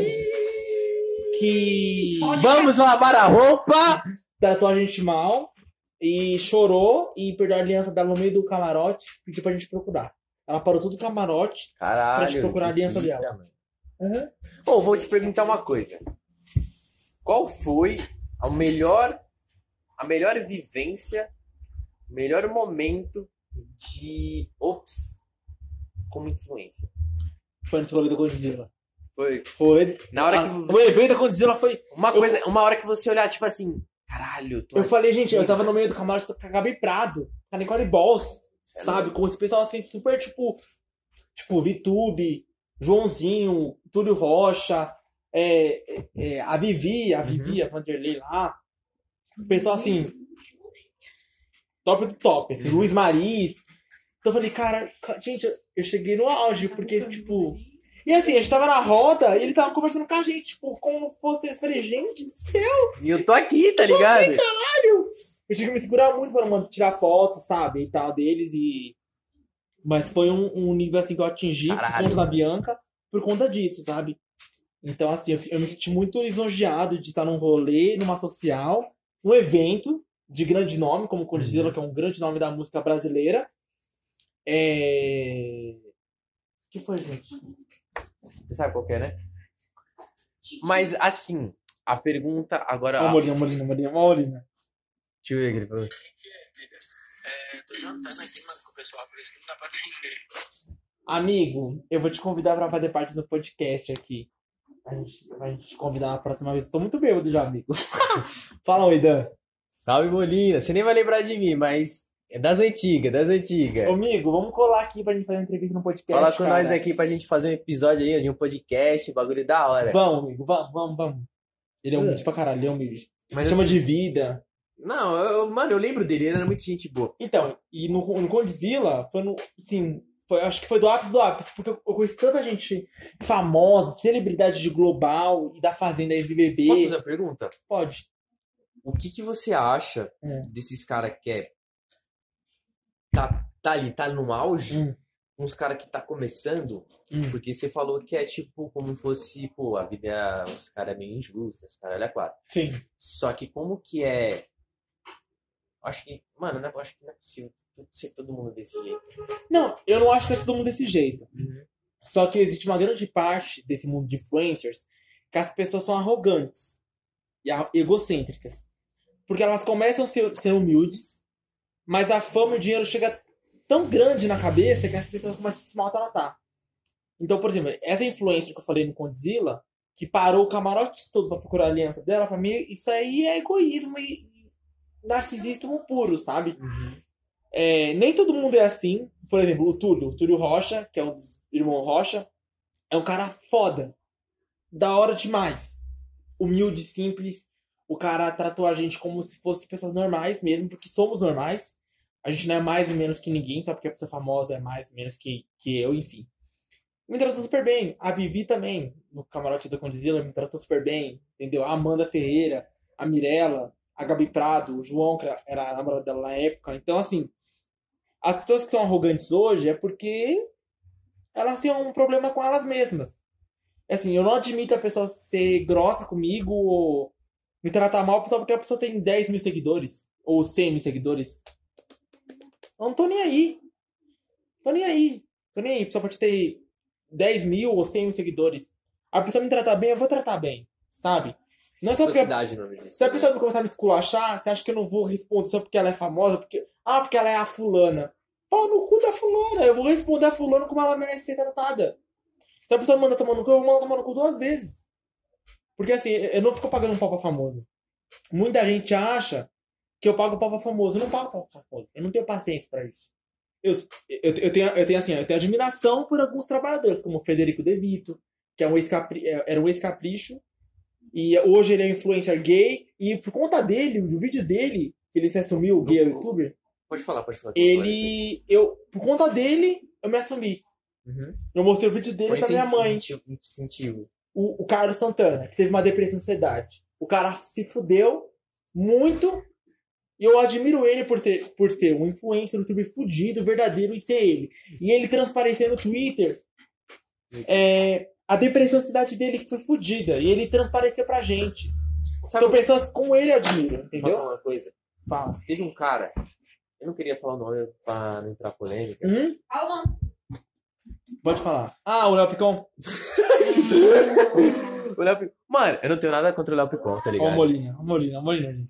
que...
Vamos lavar a roupa!
tratou a gente mal e chorou e perdeu a aliança dela no meio do camarote, pediu pra gente procurar. Ela parou todo o camarote.
Caralho.
Pra te procurar a aliança
que fita,
dela. Uhum.
mano. Pô, vou te perguntar uma coisa. Qual foi a melhor, a melhor vivência, o melhor momento de ops como influência?
Foi nesse rolê da Godzilla.
Foi
Foi.
na hora
a-
que
O evento da Godzilla foi.
uma coisa, uma hora que você olhar tipo assim, caralho, tô
Eu
aqui.
falei, gente, eu tava no meio do camarote com a Gabi Prado, com a Nicole Balls, sabe? Com esse pessoal assim, super tipo. Tipo, Vitube, Joãozinho, Túlio Rocha, é, é, é, a Vivi, a Vivi, a Vanderlei lá. O pessoal assim. Top do top, assim, Luiz Mariz. Então eu falei, cara, ca- gente, eu- eu cheguei no auge, porque, tipo. E assim, a gente tava na roda e ele tava conversando com a gente, tipo, como se fosse. Eu falei, gente do céu.
E eu tô aqui, tá ligado?
Eu tive que me segurar muito pra não tirar foto, sabe? E tal deles e. Mas foi um, um nível assim que eu atingi
Caralho.
por conta da Bianca por conta disso, sabe? Então, assim, eu, fi- eu me senti muito lisonjeado de estar num rolê, numa social, num evento de grande nome, como Condizila, que é um grande nome da música brasileira. É. O que foi, gente?
Você sabe qual que é, né? Mas assim, a pergunta agora.
Ó, Molina, Molina, Molina, Molina.
Deixa eu ver o que ele falou.
tô jantando aqui, mano, com o pessoal, por isso que não dá pra atender.
Amigo, eu vou te convidar pra fazer parte do podcast aqui. A gente vai te convidar na próxima vez. Tô muito bêbado já, amigo. Fala, oi, Dan.
Salve Molina, você nem vai lembrar de mim, mas é das antigas, das antigas.
Ô, amigo, vamos colar aqui pra gente fazer uma entrevista no podcast.
É. Fala com
cara.
nós aqui pra gente fazer um episódio aí de um podcast, bagulho da hora.
Vamos, amigo, vamos, vamos, vamos. Ele é um
É.
humilde pra caralho, ele é humilde.
Mas
Chama
assim-
de vida.
Não, eu- eu- mano, eu lembro dele, ele era muito gente boa.
Então, e no, no Condizila, foi no. Sim, foi, acho que foi do ápice do ápice, porque eu, eu conheci tanta gente famosa, celebridade de global e da Fazenda SBB.
Posso fazer uma pergunta?
Pode.
O que, que você acha
Hum.
desses caras que é. Tá, tá é, ali, tá no auge,
Hum.
uns caras que tá começando,
Hum.
porque você falou que é tipo como fosse, pô, a vida, os caras é meio injusta, os é caras olha quatro.
Sim.
Só que como que é. Acho que, mano, não é- acho que não é possível tudo- ser todo mundo desse jeito.
Não, eu não acho que é todo mundo desse jeito.
Uhum.
Só que existe uma grande parte desse mundo de influencers que as pessoas são arrogantes e a- egocêntricas. Porque elas começam a ser, ser humildes, mas a fama e o dinheiro chega tão grande na cabeça que as pessoas começam a se maltratar. Então, por exemplo, essa influencer que eu falei no Condzilla, que parou o camarote todo pra procurar a aliança dela, pra mim, isso aí é egoísmo e e narcisismo puro, sabe? É, nem todo mundo é assim. Por exemplo, o Túlio, o Túlio Rocha, que é um dos irmãos Rocha, é um cara foda. Da hora demais. Humilde, simples. O cara tratou a gente como se fosse pessoas normais mesmo, porque somos normais. A gente não é mais e menos que ninguém, só porque a pessoa famosa é mais e menos que, que eu, enfim. Me tratou super bem. A Vivi também, no camarote da Condizila, me tratou super bem. Entendeu? A Amanda Ferreira, a Mirella, a Gabi Prado, o João, que era a namorada dela na época. Então, assim, as pessoas que são arrogantes hoje é porque elas têm um problema com elas mesmas. Assim, eu não admito a pessoa ser grossa comigo ou me tratar mal só porque a pessoa tem 10 mil seguidores ou 100 mil seguidores. Eu não tô nem aí. Tô nem aí. Tô nem aí. A pessoa pode ter 10 mil ou 100 mil seguidores. A pessoa me tratar bem, eu vou tratar bem, sabe? Não é só porque a
Reciprocidade, o nome disso.
se a pessoa me começar a me esculachar, você acha que eu não vou responder só porque ela é famosa? Porque, ah, porque ela é a fulana. Pau no cu da fulana. Eu vou responder a fulana como ela merece ser tratada. Se a pessoa me manda tomar no cu, eu vou mandar tomar no cu duas vezes. Porque assim, eu não fico pagando um pau pra famoso. Muita gente acha que eu pago pau pra famoso. Eu não pago pau pra famoso. Eu não tenho paciência pra isso. Eu, eu, eu tenho, eu tenho assim, eu tenho admiração por alguns trabalhadores, como o Federico De Vito, que é um ex -capri, era um ex-capricho e hoje ele é um influencer gay. E por conta dele, do vídeo dele, que ele se assumiu gay
Uhum.
youtuber,
Pode falar, pode falar.
ele. Eu, por conta dele, eu me assumi.
Uhum.
Eu mostrei o vídeo dele
Foi
pra minha mãe,
incentivo- Incentivo.
o, o Carlos Santana, que teve uma depressão e ansiedade. O cara se fudeu muito. E eu admiro ele por ser, por ser um influencer, um youtuber fudido, verdadeiro, e ser ele. E ele transparecer no Twitter é, a depressão e ansiedade dele que foi fudida. E ele transpareceu pra gente.
Sabe
então pessoas como ele eu admiro,
Posso
entendeu?
falar uma coisa?
Fala.
Teve um cara, eu não queria falar o nome pra não entrar polêmica.
Hum?
Qual o nome?
Pode falar. Ah, o Léo Picon. Uhum.
O Léo Picon- Mano, eu não tenho nada contra o Léo Picon, tá
Ó, o
ligado?
Molina, o Molina, o Molina. gente.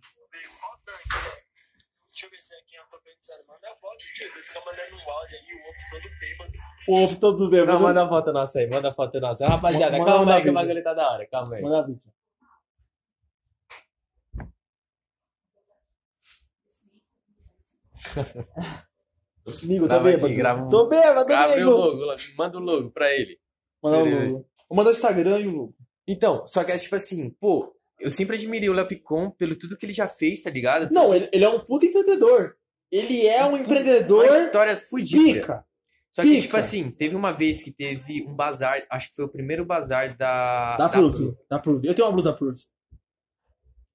Deixa eu ver se aqui é eu tô pensando. Manda a foto, tio. Vocês ficam mandando um áudio aí, o Ops todo bêbado.
O Ops todo bem.
Não,
Manda,
manda a foto nossa aí, manda a foto nossa. Rapaziada,
Manda-
calma
manda
aí que o
vídeo.
bagulho tá da hora, calma aí.
manda a vídeo. Amigo, tô
Grava aqui,
bêbado.
grava um-
Tô bêbado,
Grava aí o
amigo.
logo, logo, manda o logo pra ele.
Manda o logo. Vou mandar o Instagram e o logo.
Então, só que é tipo assim, pô, eu sempre admirei o Léo Picon pelo tudo que ele já fez, tá ligado?
Não, ele, ele é um puto empreendedor. Ele é um
Uma
empreendedor
história fudida.
pica.
Só que,
pica.
tipo assim, teve uma vez que teve um bazar, acho que foi o primeiro bazar da.
Dá
Proof.
proof, dá proof. Eu tenho uma blusa da proof.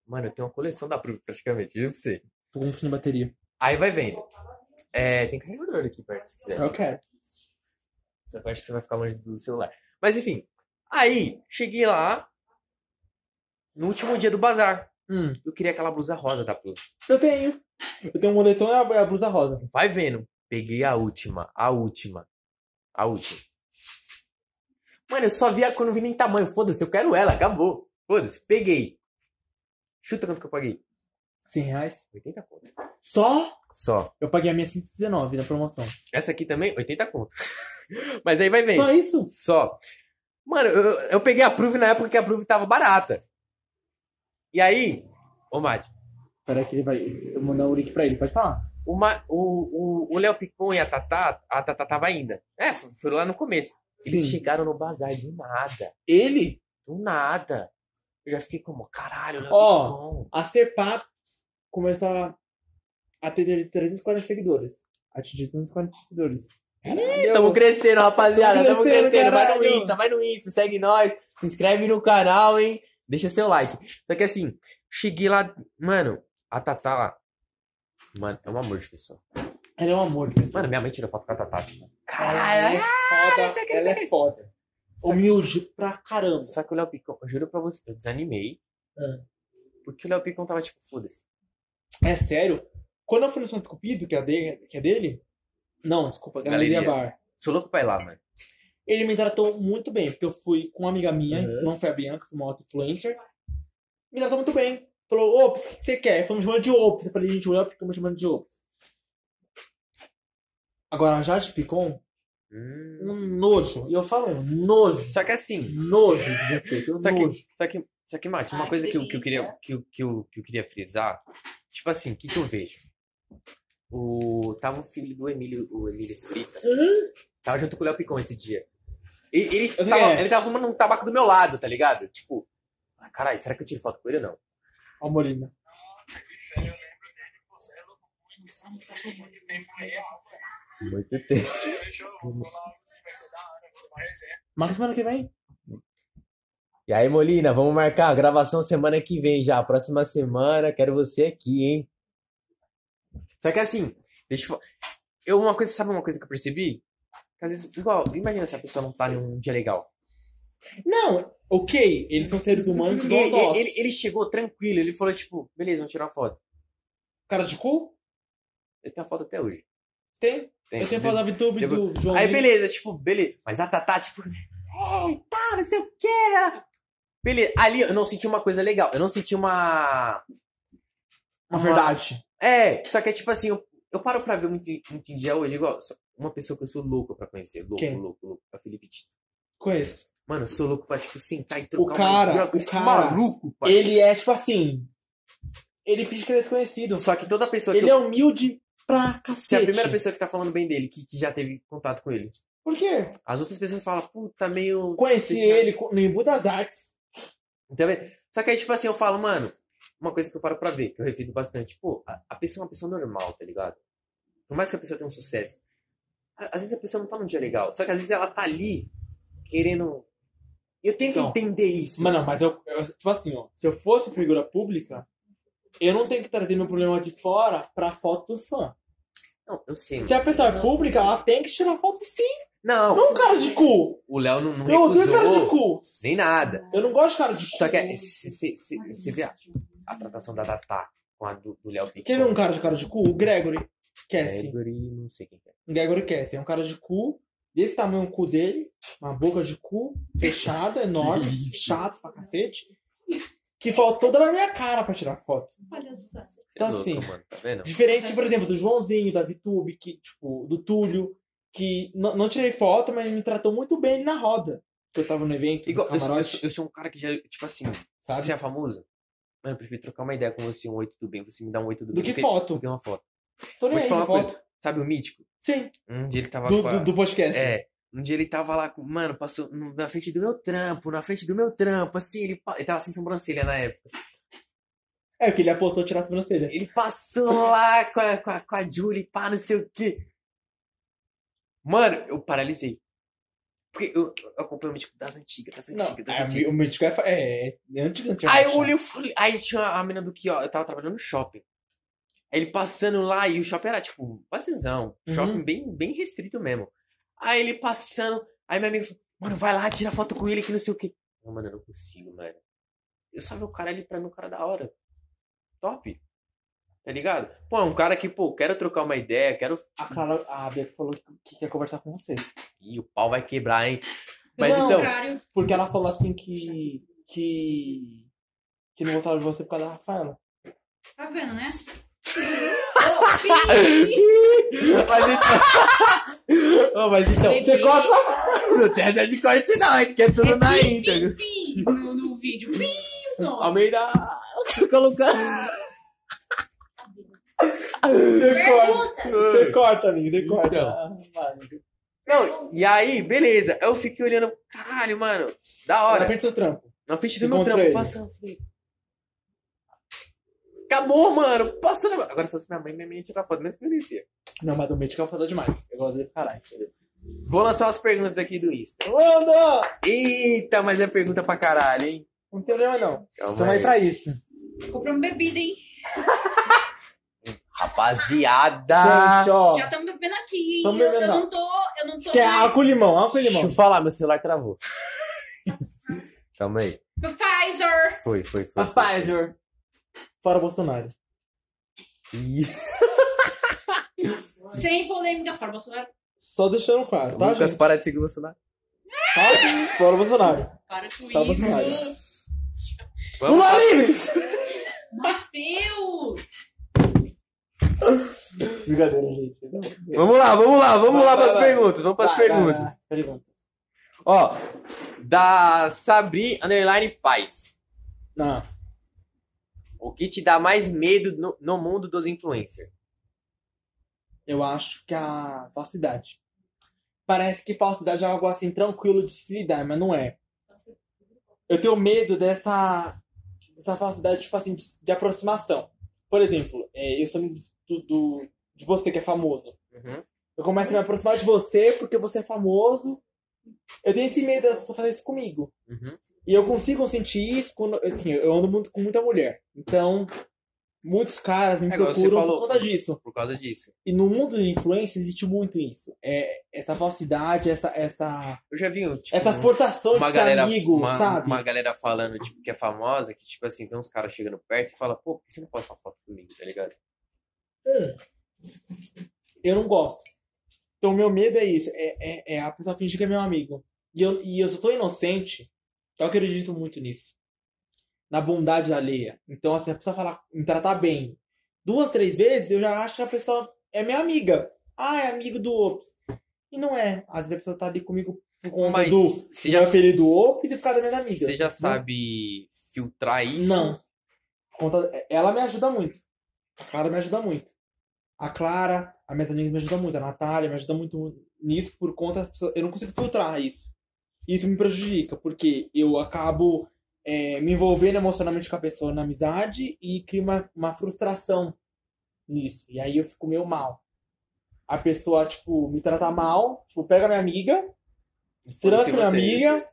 Mano, eu tenho uma coleção da Proof praticamente, viu pra você?
Tô com um de bateria.
Aí vai vendo. É, tem carregador aqui perto, se quiser.
Eu quero.
Só que eu acho que você vai ficar longe do celular. Mas enfim. Aí, cheguei lá. No último dia do bazar.
Hum.
Eu queria aquela blusa rosa da Plus.
Eu tenho. Eu tenho um moletom e a, e a blusa rosa.
Vai vendo. Peguei a última. A última. A última. Mano, eu só vi a- quando eu não vi nem tamanho. Foda-se, eu quero ela. Acabou. Foda-se. Peguei. Chuta quanto que eu paguei.
100 reais.
80 conto.
Só?
Só.
Eu paguei a minha 119 na promoção.
Essa aqui também, 80 conto. Mas aí vai vendo.
Só isso?
Só. Mano, eu, eu peguei a Prove na época que a Prove tava barata. E aí, ô Mate,
Peraí que ele vai... Eu vou mandar o link pra ele. Pode falar?
o Ma- o o- o Léo Picon e a Tatá, a Tatá tava ainda. É, f- foram lá no começo. Eles
Sim.
chegaram no bazar do nada.
Ele?
Do nada. Eu já fiquei como, caralho, Léo
Ó.
Picon.
A Serpap começou a, a ter de 340 seguidores. Atingiu 340 seguidores. Caralho.
Tamo crescendo, rapaziada.
Tamo
Tamo crescendo.
crescendo,
Vai no
caralho.
Insta, vai no Insta, segue nós. Se inscreve no canal, hein? Deixa seu like. Só que assim, cheguei lá. Mano, a Tatá lá. Mano, é um amor de pessoa.
Ela é um amor de pessoa.
Mano, minha mãe tirou foto com a Tatá. Tipo.
Ela é foda. Ela é foda. Humilde pra caramba.
Só que o Léo Picon, eu juro pra você, eu desanimei.
Ah.
Porque o Léo Picon tava tipo, foda-se.
É sério? Quando eu fui no Santo Cupido, que é, de- que é dele. Não, desculpa, Galeria,
Galeria.
Bar.
Sou louco pra ir lá, mano.
Ele me tratou muito bem, porque eu fui com uma amiga minha,
Uhum.
não foi a Bianca, foi uma outra influencer. Me tratou muito bem. Falou, Ops, o que você quer? Foi me chamando de Ops. Eu falei, gente, o Léo ficou me chamando de Ops. Agora, a Jade Picon,
Hum.
um nojo. E eu falo, nojo.
Só que assim,
Nojo de respeito, um
Só que,
nojo.
só que, só que Mati, uma
Ai,
coisa
que
que, eu, que, eu queria,
delícia.
que, eu, que, eu, que eu queria frisar, tipo assim, o que, que eu vejo? O, tava o filho do Emílio, o Emílio Frita, tava junto com o Léo Picon esse dia. E- Ele,
sei
tava,
quem é.
ele tava fumando um tabaco do meu lado, tá ligado? Tipo, ah, caralho, será que eu tiro foto com ele ou não?
Ó, Molina.
Sério, eu lembro dele, pô, você é louco. Isso me passou muito tempo mesmo.
Muito tempo.
Fechou, vou lá, você vai ser da hora, você vai resenhar.
Mas semana que vem.
E aí, Molina, vamos marcar a gravação semana que vem já. Próxima semana, quero você aqui, hein? Só que assim, deixa eu falar. Eu, uma coisa, sabe uma coisa que eu percebi? Que às vezes, igual, imagina se a pessoa não tá num dia legal.
Não, ok, eles são seres humanos
Ele,
igual a nós.
ele, ele- ele chegou tranquilo, ele falou, tipo, beleza, vamos tirar uma foto.
Cara de cu?
Ele tem a foto até hoje.
Tem.
Tem,
eu tenho falado da VTube
Depois-
do João
Aí,
Lima.
beleza, tipo, beleza. Mas a Tatá, tipo, é, tá, não sei o que. Ela... Beleza, ali eu não senti uma coisa legal. Eu não senti uma.
Uma verdade.
É, só que é tipo assim, eu, eu paro pra ver muito, muito em dia hoje, igual só- uma pessoa que eu sou louco pra conhecer. Louco,
Quem?
louco, louco. É o Felipe Tito.
Conheço.
Mano, eu sou louco pra, tipo, sentar e trocar
cara,
uma ideia com
o
esse
cara,
maluco. pai.
Ele é tipo assim. Ele finge que ele é desconhecido.
Só que toda pessoa que
Ele
eu-
é humilde pra
Se é
cacete.
a primeira pessoa que tá falando bem dele, que, que já teve contato com ele.
Por quê?
As outras pessoas falam, puta, meio...
Conheci
Deixa eu-
ele co- no Embu das Artes.
Entendeu? Só que aí, tipo assim, eu falo, mano, uma coisa que eu paro pra ver, que eu repito bastante, pô, a, a pessoa é uma pessoa normal, tá ligado? Por mais que a pessoa tenha um sucesso, a- às vezes a pessoa não tá num dia legal, só que às vezes ela tá ali querendo. Eu tenho
Então,
que entender isso.
Mas não, mas eu, eu- Tipo assim, ó. Se eu fosse figura pública, eu não tenho que trazer meu problema de fora pra foto do fã.
Não, eu sei.
Se a pessoa é pública, ela tem que tirar foto sim.
Não,
Não um cara de cu.
o Léo não, não
Eu odeio cara de
recusou
cu.
nem nada.
Eu não gosto de cara de cu.
Só que é- se se- se- você vê a, a tratação da Tatá com a do do Léo
Quer ver um cara de cara de cu? O Gregory Cassie.
Gregory, não sei quem que é.
Um Gregory Cassie. É um cara de cu, desse tamanho o cu dele, uma boca de cu, fechada, enorme, chato pra cacete, que faltou dar na minha cara pra tirar foto.
Então,
Olha só.
Você é
Então,
louco,
assim,
mano, tá vendo?
Diferente, por exemplo, do Joãozinho, da Vitube, que, tipo, do Túlio, que não, não tirei foto, mas me tratou muito bem na roda. Que eu tava no evento,
Igual,
no
eu, sou, eu,
camarote,
sou, eu sou um cara que já, tipo assim,
sabe?
Você é famoso? Mano, eu prefiro trocar uma ideia com você, um oi, tudo bem, você me dá um oi, tudo
Do
bem.
que foto.
Do que uma foto.
Tô
Vou
nem
te
aí,
falar
foto.
uma coisa. Sabe o Mítico?
Sim,
Um dia ele tava
do,
com a-
do, do podcast.
É, um dia ele tava lá, com- mano, passou no- na frente do meu trampo, na frente do meu trampo, assim, ele, pa- ele tava sem sobrancelha na época.
É, porque ele apostou tirar a sobrancelha.
Ele passou lá com a, com a, com a Julie, pá, não sei o quê. Mano, eu paralisei. Porque eu, eu acompanho o Mítico das antigas, das
Não,
antigas, das
é,
antigas.
o Mítico é, fa- é, é, é antigo, antigo.
Aí eu olhei e falei. Aí tinha a menina do que, ó, eu tava trabalhando no shopping. Aí ele passando lá, e o shopping era tipo, vazizão.
Uhum.
Shopping bem, bem restrito mesmo. Aí ele passando, aí minha amiga falou, mano, vai lá, tira foto com ele que não sei o quê. Não, mano, eu não consigo, mano. Eu só vi o cara ali pra mim, um cara da hora. Top. Tá ligado? Pô, é um cara que, pô, quero trocar uma ideia, quero.
A Clara, a Bia falou que- que quer conversar com você.
Ih, o pau vai quebrar, hein? Mas
Não,
então.
Contrário,
Porque ela falou assim que. que. que não gostava de você por causa da Rafaela.
tá vendo, né? Ô, Felipe,
Mas então. Ô, mas então.
Baby. Você corta
Não tem essa de corte, não, é que é tudo na íntegra.
pi, no, no vídeo. Pi, não.
Almeida, colocar.
Você corta,
Puta!
você corta, amigo, você corta.
Então.
Ah,
Não, e aí, beleza. Eu fiquei olhando, caralho, mano, da
Olha, na
hora.
frente do seu trampo.
Na frente do meu
Encontrou
trampo,
ele.
passando. Falei, Acabou, mano, passou o negócio. Agora se fosse minha mãe, minha mãe ia tirar foto, mesmo que eu merecia.
Não, mas o Mítico é foda demais. Eu gosto dele pra caralho.
Vou lançar umas perguntas aqui do Insta.
Manda!
Eita, mas é pergunta pra caralho, hein?
Não tem problema não.
Calma
Você vai
aí.
pra isso.
Compramos bebida, hein?
Rapaziada!
Gente, ó.
Já estamos bebendo aqui.
Tamo
eu,
bebendo,
eu
ó.
não tô. Eu não tô.
Quer
mais-
álcool e limão, álcool e
Deixa
limão.
eu falar, meu celular travou. Calma aí.
Pfizer!
Foi, foi, foi.
A
foi.
Pfizer. Fora Bolsonaro.
Ih,
Sem polêmicas fora Bolsonaro.
Só deixando claro, tá,
Lucas,
gente?
para de seguir o Bolsonaro.
Tá? Fora Bolsonaro.
Para com
Tá
isso.
Bolsonaro.
Vamos
Lula
lá.
livre!
Matheus!
Brincadeira, gente. Não.
Vamos lá, vamos lá, vamos
Vai,
lá
vai,
para as
vai.
perguntas. Vamos para as
Vai, vai,
perguntas.
vai. Pergunta.
Ó, da Sabri Underline Paz.
Não.
O que te dá mais medo no, no mundo dos influencers?
Eu acho que a falsidade. Parece que falsidade é algo assim tranquilo de se lidar, mas não é. Eu tenho medo dessa, dessa falsidade, tipo assim, de, de aproximação. Por exemplo, é, eu sou amigo do, do- de você que é famoso.
Uhum.
Eu começo a me aproximar de você porque você é famoso. Eu tenho esse medo da pessoa fazer isso comigo.
Uhum.
E eu consigo sentir isso quando. Assim, eu ando muito com muita mulher. Então, muitos caras me
É igual você
procuram
falou.
por conta disso.
Por causa disso.
E no mundo de influência existe muito isso. É, essa falsidade, essa, essa,
Eu já vi um, tipo,
essa
um-
forçação de
uma
ser
galera,
amigo,
uma,
sabe?
uma galera falando tipo, que é famosa, que tipo assim, tem uns caras chegando perto e fala, pô, por que você não posta uma foto comigo, tá ligado?
Eu não gosto. Então, meu medo é isso. É, é, é a pessoa fingir que é meu amigo. E eu, e eu sou tão inocente que eu acredito muito nisso. Na bondade alheia. Então, assim, a pessoa falar, me tratar bem. Duas, três vezes, eu já acho que a pessoa é minha amiga. Ah, é amigo do Ops. E não é. Às vezes a pessoa tá ali comigo por conta
Mas
do
você
meu
já,
apelido Ops e por causa da minha amiga. né?
você já sabe filtrar isso?
Não. Por conta- é, Ela me ajuda muito. A Clara me ajuda muito. A Clara, a minha amiga me ajuda muito. A Natália me ajuda muito nisso por conta das pessoas. Eu não consigo filtrar isso. Isso me prejudica, porque eu acabo é, me envolvendo emocionalmente com a pessoa na amizade e crio uma, uma frustração nisso. E aí eu fico meio mal. A pessoa, tipo, me trata mal, tipo, pega minha amiga, tranca
Foda-se
minha
você.
amiga,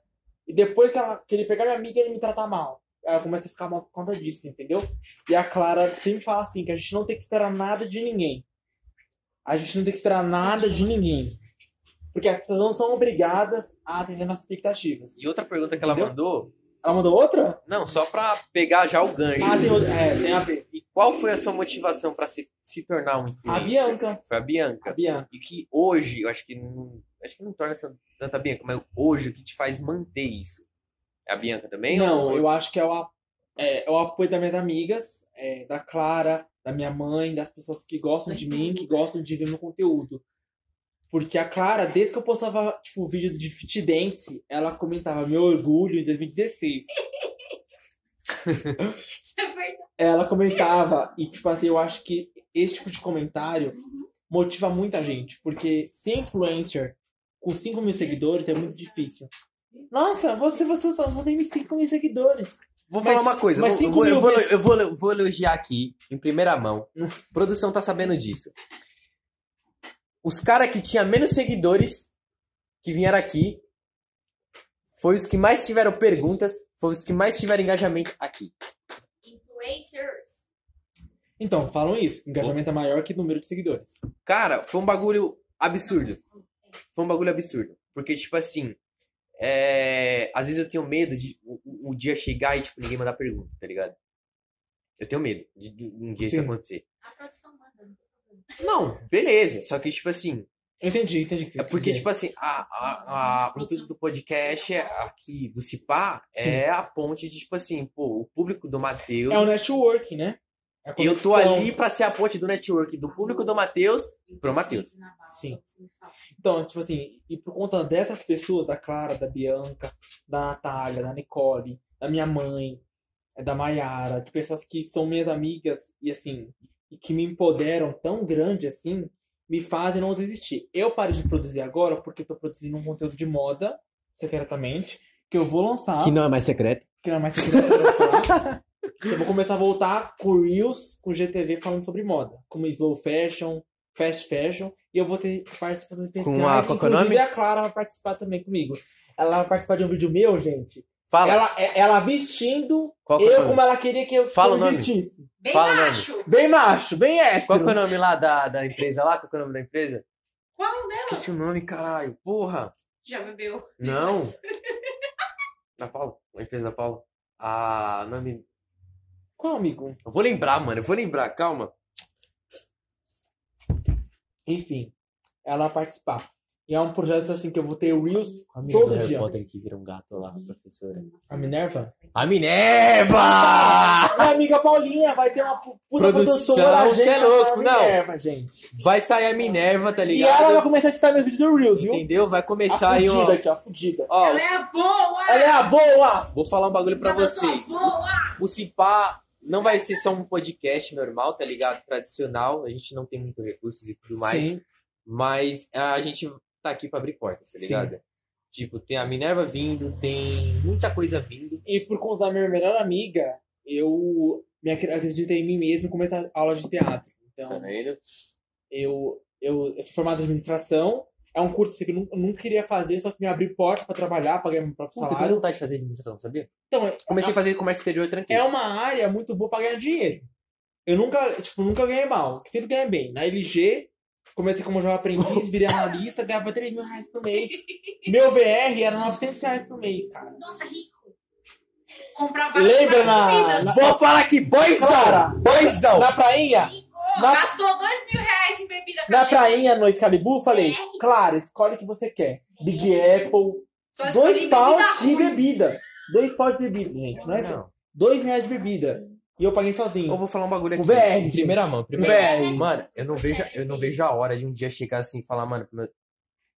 e depois que, ela, que ele pegar minha amiga, ele me trata mal. Aí eu começo a ficar mal por conta disso, entendeu? E a Clara sempre fala assim, que a gente não tem que esperar nada de ninguém. A gente não tem que esperar nada de ninguém. Porque as pessoas não são obrigadas a atender nossas expectativas.
E outra pergunta que ela
Entendeu?
mandou,
Ela mandou outra?
não, só pra pegar já o gancho.
Ah, tem outra. É, tem a ver.
E qual foi a sua motivação pra se, se tornar um
A
influencer?
Bianca.
Foi a Bianca.
A Bianca.
E que hoje, eu acho que não, acho que não torna essa tanta Bianca, mas hoje o que te faz manter isso? É a Bianca também?
Não,
Ou-
eu acho que é o, a- é, é o apoio das minhas amigas, é, da Clara, da minha mãe, das pessoas que gostam de mim, que gostam de ver meu conteúdo. Porque a Clara, desde que eu postava, tipo, vídeo de fit dance, ela comentava meu orgulho em 2016.
Isso é verdade.
ela comentava, e tipo assim, eu acho que esse tipo de comentário motiva muita gente, porque ser influencer com 5 mil seguidores é muito difícil. Nossa, você, você só só tem 5 mil seguidores.
Vou
Mas-
falar uma coisa,
mas
eu
cinco
vou- eu,
mil
vou,
vezes-
eu, vou, eu vou elogiar aqui, em primeira mão. produção tá sabendo disso. Os caras que tinham menos seguidores que vieram aqui foi os que mais tiveram perguntas, foi os que mais tiveram engajamento aqui.
Influencers.
Então, falam isso. Engajamento é maior que número de seguidores.
Cara, foi um bagulho absurdo. Foi um bagulho absurdo. Porque, tipo assim, é, às vezes eu tenho medo de o- o- um dia chegar e, tipo, ninguém mandar pergunta, tá ligado? Eu tenho medo de, de um dia isso
Sim.
acontecer.
A produção manda.
Não, beleza. Só que, tipo assim,
Eu entendi, entendi. o que você
é
quer
porque,
dizer.
tipo assim,
Uhum.
a, a, a, o intuito do podcast é aqui do Cipá é a ponte de, tipo assim, pô, o público do Matheus.
É o network, né? É a
tipo, eu tô
conexão.
ali pra ser a ponte do network do público do Matheus Pro Matheus.
Sim.
assim,
Então, tipo assim, e por conta dessas pessoas, da Clara, da Bianca, da Natália, da Nicole, da minha mãe, eh, da Maiara, de pessoas que são minhas amigas e assim, e que me empoderam tão grande assim, me fazem não desistir. Eu parei de produzir agora porque eu tô produzindo um conteúdo de moda, secretamente, que eu vou lançar.
não é mais secreto.
que não é mais secreto pra falar. Eu vou começar a voltar com Reels, com GTV falando sobre moda, como slow fashion, fast fashion, e eu vou ter participações especiais.
Com a- qual que é o
inclusive
nome?
a Clara vai participar também comigo. Ela vai participar de um vídeo meu, gente.
Fala.
Ela, é- ela vestindo
Ah, Qual que é o
eu
nome?
como ela queria que eu, que
Fala
eu
o nome.
vestisse.
Bem
Fala o nome.
baixo.
Bem macho, bem
Qual que é o
hétero.
nome lá da, da empresa lá? Qual que é o nome da empresa?
Qual dela?
Esqueci o nome, caralho. Porra.
Já bebeu.
Não. Da Paula. A empresa da Paula. Ah, nome...
Qual, amigo?
Eu vou lembrar, mano. Eu vou lembrar. Calma.
Enfim, ela participar. E é um projeto assim que eu vou ter Reels
Amigo
todo
do Harry
dia.
Potter que vira um gato lá, professora.
A Minerva?
A Minerva!
A amiga Paulinha vai ter uma pu- puta
Produção,
produtora. a
cê
gente
é
vai
louco,
falar
não.
Minerva, gente.
Vai sair a Minerva, tá
E ela vai
ligado?
começar a editar meus vídeos do Reels, viu?
Entendeu? Vai
A
começar aí,
fudida
ó.
aqui, ó, a fudida.
Ó,
Ela é boa!
Ela é a boa!
vou falar um bagulho pra
Mas eu sou
vocês.
boa!
O Cipá não vai ser só um podcast normal, tá ligado? Tradicional. A gente não tem muitos recursos e tudo mais.
Sim.
Mas a gente tá aqui pra abrir portas, tá ligado? Tipo, tem a Minerva vindo, tem muita coisa vindo.
E por conta da minha melhor amiga, eu me acre- acreditei em mim mesmo e comecei a aula de teatro.
Tá
Então,
vendo?
eu, eu, eu sou formado em administração. É um curso que eu nun- eu nunca queria fazer, só que me abri porta pra trabalhar, pagar meu próprio
Puta, eu tenho
salário.
vontade de fazer administração, sabia?
Então, é-
Comecei a fazer comércio exterior tranquilo.
é uma área muito boa pra ganhar dinheiro. Eu nunca, tipo, nunca ganhei mal, sempre ganhei bem. Na LG, comecei como jovem aprendiz, virei analista, ganhava 3 mil reais por mês. Meu VR era 900 reais por mês, cara.
Nossa, rico.
Comprar várias
Lembra
várias
na,
comidas.
na,
Vou falar que boizão!
Clara,
boizão!
na prainha? Na
Gastou dois mil reais em bebida
Na
gente.
prainha no Excalibur, eu falei, claro, escolhe o que você quer. Big Apple,
Só escolhi
dois
bebida
paus de
ruim.
bebida. Dois paus de bebida, gente. Não é assim.
Não.
Dois reais de bebida. E eu paguei
Eu
sozinho.
vou falar um bagulho
O
aqui.
VR, gente.
Primeira mão,
Um
primeira mão.
velho.
Mano, eu não vejo, eu não vejo a hora de um dia chegar assim e falar, mano, pro meu...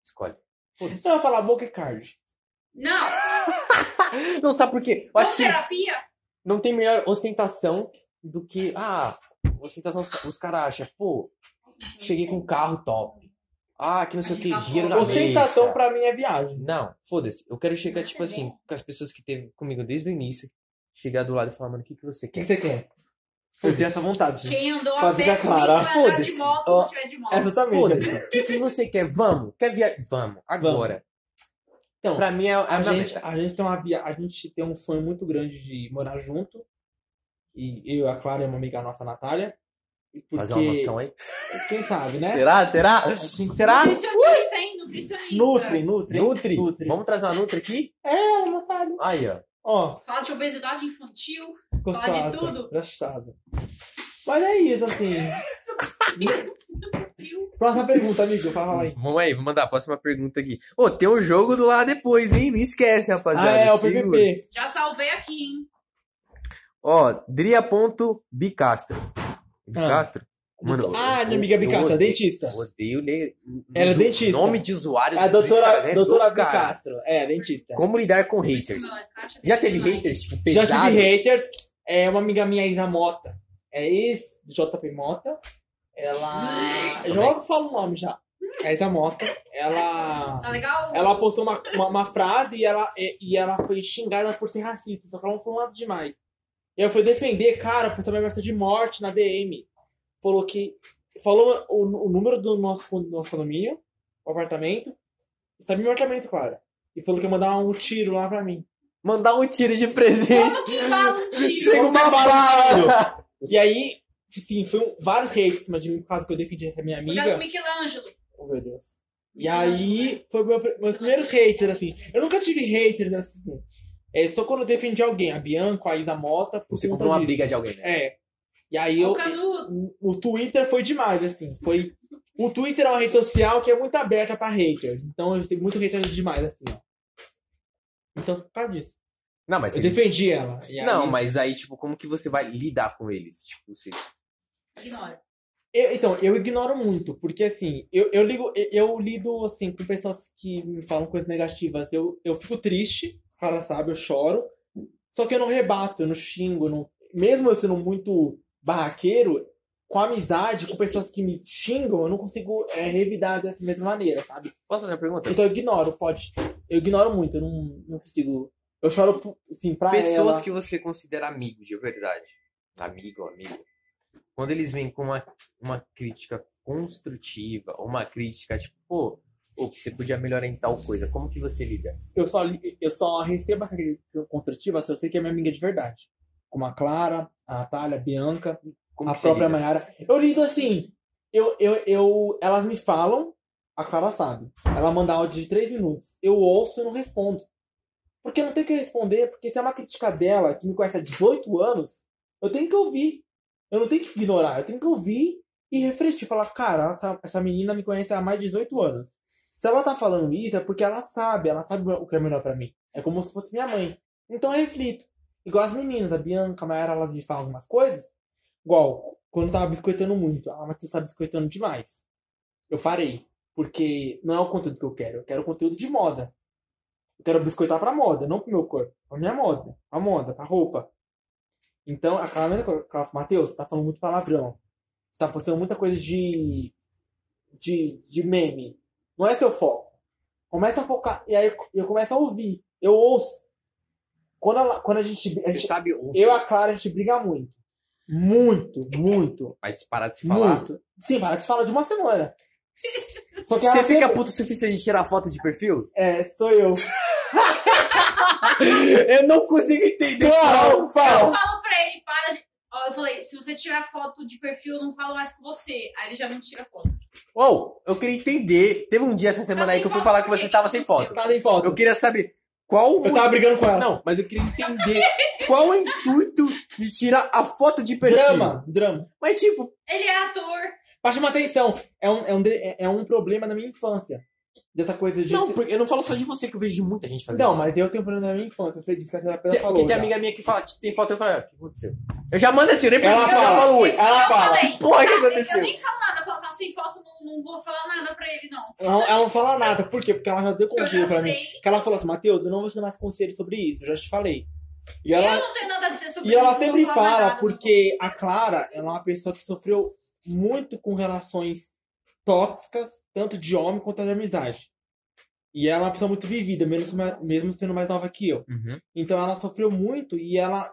escolhe.
Então eu ia falar boca e card.
Não,
Não sabe por quê? Eu
com
acho que
terapia,
não tem melhor ostentação do que. Ah, ostentação os, os caras acham, pô, cheguei com um carro top. Ah, que não sei o que, dinheiro na
Ostentação
mesa.
pra mim é viagem.
Não, foda-se. Eu quero chegar, tipo assim, com as pessoas que teve comigo desde o início, chegar do lado e falar, mano, o que, que você
O que, que
quer?
você quer? Eu tenho essa vontade. gente.
quem andou
Pra
a pé
ficar clara,
comigo vai andar
foda-se.
de moto
Ó, é
quando tiver de moto.
Exatamente.
Foda-se. O que, que você quer? Vamos. Quer viajar? Vamos. Agora.
Então,
pra mim é
A gente, a, gente tem uma via... a gente tem um sonho muito grande de morar junto. E eu, a Clara e uma amiga nossa, a Natália. E Porque,
Fazer é uma noção aí.
Quem sabe, né?
Será? Será?
Será?
Nutricionista, hein? Nutricionista.
Nutre, nutre.
Nutri?
Nutri.
Vamos trazer uma Nutri aqui?
É, Natália.
Aí, ó.
Ó,
Fala de obesidade infantil.
gostosa.
Fala de tudo.
Engraçada. Mas é isso, assim.
Viu?
Próxima pergunta, amigo. Fala aí.
Vamos aí, vou mandar a próxima pergunta aqui. Ô, tem um jogo do lá depois, hein? Não esquece, rapaziada.
Ah, é, o
Segura.
PVP.
Já salvei aqui, hein?
Ó, Dria.bicastro. Bicastro? Mano,
Ah,
eu-
minha amiga
eu
Bicastra,
odeio-
dentista.
eu Odeio ler.
Ela é
o
dentista.
Nome de usuário.
A
do Instagram
doutora,
é
doutora
do cara.
Bicastro. É, dentista.
Como lidar com
Por isso que
haters?
meu caixa
Já
dele
teve
vai.
haters, tipo,
Já
pesado?
tive haters. É uma amiga minha, Isa Mota. É ex do JP Mota. Ela. Eu já logo falo o nome já. É Isa Mota. Ela.
Tá legal?
Ela postou uma, uma, uma frase e ela, e, e ela foi xingada por ser racista, só que ela não falou nada demais. E ela foi defender, cara, por saber ameaça de morte na DM. Falou que. Falou o, o número do nosso, con- nosso condomínio, o apartamento. Sabe meu apartamento, claro. E falou que ia mandar um tiro lá pra mim.
Mandar um tiro de presente.
Como que fala um tiro?
Chega uma
Como que
bala.
E aí, sim, foi um, vários hates em cima de mim por causa que eu defendi essa minha
Cuidado com
amiga.
o Michelangelo.
Oh, meu Deus. E aí, foi meu, meus primeiros haters, assim. Eu nunca tive haters, assim. É só quando eu defendi alguém, a Bianca, a Isa Mota, por
Você
conta
comprou uma
disso.
briga de alguém, né?
É. E aí
O
eu.
Canudo.
O Twitter foi demais, assim. Foi. O Twitter é uma rede social que é muito aberta pra haters. Então eu recebi muito hater demais, assim, ó. Então, por causa disso.
Não, mas...
Eu defendi ela. E aí,
Não, mas aí, tipo, como que você vai lidar com eles? Tipo, você...
Ignora.
Eu- então, eu ignoro muito, porque assim, eu, eu, ligo, eu, eu lido assim com pessoas que me falam coisas negativas. Eu, eu fico triste, ela sabe, eu choro. Só que eu não rebato, eu não xingo, eu não... mesmo eu sendo muito barraqueiro, com amizade, com pessoas que me xingam, eu não consigo é, revidar dessa mesma maneira, sabe?
Posso fazer uma pergunta?
Então eu ignoro, pode. Eu ignoro muito, eu não, não consigo. Eu choro, pu- assim, pra
Pessoas
ela.
que você considera amigo de verdade. Amigo, amigo. Quando eles vêm com uma, uma crítica construtiva, ou uma crítica, tipo, pô, ou que você podia melhorar em tal coisa, como que você lida?
Eu só, li- eu só recebo essa crítica construtiva se eu sei que é minha amiga de verdade. Como a Clara, a Natália, a Bianca,
Como
a
que
própria
você lida?
Mayara. Eu lido assim. Eu, eu, eu, elas me falam, a Clara sabe. Ela manda áudio de três minutos. Eu ouço e não respondo. Porque eu não tenho o que responder, porque se é uma crítica dela, que me conhece há 18 anos, eu tenho que ouvir. Eu não tenho que ignorar, eu tenho que ouvir e refletir. Falar, cara, essa, essa menina me conhece há mais de 18 anos. Se ela tá falando isso, é porque ela sabe, ela sabe o que é melhor pra mim. É como se fosse minha mãe. Então eu reflito. Igual as meninas, a Bianca, a Mayara, elas me falam algumas coisas. Igual, quando eu tava biscoitando muito, ah, mas tu tá biscoitando demais. Eu parei, porque não é o conteúdo que eu quero, eu quero conteúdo de moda. Eu quero biscoitar pra moda, não pro meu corpo, pra minha moda, pra moda, pra roupa. Então, aquela mesma coisa, aquela, Matheus, você tá falando muito palavrão. Você tá postando muita coisa de, de, de meme. Não é seu foco. Começa a focar, e aí eu começo a ouvir. Eu ouço. Quando, ela- quando a gente. A
Você
gente
sabe onde
eu e a Clara, a gente briga muito. Muito, muito.
mas parar de se falar.
Muito. Sim, para que se fala de uma semana. Só que ela
Você fica
sempre-
puto o suficiente de tirar foto de perfil?
É, sou eu.
Eu não consigo entender.
Pau, pau.
Fala pra ele, para de. Ó, eu falei, se você tirar foto de perfil, eu não falo mais com você. Aí ele já não tira foto.
Uou, eu queria entender. Teve um dia essa semana
Tá
aí
sem
que eu fui
foto
falar que
por quê?
você tava
O que
sem
aconteceu?
foto.
Tá sem foto.
Eu queria saber qual
Eu tava brigando com ela.
Não, mas eu queria entender qual é o intuito de tirar a foto de perfil.
Drama, drama.
Mas tipo,
Ele é ator.
Pra chamar atenção. É um, é, um, de- é- é um problema da minha infância. Dessa coisa de.
não, porque eu não falo só de você que eu vejo de muita gente fazendo.
Não, mas eu tenho um problema da minha infância. Você disse que a terapeuta
Tem-
falou.
Porque tem
já.
amiga minha que fala, "Ti- tem foto, eu falo, "Ah, o que aconteceu? Eu já mando assim, eu nem
Ela
pergunto, eu já
fala.
falo, oi.
Ela
eu
fala.
falei,
Porra, que
"Ah, Eu
aconteceu?
nem falo nada, eu falo "Tá sem foto, não, não vou falar nada pra ele, não.
Ela, ela não fala nada. Por quê? Porque ela já deu
Eu
conselho
já
pra mim.
sei.
Que ela falou assim, Matheus, eu não vou te dar mais conselho sobre isso. Eu já te falei. E ela,
Eu não tenho nada a dizer sobre
E ela
isso, não
sempre
vou falar mais
fala,
nada, tipo
porque a Clara ela é uma pessoa que sofreu muito com relações tóxicas, tanto de homem quanto de amizade. E ela é uma pessoa muito vivida, mesmo, mesmo sendo mais nova que eu.
Uhum.
Então ela sofreu muito e ela.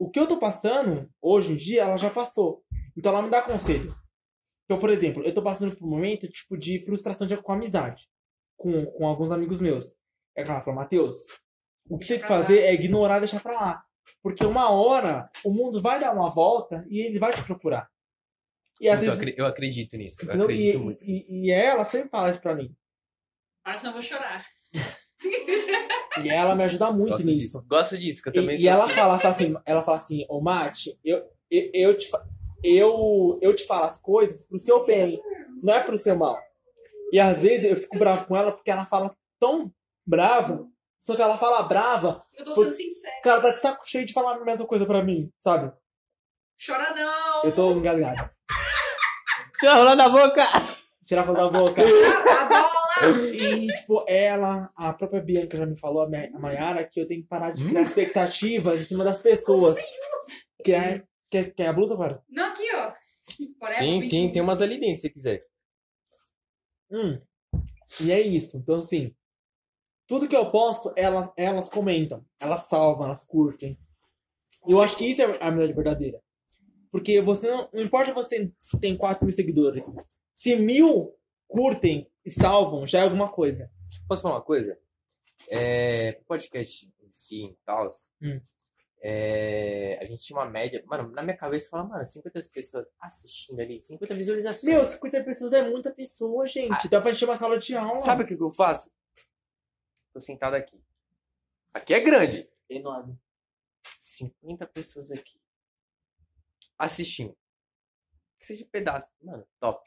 O que eu tô passando, hoje em dia, ela já passou. Então ela me dá conselho. Então, por exemplo, eu tô passando por um momento tipo de frustração de, com amizade. Com, com alguns amigos meus. É que ela fala, Matheus, o que você tem que fazer é ignorar e deixar pra lá. Porque uma hora o mundo vai dar uma volta e ele vai te procurar. E às
Então, eu
vezes.
acre- eu acredito nisso, eu
entendeu?
acredito
E,
muito.
e, e ela sempre fala isso pra mim.
Agora Ah, senão eu vou chorar.
E ela me ajuda muito
Gosto
nisso.
disso. Gosto disso, que eu também
E, e
sou
ela
assim.
fala, fala assim, ela fala assim, ô Mate, eu, eu, eu, te, fa- eu, eu te falo as coisas pro seu bem, não é pro seu mal. E às vezes eu fico bravo com ela porque ela fala tão brava, só que ela fala brava,
Eu tô sendo sincera.
cara, tá de saco cheio de falar a mesma coisa pra mim, sabe?
Chora não.
Eu tô engasgado.
Tá rolando a boca!
É
Tirar a foto da boca.
A bola.
E, tipo, ela, a própria Bianca já me falou, a Ma- a Mayara, que eu tenho que parar de criar expectativas em cima das pessoas. Criar. Quer, quer a blusa agora?
Não, aqui, ó. Forever
Tem, tem,
21.
tem umas ali dentro, se você quiser.
Hum. E é isso. Então, assim, tudo que eu posto, elas, elas comentam, elas salvam, elas curtem. E eu acho que isso é a amizade verdadeira. Porque você não, não importa você tem- se tem 4 mil seguidores. Se mil curtem e salvam, já é alguma coisa.
Posso falar uma coisa? É, podcast em si e tal. assim,
Hum.
é, a gente tinha uma média. Mano, na minha cabeça eu falava, mano, 50 pessoas assistindo ali, 50 visualizações.
Meu, 50 pessoas é muita pessoa, gente. Dá pra encher uma sala de aula.
Sabe o que que eu faço? Tô sentado aqui. Aqui é grande.
Enorme.
50 pessoas aqui. Assistindo. Que seja um pedaço. Mano, top.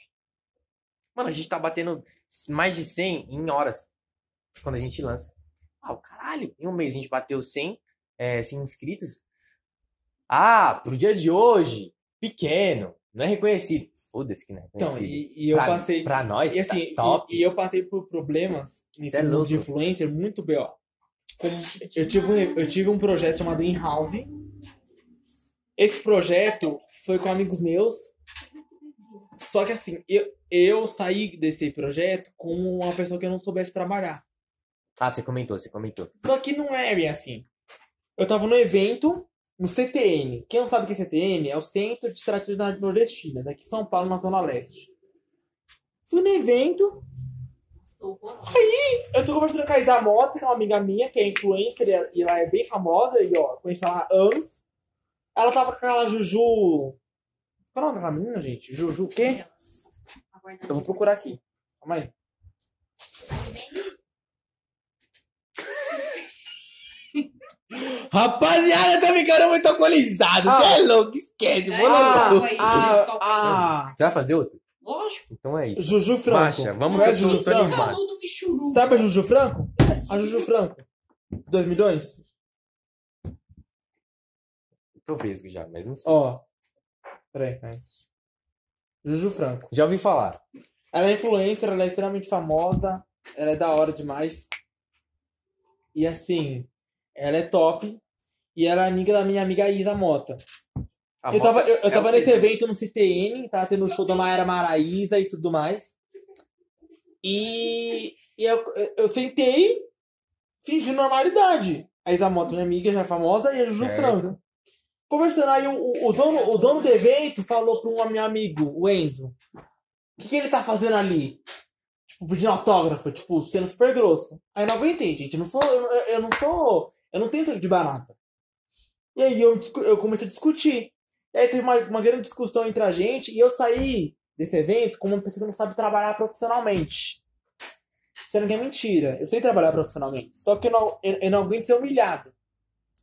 Mano, a gente tá batendo mais de 100 em horas. Quando a gente lança. Ah, o caralho. Em um mês a gente bateu 100, é, 100 inscritos. Ah, pro dia de hoje. Pequeno. Não é reconhecido. Foda-se que não é
Então,
reconhecido.
e, e eu
pra,
passei.
Pra nós,
E
tá
assim, e-
top.
e, eu passei por problemas nesse
Cê é
mundo
louco.
de influencer muito B.O. Como- eu, tive, um- eu tive um projeto chamado In-House. Esse projeto foi com amigos meus. Só que assim, eu, eu saí desse projeto como uma pessoa que eu não soubesse trabalhar.
Ah, você comentou, você comentou.
Só que não é bem assim. Eu tava no evento, no CTN. Quem não sabe o que é CTN? É o Centro de né? Tradições é Nordestinas, aqui em São Paulo, na Zona Leste. Fui no evento,
estou horrorosa.
Eu tô conversando com a Isa Mota, que é uma amiga minha, que é influencer e ela é bem famosa, e ó, conheço ela há anos. Ela tava com aquela Juju. Qual é o nome daquela menina, gente? Juju o quê?
Elas. Aguardando.
Eu vou procurar aqui. Calma aí.
Rapaziada, tá ficando muito alcoolizado.
Ah.
tá?
Cê é louco, esquece.
Ai,
vou
Ah,
desculpa aí, desculpa.
a, a
Você vai fazer outro?
Lógico.
Então é isso.
Juju Franco.
Baixa, vamos
Não
que eu
é
tô-
Juju
tô
Franco.
animado.
Canudo Pichuru.
Sabe a Juju Franco? A Juju Franco. 2 milhões?
Tô vesgo já, mas não sei.
Ó. Peraí, peraí. Juju Franco.
Já ouvi falar.
Ela é influencer, ela é extremamente famosa, ela é da hora demais. E assim, ela é top. E ela é amiga da minha amiga Isa Mota.
A
eu
moto-
tava, eu, eu
é
tava
o
nesse
quê?
evento no CTN, tava tá tendo o show da Mayara Maraísa e tudo mais. E, e eu, eu sentei fingindo normalidade. A Isa Mota, minha amiga, já é famosa, e a Juju
Certo.
Franco. Conversando aí, o, o- o dono, o dono do evento falou pra um meu amigo, o Enzo, o que, que ele tá fazendo ali? Tipo, pedindo autógrafo, tipo, sendo super grosso. Aí não aguentei, gente. Eu não sou. Eu, eu- eu não sou. Eu não tenho tanque de barata. E aí eu, discu- eu comecei a discutir. E aí teve uma, uma grande discussão entre a gente e eu saí desse evento como uma pessoa que não sabe trabalhar profissionalmente. Sendo que é mentira. Eu sei trabalhar profissionalmente. Só que eu não, eu, eu não aguento ser humilhado.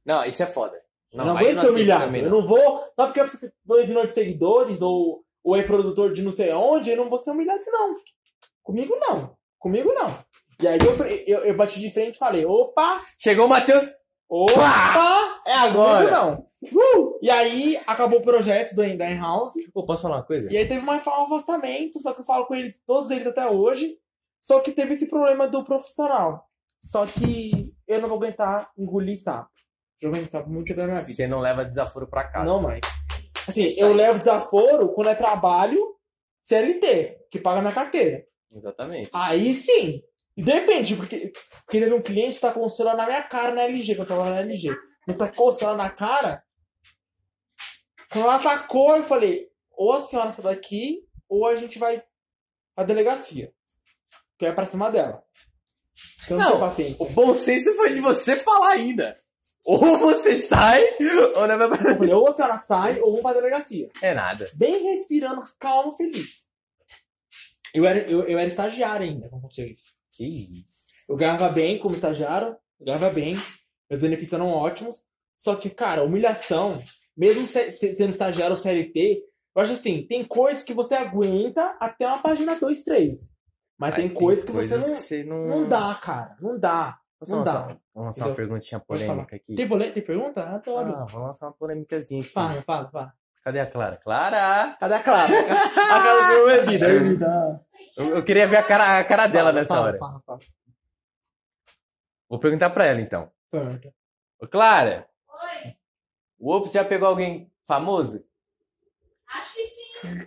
Não, isso é foda.
eu não
aí
aguento ser
aceito
humilhado.
também,
Eu não vou. Só porque eu tenho 2 milhões de seguidores ou, ou é produtor de não sei onde, eu não vou ser humilhado, não. Comigo não. Comigo não. E aí eu, fre- eu, eu bati de frente e falei: opa,
Chegou o Matheus.
opa!
É
Comigo
agora.
não. Uh! E aí acabou o projeto do da In-House.
Pô, posso falar uma coisa?
E aí teve uma- um afastamento, só que eu falo com eles, todos eles até hoje. Só que teve esse problema do profissional. Só que eu não vou aguentar engolir sapo. Joguei sapo muito da minha vida.
Você não leva desaforo pra casa.
Não mais. Assim, eu levo desaforo quando é trabalho CLT, que paga minha carteira.
Exatamente.
Aí sim. E depende, porque, porque teve um cliente que tá com o celular na minha cara na LG, que eu tava na LG. Ele tacou o celular na cara. Quando ela tacou, eu falei, ou a senhora sai daqui, ou a gente vai pra delegacia. Que é pra cima dela. Que eu não,
Não,
tenho paciência.
O bom senso foi de você falar ainda. Ou você sai, ou não vai pra...
Eu falei, ou a senhora sai, ou vamos pra delegacia.
É nada.
Bem respirando, calmo, feliz. Eu era, eu, eu era estagiário ainda quando aconteceu isso.
Que isso.
Eu ganhava bem como estagiário, eu ganhava bem, meus benefícios eram ótimos. Só que, cara, humilhação, mesmo se- se- sendo estagiário ou CLT, eu acho assim, tem coisas que você aguenta até uma página 2, 3. Mas
Aí
tem coisas que você
coisas
não,
que você não...
não dá, cara. Não dá.
Posso
Não
lançar-
dá.
Vamos lançar uma
Entendeu?
perguntinha
Pode
polêmica aqui.
Tem boleto? Tem pergunta? Adoro.
Ah, vamos lançar uma polêmicazinha aqui.
Fala, fala, fala.
Cadê a Clara? Clara!
Cadê a Clara? a Clara virou bebida. bebida.
Eu, eu queria ver a cara, a cara dela nessa
Fala,
hora.
Fala, fala.
Vou perguntar pra ela então.
Pergunta.
Ô, Clara,
Oi,
o Ops já pegou alguém famoso?
acho que sim.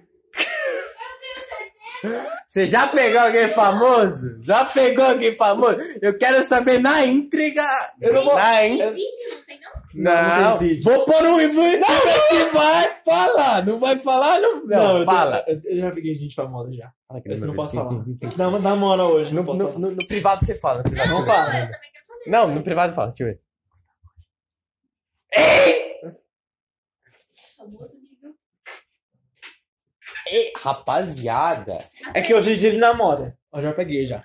Você já pegou alguém famoso? Já pegou alguém famoso? Eu quero saber na intriga.
Eu não
Ah,
vou-
Na
Tem
intriga.
vídeo, não tem não?
Não, não
Não,
tem vídeo.
vou pôr um vídeo que vai falar. Não vai falar, não.
Não, eu
Não,
tenho-
fala.
Eu, eu já peguei gente famosa já.
Fala que
Esse não
número.
posso falar. Tem que dar uma- dar uma hora hoje.
No,
Não, posso
no-
falar.
no- no privado você fala. No privado,
Não
você fala.
fala.
Eu também quero saber.
Não, no privado fala. Deixa eu ver.
Famoso nível.
Ei, rapaziada.
É que hoje em dia ele namora. Eu já peguei, já.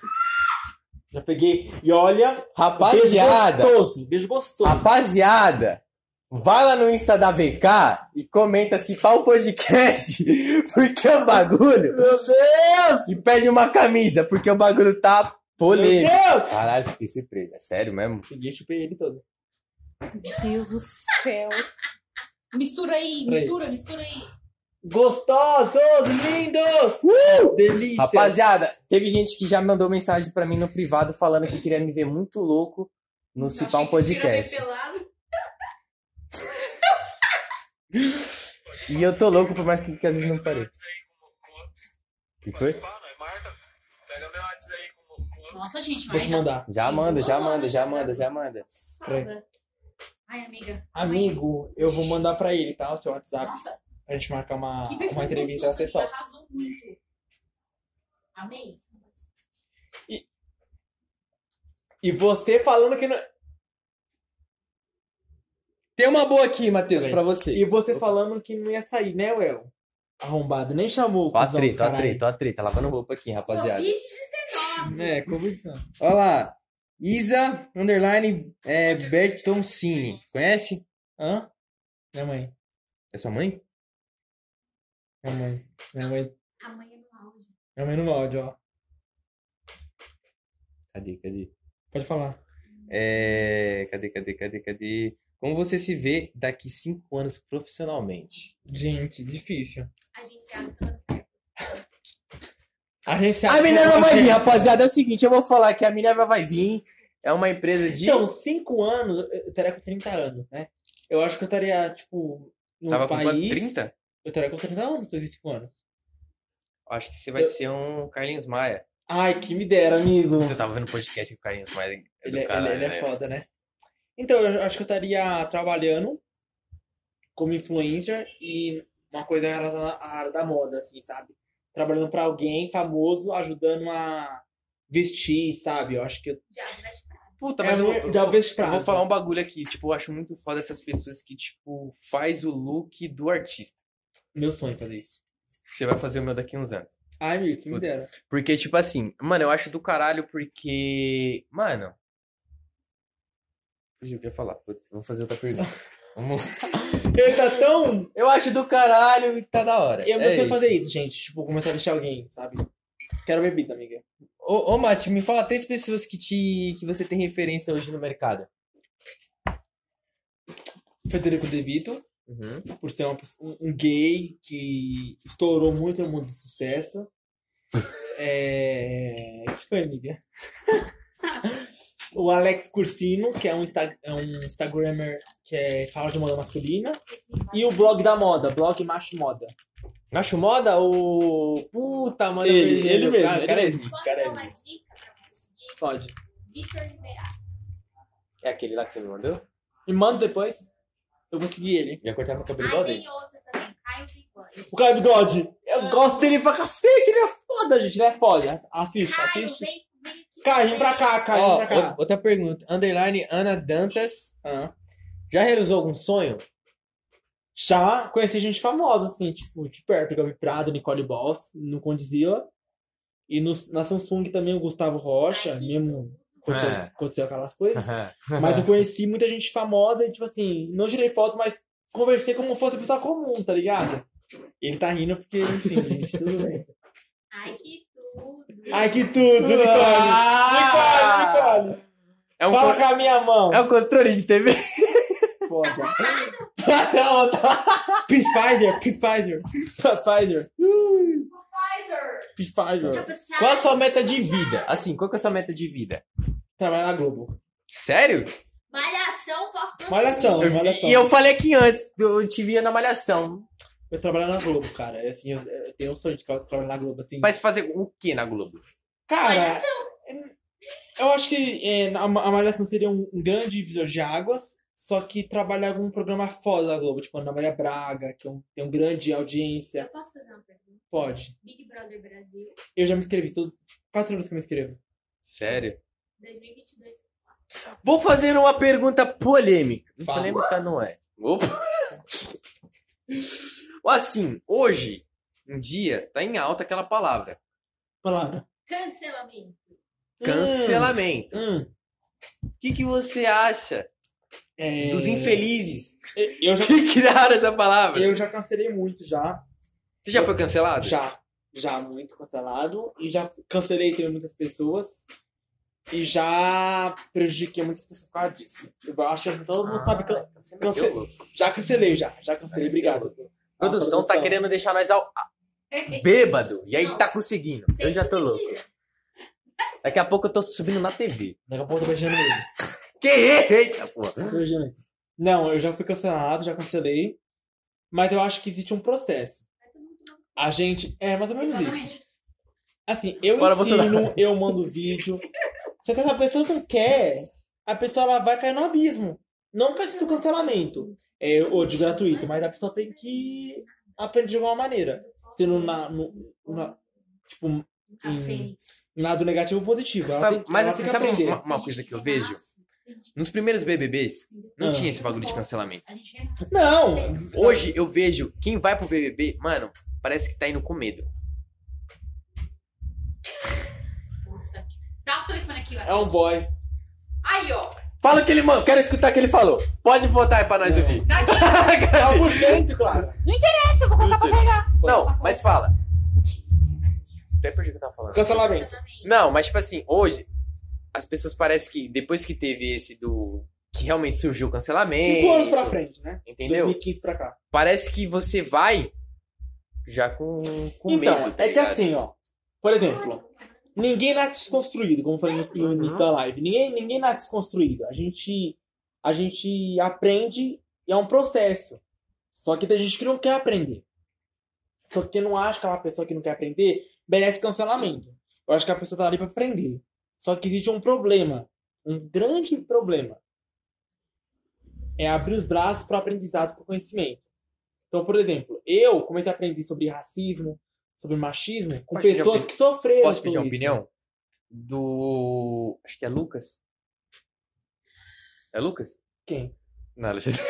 Já peguei. E olha,
Rapaziada.
beijo gostoso. Beijo gostoso.
Ah,
Rapaziada. Vai lá no Insta da VK e comenta se fala o podcast. Porque é o bagulho.
Meu Deus!
E pede uma camisa, porque o bagulho tá
Meu
polêmico.
Deus!
Caralho, fiquei surpreso. É sério mesmo?
Peguei, chupei ele todo.
Meu Deus do céu.
Mistura aí,
Peraí.
mistura, mistura aí.
Gostosos, lindos! Uh! Delícia!
Então,
Rapaziada, teve gente que já mandou mensagem pra mim no privado falando que queria me ver muito louco no
Eu
Cipar um
achei que queria ver
podcast.
pelado.
E eu tô louco, por mais que, que às vezes não pareça. O que foi?
Para, marca. Pega meu WhatsApp aí com o com o-
Nossa, gente,
Vou
mas
te
ainda
mandar.
Já manda, já manda, já manda, já manda.
passada. Ai, amiga.
Amigo, eu vou mandar pra ele, tá? O seu WhatsApp.
Nossa,
Pra gente marcar uma,
que
uma
perfil
entrevista,
gostoso,
vai ser
amiga.
top.
Arrasou muito. Amei.
E você falando que não.
Tem uma boa aqui, Matheus,
Peraí.
pra você.
E você falando que não ia sair, né, Well? Arrombado, nem chamou o
Tá
Ó a
cuzão do
treta, ó a
caralho.
treta, ó a treta. tá Lavando roupa aqui,
Então,
rapaziada.
Covid-19.
É, convicção.
Olha lá. Isa, underline, é, Bertoncini. Conhece?
Hã? Minha mãe.
É sua mãe?
Minha mãe. Minha mãe.
Amanhã no áudio.
Minha mãe no áudio, ó.
Cadê, cadê?
Pode falar.
É, cadê, cadê, cadê, cadê? Como você se vê daqui cinco anos profissionalmente?
Gente, difícil.
Agenciado.
A gente
A Minerva vai vir, rapaziada. É o seguinte, eu vou falar que a Minerva vai vir. É uma empresa de.
Então, 5 anos, eu estaria com 30 anos, né? Eu acho que eu estaria, tipo, em um
Tava com
país.
quanto? 30?
Eu estaria com 30 anos, 25 anos.
Acho que você vai
Eu-
ser um Carlinhos Maia.
Ai, que me dera, amigo.
Eu tava vendo podcast com o Carlinhos Maia. do
Ele, é-
caralho,
ele- ele é
né?
foda, né? Então, eu acho que eu estaria trabalhando como influencer e uma coisa relacionada à área da moda, assim, sabe? Trabalhando pra alguém famoso, ajudando a vestir, sabe? Eu acho que eu,
Diabo né? das pratas.
Puta,
é,
Tá, mas eu,
muito- já vejo
eu
prazo.
vou falar um bagulho aqui. Tipo, eu acho muito foda essas pessoas que, tipo, faz o look do artista.
Meu sonho é fazer isso.
Você vai fazer o meu daqui uns anos.
Ai, amigo, que me
Puta.
dera.
Porque, tipo assim, mano, eu acho do caralho porque. Mano. Fugiu o que eu ia falar. Putz, vou fazer outra pergunta. Vamos...
Ele tá tão...
Eu acho do caralho e tá da hora.
Eu não
É
sei fazer isso, gente. Tipo, começar a vestir alguém, sabe? Quero bebida, amiga.
Ô, ô, Mati, me fala três pessoas que, te... que você tem referência hoje no mercado.
Federico De Vito.
Uhum.
por ser uma pessoa- um, um gay que estourou muito no mundo do sucesso. É... O que foi, amiga? o Alex Cursino, que é um, insta- é um Instagrammer que é- fala de moda masculina. E o blog da moda, blog macho moda.
Acho moda o. Puta, mano. eu
Ele,
perdi,
ele
meu
mesmo,
cara,
ele
cara, é
mesmo.
Posso
Cara,
dar uma dica pra você seguir?
Pode.
Vitor Liberato.
É aquele lá que você me mandou?
Me manda depois. Eu vou seguir ele.
Já cortava o cabelo igual
Aí
dele?
tem outro também, Caio Bigode.
O Caio Bigode.
Ah.
Eu gosto dele pra cacete. Ele é foda, gente. Ele é foda. Assiste,
Caio,
assiste.
vem comigo. que
Caio,
eu
vem pra cá, Caio,
Ó,
vem pra
ou-
cá.
outra pergunta. Underline, Ana Dantas.
Ah.
Já realizou algum sonho?
Já conheci gente famosa, assim, tipo, de perto, Gabi Prado, Nicole Boss, no Condizila. E no, na Samsung também o Gustavo Rocha, mesmo aconteceu,
É.
aconteceu aquelas coisas. Mas eu conheci muita gente famosa e, tipo assim, não tirei foto, mas conversei como se fosse pessoa comum, tá ligado? Ele tá rindo porque, enfim, gente, tudo bem.
Ai, que tudo.
Ai, que tudo, Nicole!
Ah!
Nicole, Nicole!
É um
Fala
con-
com a minha mão!
é um controle de TV?
Foda.
um
Não, não. Pfizer, Pfizer, Pfizer,
Pfizer.
Pfizer.
Tá passado.
Qual a sua meta de vida? Assim, qual que é a sua meta de vida?
Trabalhar na Globo.
Sério?
Malhação, posso todo
Malhação,
dia.
malhação.
E eu falei aqui antes, eu te via na malhação.
Eu trabalho na Globo, cara. É Assim, eu, eu tenho um sonho de tra- trabalhar na Globo, assim.
Mas fazer o que na Globo?
cara, é, eu acho que é, a, Ma- a Malhação seria um, um grande divisor de águas, só que trabalhar algum programa foda da Globo, tipo Ana Maria Braga, que é um- tem um grande audiência.
Eu posso fazer uma pergunta?
Pode.
Big Brother Brasil,
Eu já me inscrevi, todos quatro anos que eu me inscrevo.
Sério?
2022.
Vou fazer uma pergunta polêmica.
Fala.
Polêmica não é. Opa. Assim, hoje, um dia, tá em alta aquela palavra.
Palavra.
Cancelamento.
Cancelamento.
Hum, hum.
O que, que você acha
É,
dos infelizes
Eu já,
que criaram essa palavra?
eu já cancelei muito, já.
Você já foi cancelado?
Já, já muito cancelado. E já cancelei também muitas pessoas. E já prejudiquei muitas pessoas por causa disso. Eu acho que todo mundo sabe. can- cance- Já cancelei, já. Já cancelei, obrigado.
Produção tá querendo deixar nós ao bêbado. E aí tá conseguindo. Eu já tô louco. Daqui a pouco eu tô subindo na TV.
Daqui a pouco eu tô beijando ele.
Que eita, porra.
Tô beijando ele. Não, eu já fui cancelado, já cancelei. Mas eu acho que existe um processo. A gente. É, mais ou menos isso.
Exatamente.
Assim, eu
Bora,
ensino, eu mando vídeo. Só que essa pessoa não quer, a pessoa ela vai cair no abismo. Não caso do cancelamento. É, ou de gratuito, mas a pessoa tem que aprender de alguma maneira. Sendo na, no- na- tipo,
nunca
Hum.
fez.
Nada negativo ou positivo. Ela tem,
Mas
ela
assim,
tem que
sabe
aprender.
uma, uma coisa que eu vejo? Nos primeiros BBBs, não
Ah.
tinha esse bagulho de cancelamento.
A gente renasce.
Não!
Hoje eu vejo quem vai pro BBB, mano, parece que tá indo com medo.
Puta que- Dá o telefone aqui, ó.
É um boy.
Aí, ó.
Fala o que ele mandou. Quero escutar o que ele falou. Pode votar aí pra nós
Não.
ouvir.
Dá aqui.
Tá por dentro, claro.
Essa eu vou colocar pra pegar.
Não, mas fala. Até perdi o que eu tava falando.
Cancelamento.
Não, mas tipo assim, hoje as pessoas parecem que depois que teve esse do que realmente surgiu o cancelamento,
Cinco anos pra frente, né?
É. entendeu?
2015 pra cá.
Parece que você vai já com, com
então,
medo. tá
é que
ligado?
assim, ó. Por exemplo, ninguém nasce desconstruído, como eu falei no, no início da live. Ninguém, ninguém nasce desconstruído. A gente, a gente aprende e é um processo. Só que tem gente que não quer aprender. Só que quem não acha que aquela pessoa que não quer aprender merece cancelamento. Eu acho que a pessoa tá ali pra aprender. Só que existe um problema. Um grande problema. É abrir os braços para aprendizado, para conhecimento. Então, por exemplo, eu comecei a aprender sobre racismo, sobre machismo, com
Posso pedir
pessoas
opini-
que sofreram.
Posso pedir
com
uma
isso.
opinião? Do. Acho que é Lucas. É Lucas?
Quem?
Não, Alexandre.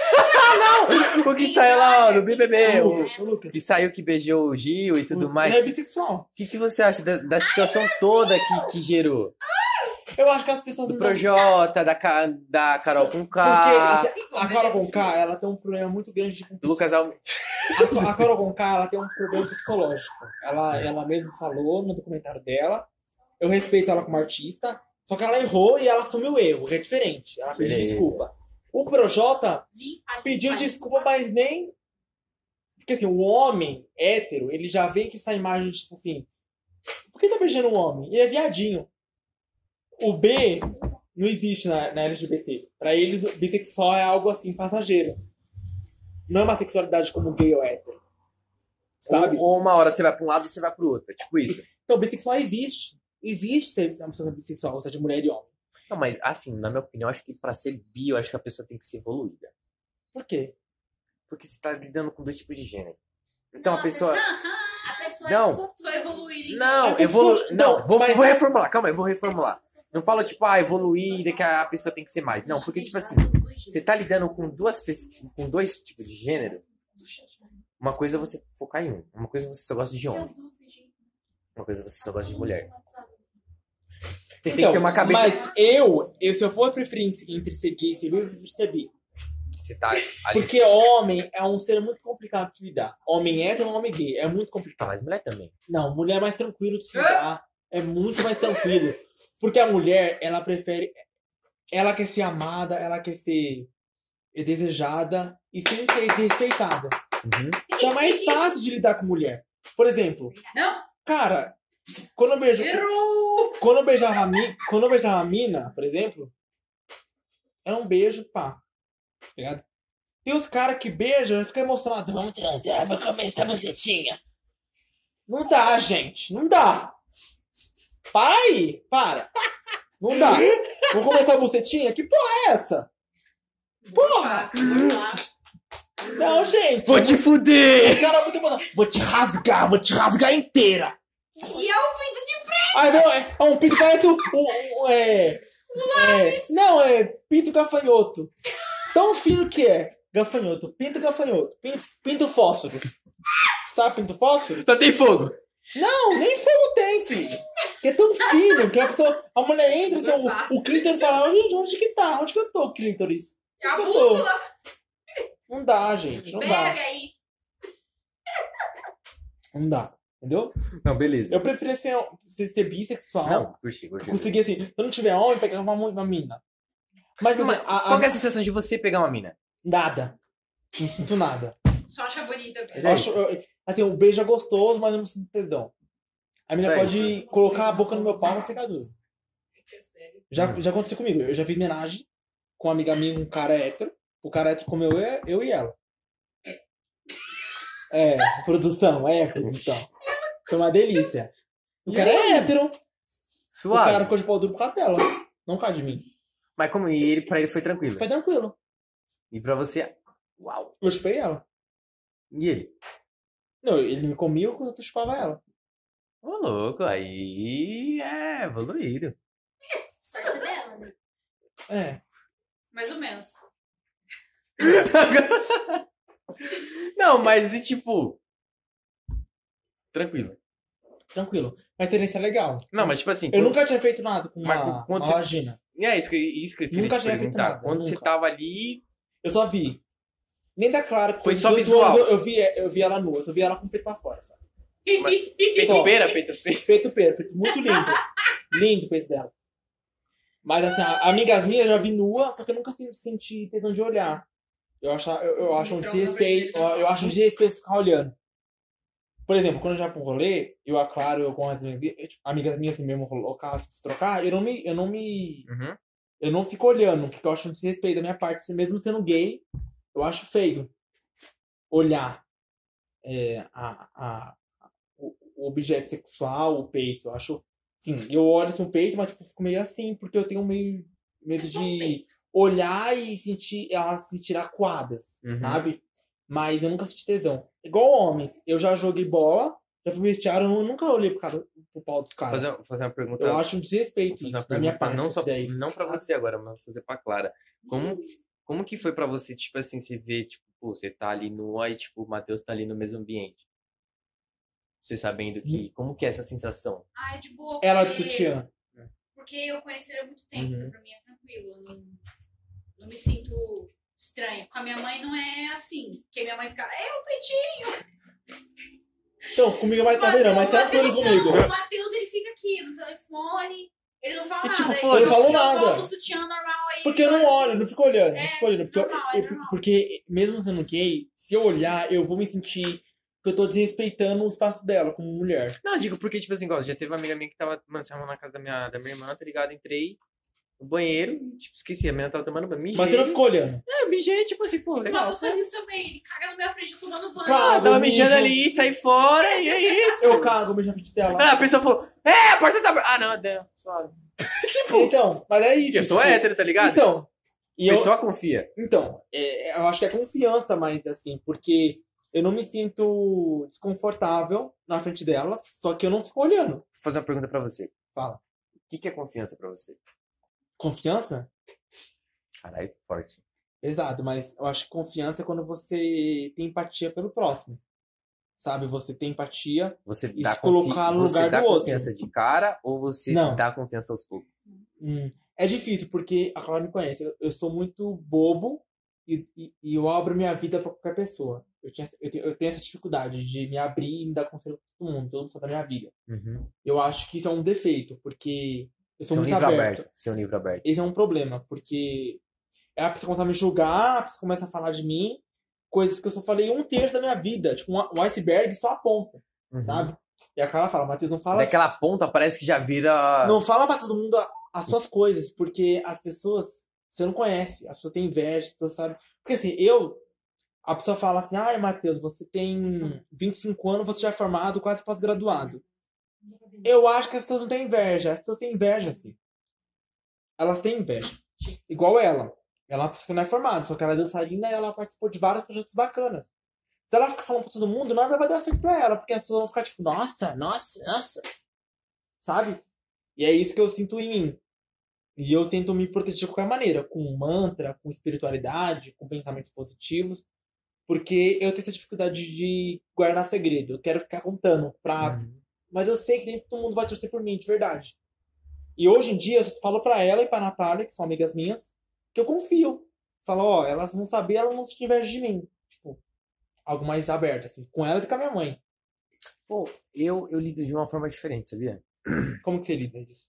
não! O que saiu lá ó, no BBB?
o
É O
Ah, Lucas. O Lucas.
que saiu que beijou o Gil e tudo mais.
Ele é bissexual.
O que, que você acha da, da situação toda que, que gerou?
Eu acho que as pessoas
Do
não dão-
Projota, da, Ca- da Carol com K,
Porque assim, a Carol Conká, ela tem um problema muito grande de
do Lucas um, Alves.
A, Co- a Carol Conká, ela tem um problema psicológico. Ela, ela mesmo falou no documentário dela. Eu respeito ela como artista. Só que ela errou e ela assumiu o erro, que é diferente. Ela pediu
Beleza.
desculpa. O Projota
Limpa,
pediu
limpa,
desculpa, mas nem. Porque assim, o homem hétero, ele já vem com essa imagem de tipo assim. Por que tá beijando um homem? Ele é viadinho. O B não existe na, na LGBT. Pra eles, o bissexual é algo assim, passageiro. Não é uma sexualidade como gay ou hétero. Sabe?
Ou, ou uma hora você vai pra um lado e você vai pro outro. é Tipo isso.
Então, bissexual existe. Existe ser uma pessoa bissexual, ou seja, de mulher e homem.
Não, mas assim, na minha opinião, acho que pra ser bi, eu acho que a pessoa tem que ser evoluída.
Por quê?
Porque você tá lidando com dois tipos de gênero. Então
Não,
a pessoa.
A pessoa
Não.
é só, só evoluir.
Não,
É
evolu...
confuso.
Tipo, Não, é
Não,
vou,
mas-
vou reformular, calma aí, vou reformular. Não fala, tipo, ah, evoluída, que a pessoa tem que ser mais. Não, porque, tipo assim, você tá lidando com duas pessoas, com dois tipos de gênero. Uma coisa é você focar em um, uma coisa você só gosta de homem, uma coisa é você só gosta de mulher. Você tem que
Então,
ter uma cabeça.
Mas eu, eu, se eu for preferir entre ser gay e ser bi, eu prefiro ser bi.
Você tá ali.
Porque homem é um ser muito complicado de lidar. Homem hétero é um homem gay. É muito complicado.
Ah, mas mulher também.
Não, mulher é mais tranquilo de se lidar. É muito mais tranquilo. Porque a mulher, ela prefere. Ela quer ser amada, ela quer ser desejada e sem ser respeitada.
Uhum.
Então é mais fácil de lidar com mulher. Por exemplo,
Não?
cara, quando eu beijo.
Errou!
Quando eu beijava a mina, quando eu beijava a mina, por exemplo, era um beijo, pá. Tá Ligado? Tem os caras que beijam e ficam emocionados. Vamos transar, vou comer essa bucetinha. Não dá, gente. Não dá. Para aí. Para. Não dá. Vou comer essa bucetinha? Que porra é essa? Porra! Não, gente.
Vou te fuder!
Os caras muito emocionados. Vou te rasgar, vou te rasgar inteira.
E eu pinto de
Aí não, é, é um pinto que parece um, um- um- é, é- Não, é pinto gafanhoto. Tão fino que é. Gafanhoto, pinto gafanhoto, pin- pinto, fósforo. Sabe pinto fósforo?
Só tem fogo.
Não, nem fogo tem, filho. Que é tão fino que a pessoa. A mulher entra, assim, o, o clítoris fala, gente, onde que tá? Onde que eu tô, clítoris?
A
Eu tô.
bússola
Não dá, gente. Não dá.
bebe aí.
Não dá. Entendeu?
Não, beleza.
Eu preferia ser, ser, ser bissexual.
Não, curti, curti.
Eu consegui assim, se eu não tiver homem, pegar uma, mu- uma mina. Mas, mas
Mas
a, a-
Qual que é a sensação de você pegar uma mina?
nada. Não sinto nada.
Só acha bonita.
É
Eu acho- eu- assim, o beijo é gostoso, mas eu não sinto tesão. A mina
Sério?
pode colocar a boca no meu pau e ficar duro.
é
Já, já aconteceu comigo. Eu já fiz homenagem com uma amiga minha, um cara hétero. O cara hétero comeu eu, eu e ela. É, produção, é, produção. Foi uma delícia. O cara é hétero. O
Suave.
cara ficou de pau duro por causa dela. Não por causa de mim.
Mas como e ele, pra ele foi tranquilo.
Foi tranquilo.
E pra você, uau.
Eu chupei ela.
E ele?
Não, ele me comia eu chupava ela.
Ô, louco, aí é evoluído.
Sorte dela, né?
É.
Mais ou menos.
Não, mas e tipo. Tranquilo.
Tranquilo. Mas tendência é legal.
Não, mas tipo assim.
Eu
quando-
nunca tinha feito nada com
Mas
uma,
quando
uma
você-
vagina.
É isso que, isso que eu queria
Nunca
te
tinha feito
perguntar.
nada,
Quando você
nunca.
tava ali.
Eu só vi. Nem da Clara. que
Foi
com
só
18
visual.
anos, eu, eu, vi, eu vi ela nua. Eu só vi ela com o peito pra fora, sabe?
Peito
Só.
pera, peito pera.
Peito perfeito. Muito lindo. lindo o peito dela. Mas assim, a- amigas minhas eu já vi nua, só que eu nunca se- senti tesão de olhar. Eu acho, eu, eu acho um
Entrou
desrespeito.
na
Eu, eu acho um desrespeito ficar olhando. Por exemplo, quando eu já ia pra um rolê, eu, a Clara, eu com as minhas eu, tipo, amigas minhas assim mesmo, colocar, se trocar, eu não me. Eu não me.
Uhum.
Eu não fico olhando, porque eu acho um desrespeito da minha parte. Se Mesmo sendo gay, eu acho feio olhar é, a, a- o, o objeto sexual, o peito. Eu acho. Sim, eu olho assim, o peito, mas tipo, fico meio assim, porque eu tenho meio medo
É só um
de
peito.
olhar e sentir ela se tirar quadras,
Uhum.
sabe? Mas eu nunca senti tesão. Igual homem, eu já joguei bola, já fui vestiário, eu nunca olhei pro, cara, pro pau dos caras.
Fazer, fazer uma pergunta.
Eu acho um desrespeito
fazer
isso,
uma
da minha
pergunta
parte. é
não só
isso daí.
não para você agora, mas vou fazer pra Clara. Como como que foi pra você, tipo assim, você ver, tipo, pô, você tá ali no e tipo, o Matheus tá ali no mesmo ambiente? Você sabendo que como que é essa sensação?
Ah, é de boa.
Ela de
porque-
sutiã.
Porque eu conheci ele há muito tempo,
Uhum.
então pra mim é tranquilo. Eu não, não me sinto estranha. Com a minha mãe não é assim. Porque minha mãe fica, é o peitinho.
Então, comigo vai estar verão, mas tá tudo comigo.
não, o Matheus ele fica aqui no telefone, ele não fala
E, tipo,
nada.
foda-se.
Eu falo
Eu
nada.
volto o sutiã normal aí.
Porque eu não olho, eu não fico olhando, não
É,
fico olhando. Porque, eu-
normal, é
eu-
normal.
porque mesmo sendo gay, se eu olhar, eu vou me sentir que eu tô desrespeitando o espaço dela como mulher.
Não, eu digo porque tipo assim, igual, já teve uma amiga minha que tava, mano, se arrumando na casa da minha da minha irmã, tá ligado? Entrei no banheiro, e, tipo, esqueci, a menina tava tomando banho, mijei.
Mas eu não fico olhando.
É, mijei, tipo assim, pô,
O
legal.
Matheus faz isso também, ele caga na minha frente, eu tomando banho.
Claro.
Ah, tava
Eu
mijando
mijo.
ali, sai fora, e é isso.
Eu cago, eu beijo a frente dela.
Ah, a pessoa falou, é, a porta tá aberta. Ah, não, deu, suave. tipo,
Então, mas é isso.
eu sou
tipo,
hétero, tá ligado?
Então, e
a
eu,
pessoa confia.
então é, eu acho que é confiança mais assim, porque eu não me sinto desconfortável na frente dela, só que eu não fico olhando.
Vou fazer uma pergunta pra você.
Fala.
O que, que é confiança pra você?
Confiança?
Caralho, forte.
Exato, mas eu acho que confiança é quando você tem empatia pelo próximo. Sabe? Você tem empatia.
Você
E
dá,
se colocar no
você
lugar
dá
do outro.
confiança de cara ou você
Não.
dá confiança aos poucos?
Hum, É difícil, porque a Clara me conhece. Eu, eu sou muito bobo e, e, e eu abro minha vida pra qualquer pessoa. Eu, tinha, eu, tenho, eu tenho essa dificuldade de me abrir e me dar conselho pra todo mundo, todo mundo sabe da minha vida. Eu acho que isso é um defeito, porque eu sou
Seu
muito
livro
aberto.
aberto. Seu livro aberto.
Esse é um problema, porque a pessoa começa a me julgar, a pessoa começa a falar de mim, coisas que eu só falei um terço da minha vida. Tipo, um a- um iceberg só aponta,
Uhum.
sabe? E a cara fala, Matheus, não fala
Daquela ponta parece que já vira.
não fala pra todo mundo a- as suas coisas, porque as pessoas você não conhece, as pessoas têm inveja, as pessoas sabem. Porque assim, eu. A pessoa fala assim, ai, Matheus, você tem 25 anos, você já é formado, quase pós-graduado. Eu acho que as pessoas não têm inveja, as pessoas têm inveja, assim. Elas têm inveja. Igual ela. Ela é uma pessoa que não é formada, só que ela é dançarina e ela participou de vários projetos bacanas. Se ela ficar falando pra todo mundo, nada vai dar certo pra ela, porque as pessoas vão ficar tipo, nossa, nossa, nossa. Sabe? E é isso que eu sinto em mim. E eu tento me proteger de qualquer maneira, com mantra, com espiritualidade, com pensamentos positivos, porque eu tenho essa dificuldade de guardar segredo. Eu quero ficar contando pra.
Uhum.
Mas eu sei que nem todo mundo vai torcer por mim, de verdade. E hoje em dia eu falo pra ela e pra Natália, que são amigas minhas, que eu confio. Falo, ó, elas vão saber, elas vão se tiver de mim. Tipo, algo mais aberto, assim, com ela e com a minha mãe.
Pô, eu, eu lido de uma forma diferente, sabia?
Como que você lida disso?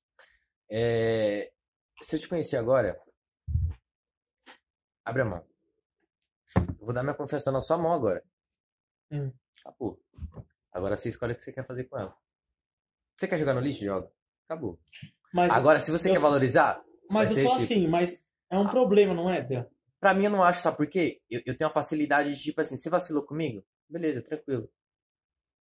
É, Se eu te conhecer agora, abre a mão. Eu vou dar minha confiança na sua mão agora.
Hum.
Acabou. Agora você escolhe o que você quer fazer com ela. Você quer jogar no lixo? Joga. Acabou.
Mas,
Agora, se você
eu-
quer valorizar, vai
mas eu
ser
sou
esse.
assim, mas é um problema, não é, Dan?
pra mim eu não acho, sabe por quê? Eu, eu tenho a facilidade de, tipo assim, você vacilou comigo? Beleza, tranquilo.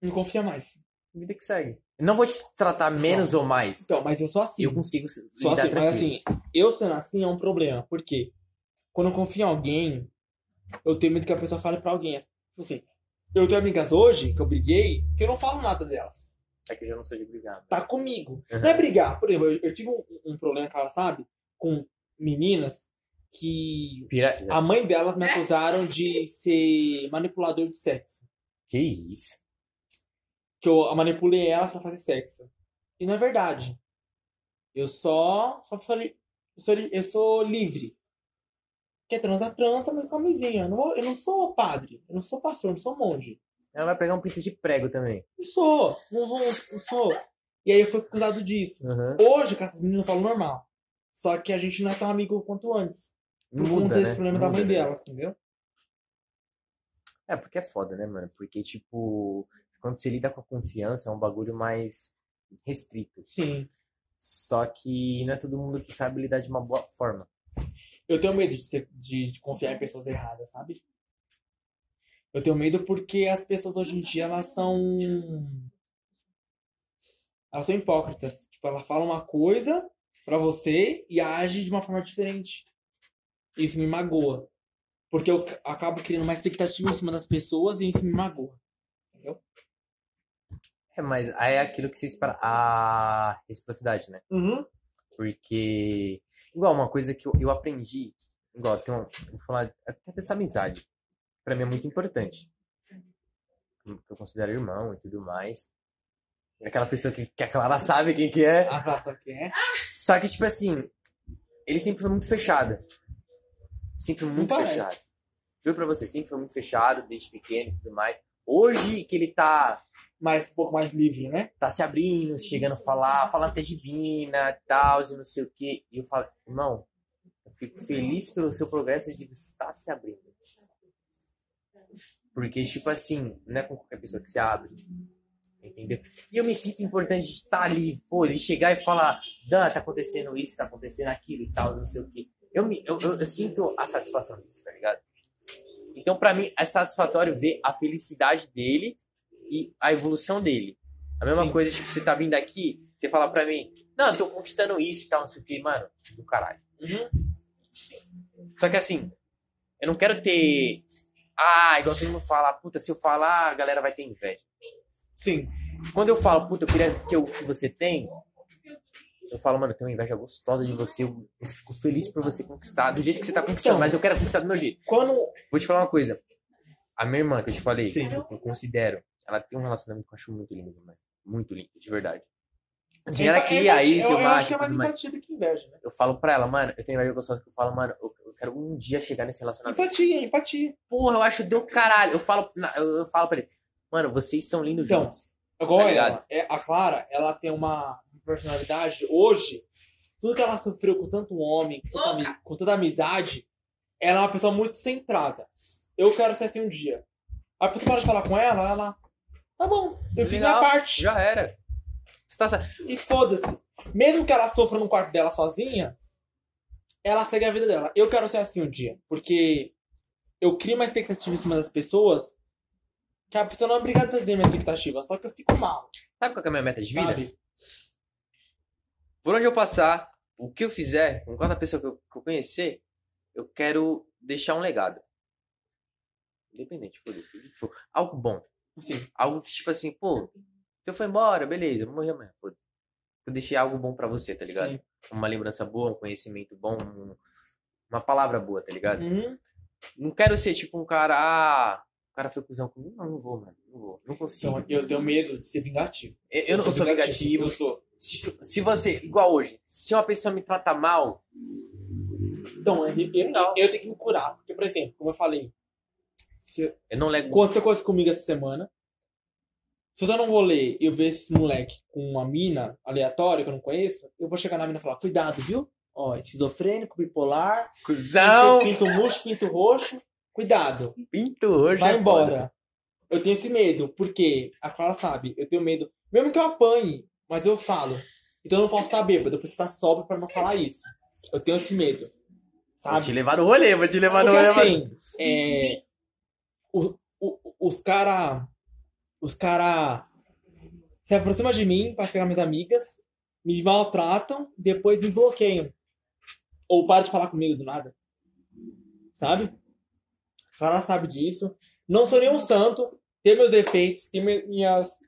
Não confia mais.
Vida que segue. Eu não vou te tratar menos ou mais.
Então, mas eu sou assim.
Eu consigo se-
sou
lidar
assim,
tá tranquilo.
mas assim, eu sendo assim é um problema. Por quê? Quando eu confio em alguém, eu tenho medo que a pessoa fale pra alguém. Tipo assim, eu tenho amigas hoje que eu briguei que eu não falo nada delas.
É que eu já não sou de brigar.
tá comigo. Não é brigar. Por exemplo, eu, eu tive um, um problema com ela, sabe? Com meninas que
Pira...
a mãe delas me acusaram de ser manipulador de sexo.
Que isso?
Que eu manipulei elas pra fazer sexo. E não é verdade. Eu só. só sou, li- eu, sou, li- eu sou livre. Quer transa, transa, mas com camisinha. Eu não, vou- eu não sou padre. Eu não sou pastor, eu não sou monge.
Ela vai pegar um pinto de prego também.
Não sou, não sou, não sou. E aí eu fui acusado disso.
Uhum.
Hoje, com essas meninas, eu falo normal. Só que a gente não é tão amigo quanto antes. Por conta
Muda,
desse
né?
problema da
Muda,
mãe
né?
delas, entendeu?
É, porque é foda, né, mano? Porque, tipo, quando você lida com a confiança, é um bagulho mais restrito.
Sim.
Só que não é todo mundo que sabe lidar de uma boa forma.
Eu tenho medo de, ser- de- de confiar em pessoas erradas, sabe? Eu tenho medo porque as pessoas hoje em dia, elas são. Elas são hipócritas. Tipo, ela fala uma coisa pra você e age de uma forma diferente. Isso me magoa. Porque eu c- acabo criando uma expectativa em cima das pessoas e isso me magoa.
É, mas aí é aquilo que se espera. A reciprocidade, né?
Uhum.
Porque, igual, uma coisa que eu, eu aprendi, igual, tem uma, vou falar até dessa amizade, pra mim é muito importante. Hum, Que Eu considero irmão e tudo mais. É Aquela pessoa que, que a Clara sabe quem que é.
A Rafa que é.
Só que, tipo assim, ele sempre foi muito fechado. Sempre muito
parece.
fechado. Juro pra você, sempre foi muito fechado, desde pequeno e tudo mais. Hoje que ele tá
Mas um pouco mais livre, né?
tá se abrindo, chegando a falar, falando até de Bina, tal, e não sei o quê. E eu falo, irmão, eu fico feliz pelo seu progresso de você estar se abrindo. Porque, tipo assim, não é com qualquer pessoa que se abre. Entendeu? E eu me sinto importante de estar ali, pô, ele chegar e falar, Dan, tá acontecendo isso, tá acontecendo aquilo e tal, não sei o quê. Eu, me, eu, eu, eu sinto a satisfação disso, tá ligado? Então, pra mim, é satisfatório ver a felicidade dele e a evolução dele. A mesma
Sim.
coisa, tipo, você tá vindo aqui, você fala pra mim, não, eu tô conquistando isso e tal, não sei o que, mano, do caralho.
Uhum.
Só que assim, eu não quero ter. Ah, igual todo mundo fala, puta, se eu falar, a galera vai ter inveja.
Sim.
Quando eu falo, puta, eu queria ter o que você tem, eu falo, mano, eu tenho uma inveja gostosa de você, eu eu fico feliz por você conquistar do jeito que você tá
Então.
conquistando, mas eu quero conquistar do meu jeito.
Quando.
Vou te falar uma coisa. A minha irmã, que eu te falei,
Sim.
eu considero, ela tem um relacionamento que eu acho muito lindo, mano. Muito lindo, de verdade. Vieram aqui,
empati-
aí,
É, eu, eu acho
Silvagem,
que Então, é mais
tudo mais.
empatia do que inveja, né?
Eu falo pra ela, mano, eu tenho inveja gostosa que eu falo, mano, eu, eu quero um dia chegar nesse relacionamento.
Empatia, empatia.
Porra, eu acho do caralho. Eu falo, na- eu, eu falo pra ele, mano, vocês são lindos
Então,
juntos. Tá
Agora,
ligado?
ela, é, a Clara, ela tem uma personalidade. Hoje, tudo que ela sofreu com tanto homem, com tanta, ami- com tanta amizade, ela é uma pessoa muito centrada. Eu quero ser assim um dia. A pessoa para de falar com ela, ela. Tá bom, eu fiz minha
Legal.
parte.
Já era. Você tá sa-
E foda-se. Mesmo que ela sofra no quarto dela sozinha, ela segue a vida dela. Eu quero ser assim um dia. Porque eu crio uma expectativa em cima das pessoas que a pessoa não é obrigada a ter minha expectativa. Só que eu fico mal,
Sabe qual que é a minha meta de vida?
sabe?
Por onde eu passar, o que eu fizer, com cada pessoa que eu, que eu conhecer, eu quero deixar um legado. Independente, foda-se. o que for. Algo bom.
Sim.
Algo que, tipo assim,
Uhum.
pô, se eu for embora, beleza, eu vou morrer amanhã, foda-se. Eu deixei algo bom pra você, tá ligado?
Sim.
Uma lembrança boa, um conhecimento bom, um- uma palavra boa, tá ligado?
Uhum.
Não quero ser tipo um cara, ah, o cara foi cuzão comigo. Não, não vou, mano. Não vou. Não consigo.
Então, eu tenho medo de ser vingativo.
eu, eu não sou negativo.
Eu sou.
Se, se você, igual hoje, se uma pessoa me trata mal,
Então, eu, eu, eu tenho que me curar. Porque, por exemplo, como eu falei, se-
eu não lego
aconteceu coisa comigo essa semana. Se eu tô num rolê e eu ver esse moleque com uma mina aleatória que eu não conheço, eu vou chegar na mina e falar, cuidado, viu? Ó, esquizofrênico, bipolar,
Cusão!
pinto murcho, pinto roxo, cuidado,
Pinto é hoje.
vai embora. Eu tenho esse medo, porque a Clara sabe, eu tenho medo, mesmo que eu apanhe, mas eu falo. Então eu não posso estar bêbado, eu preciso estar sóbrio pra não falar isso. Eu tenho esse medo,
Vou
sabe?
te levar no rolê, vou te levar no
Porque
rolê. mano.
assim, é, o- o- os cara os cara se aproximam de mim para pegar minhas amigas, me maltratam, depois me bloqueiam. Ou param de falar comigo do nada. Sabe? O cara sabe disso. Não sou nenhum santo, tenho meus defeitos, tenho mi- minhas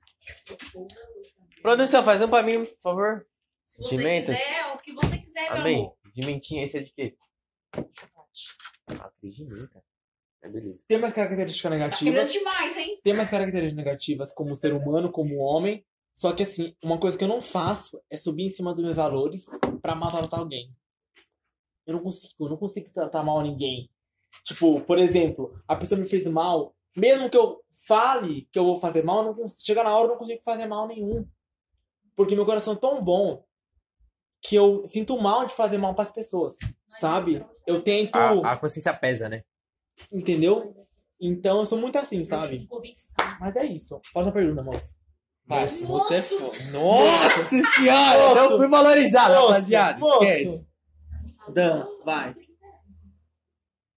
Produção, faz um pra mim, por favor.
Se você
Pimentas?
quiser, é o que você quiser, meu
Amém.
amor.
Dimentinha, esse é de quê? Ah, fiz de mim, cara. É beleza.
Tem mais características
Tá querendo
negativas.
demais, hein?
Tem mais características negativas como ser humano, como homem. Só que assim, uma coisa que eu não faço é subir em cima dos meus valores pra maltratar alguém. Eu não consigo, eu não consigo tratar mal ninguém. Tipo, por exemplo, a pessoa me fez mal, mesmo que eu fale que eu vou fazer mal, eu não consigo, chega na hora eu não consigo fazer mal nenhum. Porque meu coração é tão bom que eu sinto mal de fazer mal pras pessoas, sabe? Eu tento,
Ah, A, a consciência pesa, né?
entendeu? Então eu sou muito assim, sabe?
De Tipo, convicção.
Mas é isso. Faz a pergunta, moço. Vai.
Nossa, você é
Moço!
foda. Nossa!
Ah,
Então,
senhora! Não fui valorizado,
Moço,
rapaziada.
moço.
Esquece.
Dan, vai.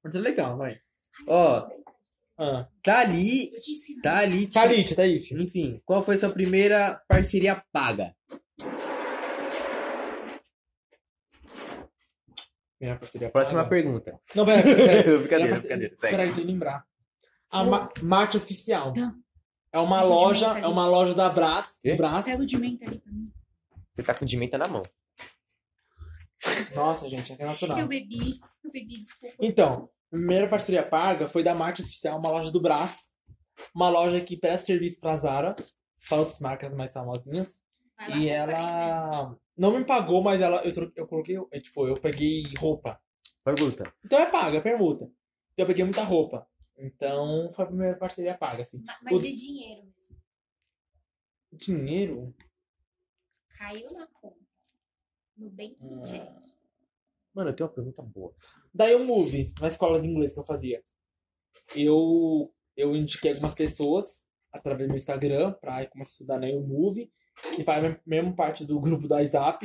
Muito legal, vai.
Ó,
Ah.
Tá Thalite.
Eu te ensino.
Thalite.
Tá
Thalite, Thalite.
Enfim, tipo assim, qual foi sua primeira parceria paga?
Minha parceria
Próxima
paga.
pergunta.
Não, pera, pera, pera,
brincadeira,
pera,
brincadeira.
Peraí,
Segue.
deixa eu lembrar. A Ma- Marte Oficial.
Dan.
É uma
Pega de
loja,
menta ali.
é uma loja da Brás.
Quê?
Brás.
É
Pega o de menta ali pra mim.
Você tá com dimenta na mão.
Nossa, gente, é
Eu
internacional.
bebi. Eu bebi, desculpa.
Então, a primeira parceria paga foi da Marte Oficial, uma loja do Brás. Uma loja que presta serviço pra Zara, pra outras marcas mais famosinhas.
Vai lá,
E
compra aí. né?
ela não me pagou, mas ela eu, tro- eu coloquei, é, tipo, eu peguei roupa.
Pergunta.
Então é paga, é permuta. Então eu peguei muita roupa. Então foi a primeira parceria paga, assim.
Ma- Mas
O-
de dinheiro mesmo.
Dinheiro?
Caiu na conta. No bank
Ah.
check.
Mano, eu tenho uma pergunta boa.
Daí eu move na escola de inglês que eu fazia. Eu eu indiquei algumas pessoas através do meu Instagram pra começar a estudar na Move, que faz a mesma parte do grupo da Zap.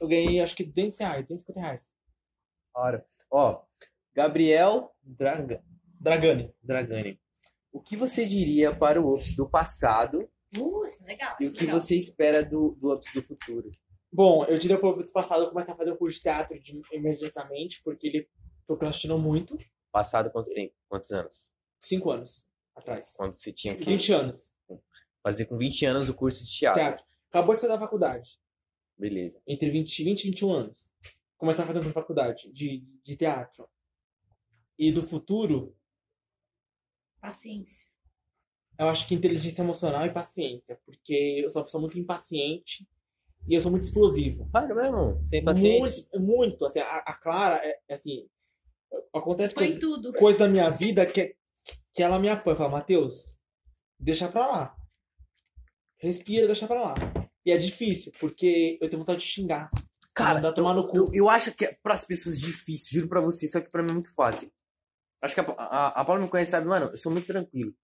Eu ganhei acho que 200 reais, 250 reais.
Hora. Ó, Gabriel Draga-
Dragani.
Dragani. O que você diria para o Ops do passado
Uh, isso é legal.
e
Isso
o
é
que
legal.
você espera do, do Ops do futuro?
Bom, eu diria pro ano passado eu começar a fazer o curso de teatro de- imediatamente, porque ele procrastinou muito.
Passado quanto tempo? Quantos anos?
Cinco anos atrás.
Quando você tinha que
20 anos.
fazer com 20 anos o curso de teatro.
Teatro. Acabou de sair da faculdade.
Beleza.
Entre 20, 20 e 21 anos. Começar a fazer um curso de faculdade de, de teatro. E do futuro,
Paciência.
eu acho que inteligência emocional e paciência. Porque eu sou uma pessoa muito impaciente e eu sou muito explosivo.
Para mesmo. Sem paciência.
Muito, muito. Assim, a, a Clara, é, é assim, acontece
Foi
coisa,
em tudo.
coisa da minha vida que, que ela me apoia. Fala, Matheus, deixa pra lá. Respira, deixa pra lá. E é difícil, porque eu tenho vontade de xingar. Mandar tomar no cu.
Eu, eu acho que é para as pessoas difícil, juro pra você, só que pra mim é muito fácil. Acho que a, a, a Paula me conhece, sabe, mano, eu sou muito tranquilo.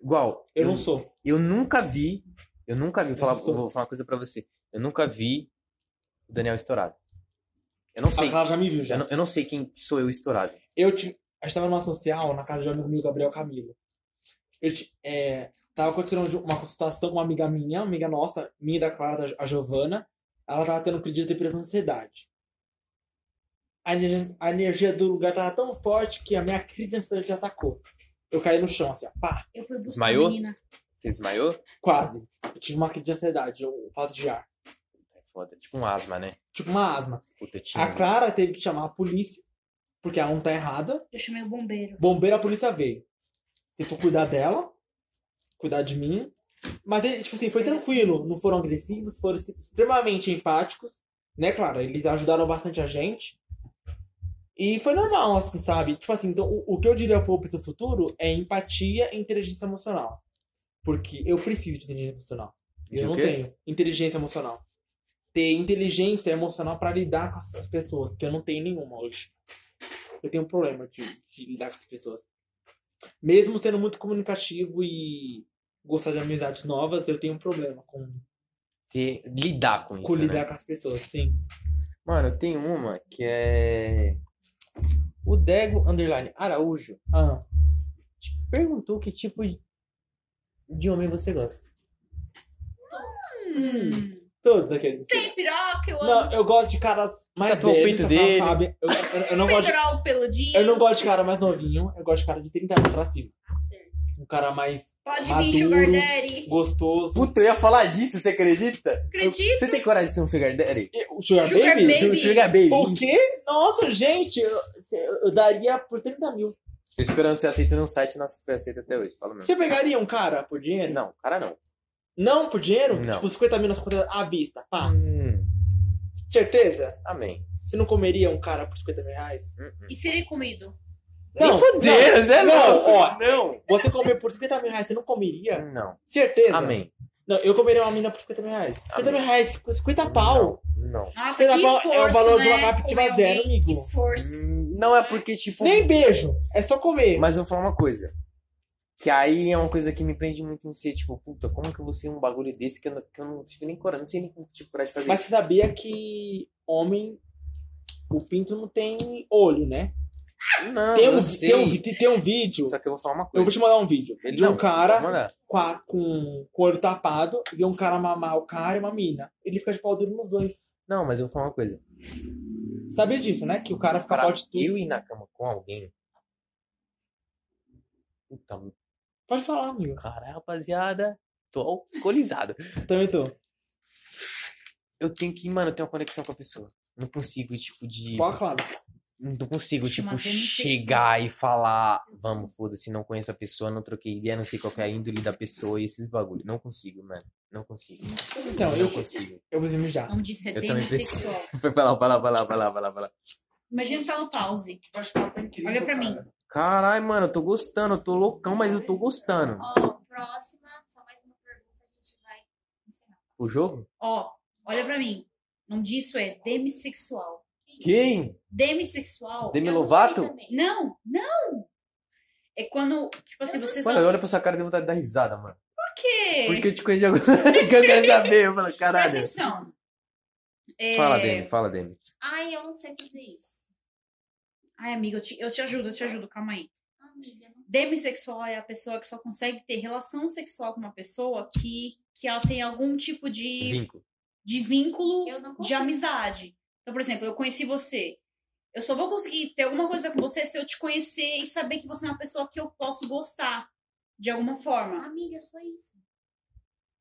Igual,
Eu não sou.
eu nunca vi, eu nunca vi, vou falar,
Hum. não sou.
vou falar uma coisa pra você. Eu nunca vi o Daniel estourado. Eu não
A
sei,
Clara já me viu,
eu
já.
não, eu não sei quem sou eu estourado.
Eu te, a gente tava numa social, na casa de um amigo meu, Gabriel Camilo. Eu te, é, tava acontecendo uma consultação com uma amiga minha, uma amiga nossa, minha e da Clara, da- a Giovana. Ela tava tendo crise de depressão e ansiedade. A energia, a energia do lugar tava tão forte que a minha crise de ansiedade já atacou. Eu caí no chão, assim, ó, pá,
Eu fui buscar
Desmaiou?
a menina.
Você desmaiou? É
quase. Eu tive uma crise de ansiedade, um falta de ar.
Foda, tipo um asma, né?
Tipo uma asma.
Puta, eu tinha.
A Clara teve que chamar a polícia, porque ela não tá errada.
Eu chamei o bombeiro.
Bombeiro, a polícia veio. Tentou cuidar dela, cuidar de mim. Mas, ele, tipo assim, foi tranquilo. Não foram agressivos, foram extremamente empáticos. Né, claro, eles ajudaram bastante a gente. E foi normal, assim, sabe? Tipo assim, então, o, o que eu diria pro pessoa futuro é empatia e inteligência emocional. Porque eu preciso de inteligência emocional.
De
Eu
o
não
quê?
tenho inteligência emocional. Ter inteligência emocional pra lidar com as as pessoas, que eu não tenho nenhuma hoje. Eu tenho um problema de, de lidar com as pessoas. Mesmo sendo muito comunicativo e gostar de amizades novas, eu tenho um problema com,
Ter- lidar com isso.
com
né?
lidar com as pessoas, sim.
Mano, tem uma que é. O Dego Underline Araújo
Ah,
te perguntou que tipo de- de homem você gosta.
Hum.
todos aqueles.
Tem piroca, eu amo.
Não, eu gosto de caras mais
Tatuou o
velhos,
peito
só pra-
dele.
sabe? Eu, eu- eu não gosto de,
Peitoral peludinho.
eu não gosto de cara mais novinho, eu gosto de cara de 30 anos pra cima.
Tá certo.
Um cara mais
Pode
Maduro.
vir, Sugar Daddy.
Gostoso.
Puta, eu ia falar disso, você acredita?
Acredita?
Você tem coragem de ser um sugar daddy?
E O é Sugar,
Sugar
Baby?
é um
Baby.
Sugar baby.
O quê? Nossa, gente, eu, eu daria por 30 mil.
Tô esperando ser aceito num site, não foi aceito até hoje, fala mesmo.
Você pegaria um cara por dinheiro?
Não, cara não.
Não por dinheiro?
Não.
Tipo, 50 mil na sua conta à vista. Pá.
Hum,
Certeza?
amém.
Você não comeria um cara por 50 mil reais?
Uhum.
E seria comido?
Não,
Deus, é
não, ó.
Não.
Você comer por 50 mil reais, você não comeria?
Não.
Certeza?
Amém.
Não, eu comeria uma mina por 50 mil reais. 50 mil
Amém.
reais, 50 Tá pau.
Não.
Nossa,
Sei lá,
que
qual- é o
esforço,
valor
né?
de uma captiva
Comer
zero,
alguém,
amigo.
Que esforço.
Hum, Não é porque, tipo.
Nem beijo, é só comer.
Mas eu vou falar uma coisa. Que aí é uma coisa que me prende muito em ser, tipo, puta, como que eu vou ser um bagulho desse que eu não, que eu não tive nem coragem, não sei nem como tive coragem de fazer
Mas você sabia que homem, o pinto não tem olho, né?
isso. Não,
tem, um,
Ah, eu
vi-
sei.
tem, um, vi- tem um vídeo,
Só que eu vou falar uma
eu
coisa.
vou te mandar um vídeo,
Ele-
de um
não, vou
cara
mandar.
com, a- com, com o olho tapado, e um cara mamar o cara e uma mina. Ele fica de pau duro nos dois.
Não, mas eu vou falar uma coisa.
Sabia disso, né? Que o cara fica
Pra
pau de tudo.
eu ir na cama com alguém. Puta,
Pode falar, amigo.
caralho, rapaziada. Tô alcoolizado.
Também tô.
Eu tenho que, mano, ter uma conexão com a pessoa. Não consigo, tipo, de.
Fala, claro.
Não consigo,
Chama
tipo,
até iniciação.
chegar e falar, vamos, foda-se, não conheço a pessoa, não troquei ideia, não sei qual que é a índole da pessoa e esses bagulho. Não consigo, mano. Não consigo.
Então,
Não
eu,
consigo.
eu vou mijar.
O nome disso é
Hum. Eu também assim. preciso.
demissexual.
Foi pra lá, pra lá, pra lá, pra lá, pra lá, pra lá.
Imagina tá no pause. Olha pra mim.
Caralho, mano, eu tô gostando, eu tô loucão, mas eu tô gostando.
Ó, próxima. Só mais uma pergunta, a gente vai encerrar.
O jogo?
Ó, olha pra mim. O nome disso é demissexual.
Quem?
Demissexual.
Demi
Eu não sei
Lovato?
também.
Não, não. É quando, tipo assim, você
Mano, eu
só...
olho pra sua cara e tenho vontade de dar risada, mano.
Por quê?
Porque eu te conheci agora que eu quero saber. Eu falo,
Presta
caralho.
atenção. É...
Fala, Demi, fala, Demi.
Ai, eu não sei fazer isso.
Ai, amiga, eu te, eu te ajudo, eu te ajudo, calma aí.
Amiga, não
Demissexual é a pessoa que só consegue ter relação sexual com uma pessoa que, que ela tem algum tipo de,
Vinco.
de vínculo
Eu não
de
consigo.
amizade. Então, por exemplo, eu conheci você. Eu só vou conseguir ter alguma coisa com você se eu te conhecer e saber que você é uma pessoa que eu posso gostar de alguma forma.
Amiga, só isso.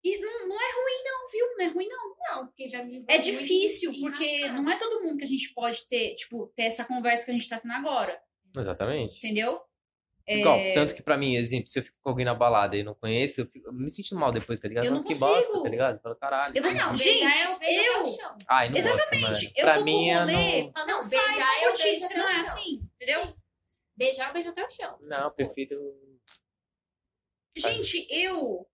E não, não é ruim, não, viu? Não é ruim, não.
Não, porque já me
É difícil, porque não é todo mundo que a gente pode ter, tipo, ter essa conversa que a gente tá tendo agora.
Exatamente.
Entendeu? É,
Igual, tanto que pra mim, exemplo, se eu fico com alguém na balada e não conheço, eu, fico- eu me sinto mal depois, tá ligado?
Eu não
Mano, que
consigo.
bosta, tá ligado? Eu falo, caralho.
Eu vou,
Não,
não,
beijar
gente,
eu vejo
eu-
paixão.
Ai, não
Exatamente,
gosto, mano.
eu
pra
vou pro
mim, eu
rolê,
não...
Ah,
Não,
não,
sai
beijar
pra
eu
curtir,
beijo
se não é
até o chão.
assim, entendeu?
Sim. Beijar eu beijo até o chão.
Não, eu prefiro...
Gente, eu.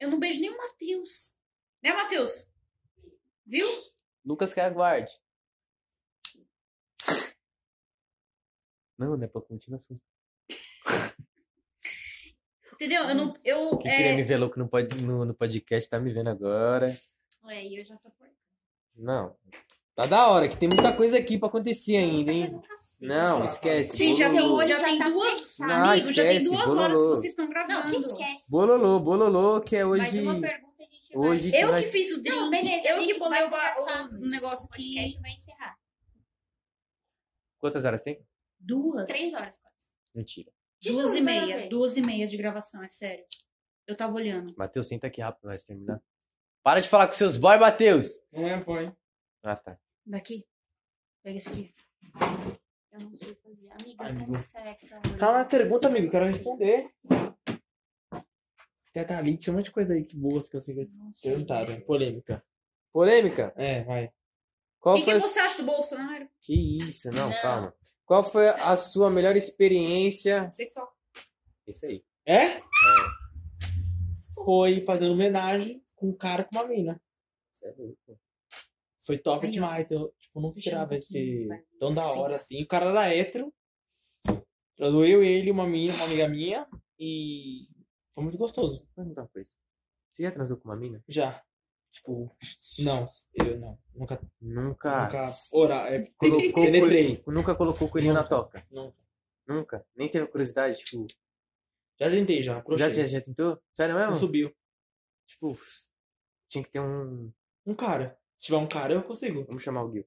Eu não beijo nem o Matheus. Né, Matheus? Viu?
Lucas quer aguarde. Não, não é pra continuar assim.
Entendeu? Eu não. Eu,
Quem queria
é,
me ver louco no, pod, no, no podcast tá me vendo agora.
Ué, É, e eu já tô por
Não.
Tá da hora, que tem muita coisa aqui pra acontecer ainda, hein? Não, esquece.
Sim, já
Bololô.
tem, já
Já
assim, tem
tá
duas.
fechado.
Não,
Amigo, já tem
esquece,
duas horas que
bololô.
vocês estão
Não, que
gravando.
esquece.
Bololô, bololô, que é
Mais
hoje...
uma pergunta a gente vai...
Hoje
eu
vai-
que fiz o drink,
Não, beleza, a
eu
gente
que bolei o,
vai
ba-
conversar.
o negócio
O
aqui.
podcast vai encerrar.
Quantas horas tem?
Duas?
Três horas quase.
Mentira.
Duas e
Juro, vai
meia.
ver.
Duas e meia de gravação, é sério. Eu tava olhando.
Matheus, senta aqui rápido, nós terminar. Para de falar com seus boy, Matheus!
Não é, foi.
Ah, tá.
Daqui. Pega esse aqui.
Eu não sei fazer. Amiga,
Amigo.
como é seca? olha.
Calma Tá na pergunta, amigo, quero responder. Tem até link, tinha um monte de coisa aí que boas que eu sei que eu te perguntaram. Polêmica.
Polêmica?
É, vai.
Qual
O que,
foi
que
a
você acha do Bolsonaro?
Que isso, não,
Não.
calma. Qual foi a sua melhor experiência?
Sexual.
Isso aí.
É? Foi fazendo homenagem com um cara com uma mina.
Isso é louco.
Foi top
Aí, ó.
demais. Eu, tipo, não
Fechando
tirava
um pouquinho,
esse
vai.
tão da
Sim.
hora assim. O cara era hétero. Transou eu, ele, uma minha, uma amiga minha. E foi muito gostoso.
Vou perguntar uma coisa. Você já transou com uma mina?
Já. Tipo, não, eu não. Nunca,
Nunca.
nunca ora, é,
Ah, Colocou o
penetrei.
coelho- nunca colocou o coelhinho na toca?
Nunca.
Nunca? Nem teve curiosidade? Tipo,
Já tentei, já.
já,
Crochê.
já, já tentou? Sério mesmo?
Não subiu.
Tipo, tinha que ter um...
Um cara. Se tiver um cara, eu consigo.
Vamos chamar o Gil.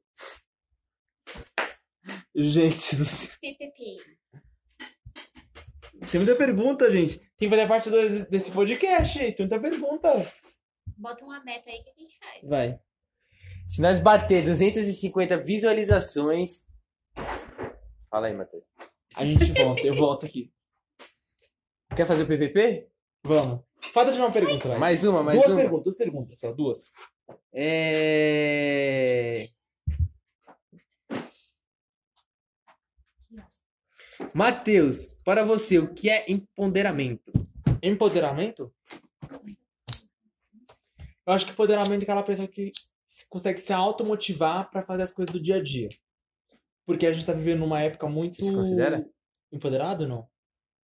Gente do céu.
PPP.
Tem muita pergunta, gente. Tem que fazer parte dois desse podcast, gente. Tem muita pergunta.
Bota uma meta aí que a gente faz.
Vai.
Se nós bater 250 visualizações. Fala aí, Matheus.
A gente volta. Eu volto aqui.
Quer fazer o PPP?
Vamos. Fala de uma pergunta, vai.
Mais uma, mais
duas
uma.
perguntas, duas perguntas só, duas.
É... Matheus, para você, o que é empoderamento?
Empoderamento? Eu acho que empoderamento é aquela pessoa que se- consegue se automotivar pra fazer as coisas do dia a dia. Porque a gente tá vivendo numa época muito.
Você se considera?
Empoderado, não?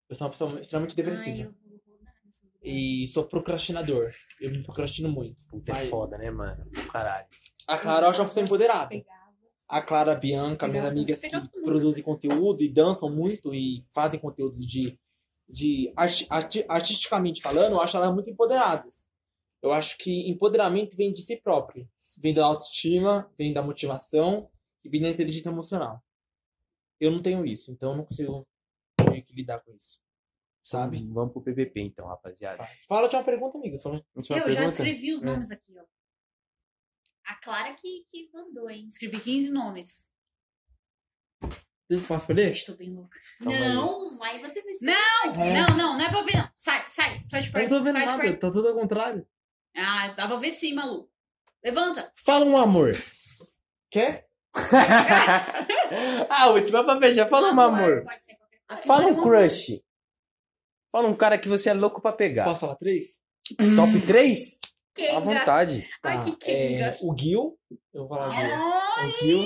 Eu sou uma pessoa extremamente
Ai,
depressiva.
eu vou rodar nisso.
E sou procrastinador. Eu me procrastino muito.
Puta, é
Ai.
foda, né, mano? Do Caralho.
A Carol já é uma pessoa empoderada.
Pegava.
a Clara, a Bianca, minhas
Legal.
amigas que
Legal tudo.
produzem conteúdo e dançam muito e fazem conteúdo de, de arti- arti- artisticamente falando, eu acho elas muito empoderadas. Eu acho que empoderamento vem de si próprio, vem da autoestima, vem da motivação e vem da inteligência emocional. Eu não tenho isso, então eu não consigo meio que lidar com isso. Sabe?
Vamos pro PPP então, rapaziada.
Fala de uma pergunta, amiga. Fala
Última
Eu já
pergunta.
escrevi os
É.
nomes aqui, ó. A Clara que, que mandou, hein? Escrevi 15 nomes.
de... Posso escolher?
Estou bem louca.
Calma aí.
Não, aí você vai
Não. Não, não, não é pra ver, não. Sai, sai. Sai de
Eu não
perto.
tô vendo
sai de
nada,
perto.
tá tudo ao contrário.
Ah, dá pra ver sim, Malu. Levanta.
Fala um amor.
Quer?
ah, última pra fechar. Fala um amor.
Pode ser qualquer coisa.
Fala um crush. Fala um cara que você é louco pra
Tá.
pegar.
Posso falar três?
Top 3? À
Kenga.
vontade.
Ai, que
é,
kenga.
o Gil. Eu vou falar o Gil.
Ai,
O Gil.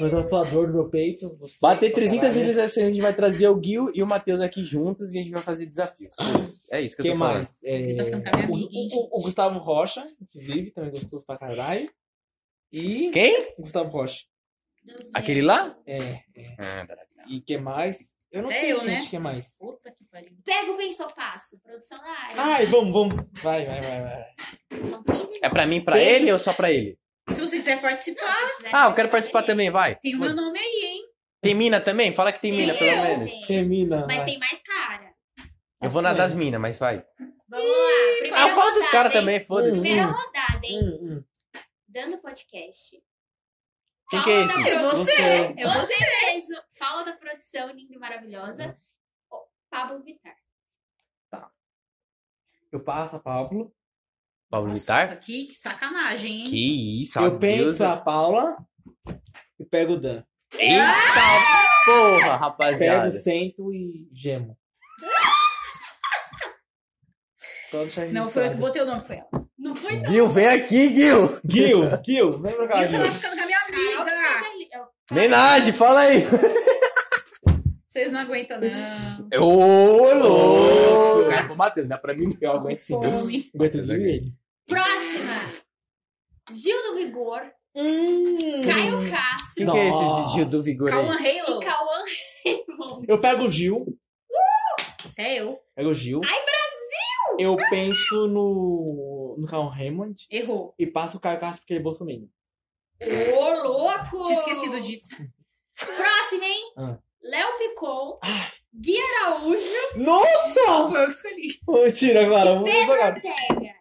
Meu tatuador no meu peito. gostoso
Bater
pra
300
caralho.
visualizações, a gente vai trazer o Gil e o Matheus aqui juntos e a gente vai fazer desafios. É isso que eu
Quem
tô falando.
mais? É,
Eu tô ficando com a minha
o,
amiga, hein,
o- o Gustavo Rocha, inclusive, também gostoso pra caralho. E.
Quem?
O Gustavo Rocha.
Deus
Aquele
me-
lá?
É. E quem mais? Eu não
Até
sei,
eu,
gente,
né?
quem mais.
Puta que pariu.
Pega o pensopasso, produção da área.
Ah.
Ai, vamos, vamos. Vai, vai, vai, vai.
São 15
É pra mim, pra
Tem-
ele ou só pra ele?
Se você quiser participar,
Ah, eu quero participar também, vai.
tem o meu nome aí, hein?
Tem mina também? Fala que tem mina, pelo
eu,
menos.
velho.
Termina.
Mas
vai.
tem mais cara.
Eu vou nas das minas, mas vai.
Vamos lá. Primeira
Ah, fala dos
rodada,
caras
hein?
também, foda-se.
Primeira rodada, hein?
Hum, hum.
Dando podcast.
Quem que é
Fala
esse?
da produção.
Você.
É você mesmo. Fala da produção linda e maravilhosa. Pablo Vittar.
Eu passo a Pablo.
Pablo
Nossa,
Vittar?
que, que sacanagem, hein?
Que isso,
eu penso
adeus.
a Paula. E pego o Dan.
Eita porra,
Pego,
rapaziada.
sento e gemo. Só deixar
Não, foi eu que
registrado.
botei o nome, foi ela.
Não foi
Gil, vem aqui, Gil!
Gil, Gil, vem pra cá,
Eu tava
Gil.
ficando com a minha
Carol que
amiga.
fez ali. É o-
Menage, fala aí!
Vocês não aguentam, não.
Ô, louco! Ô, Matheus, dá pra mim?
Eu aguento sim.
Fome.
Aguento tudo ele.
Próxima. Gil do Vigor.
Hum.
Caio Castro.
Quem que é esse
Nossa.
vídeo do Vigor
Calma,
aí?
E
Halo.
Cauã Raymond.
Eu pego o Gil.
É eu.
Pego o Gil.
Ai,
Brasil! Eu penso no. no Carl Raymond
Errou.
e passo o Caio Castro porque ele é Bolsonaro.
Ô, louco!
Tinha esquecido disso.
Próximo, hein?
Ah.
Léo Picol.
Ah.
Gui Araújo.
Nossa!
Foi eu que escolhi.
Mentira, Clara. Vamos
Pedro
jogar.
Ortega.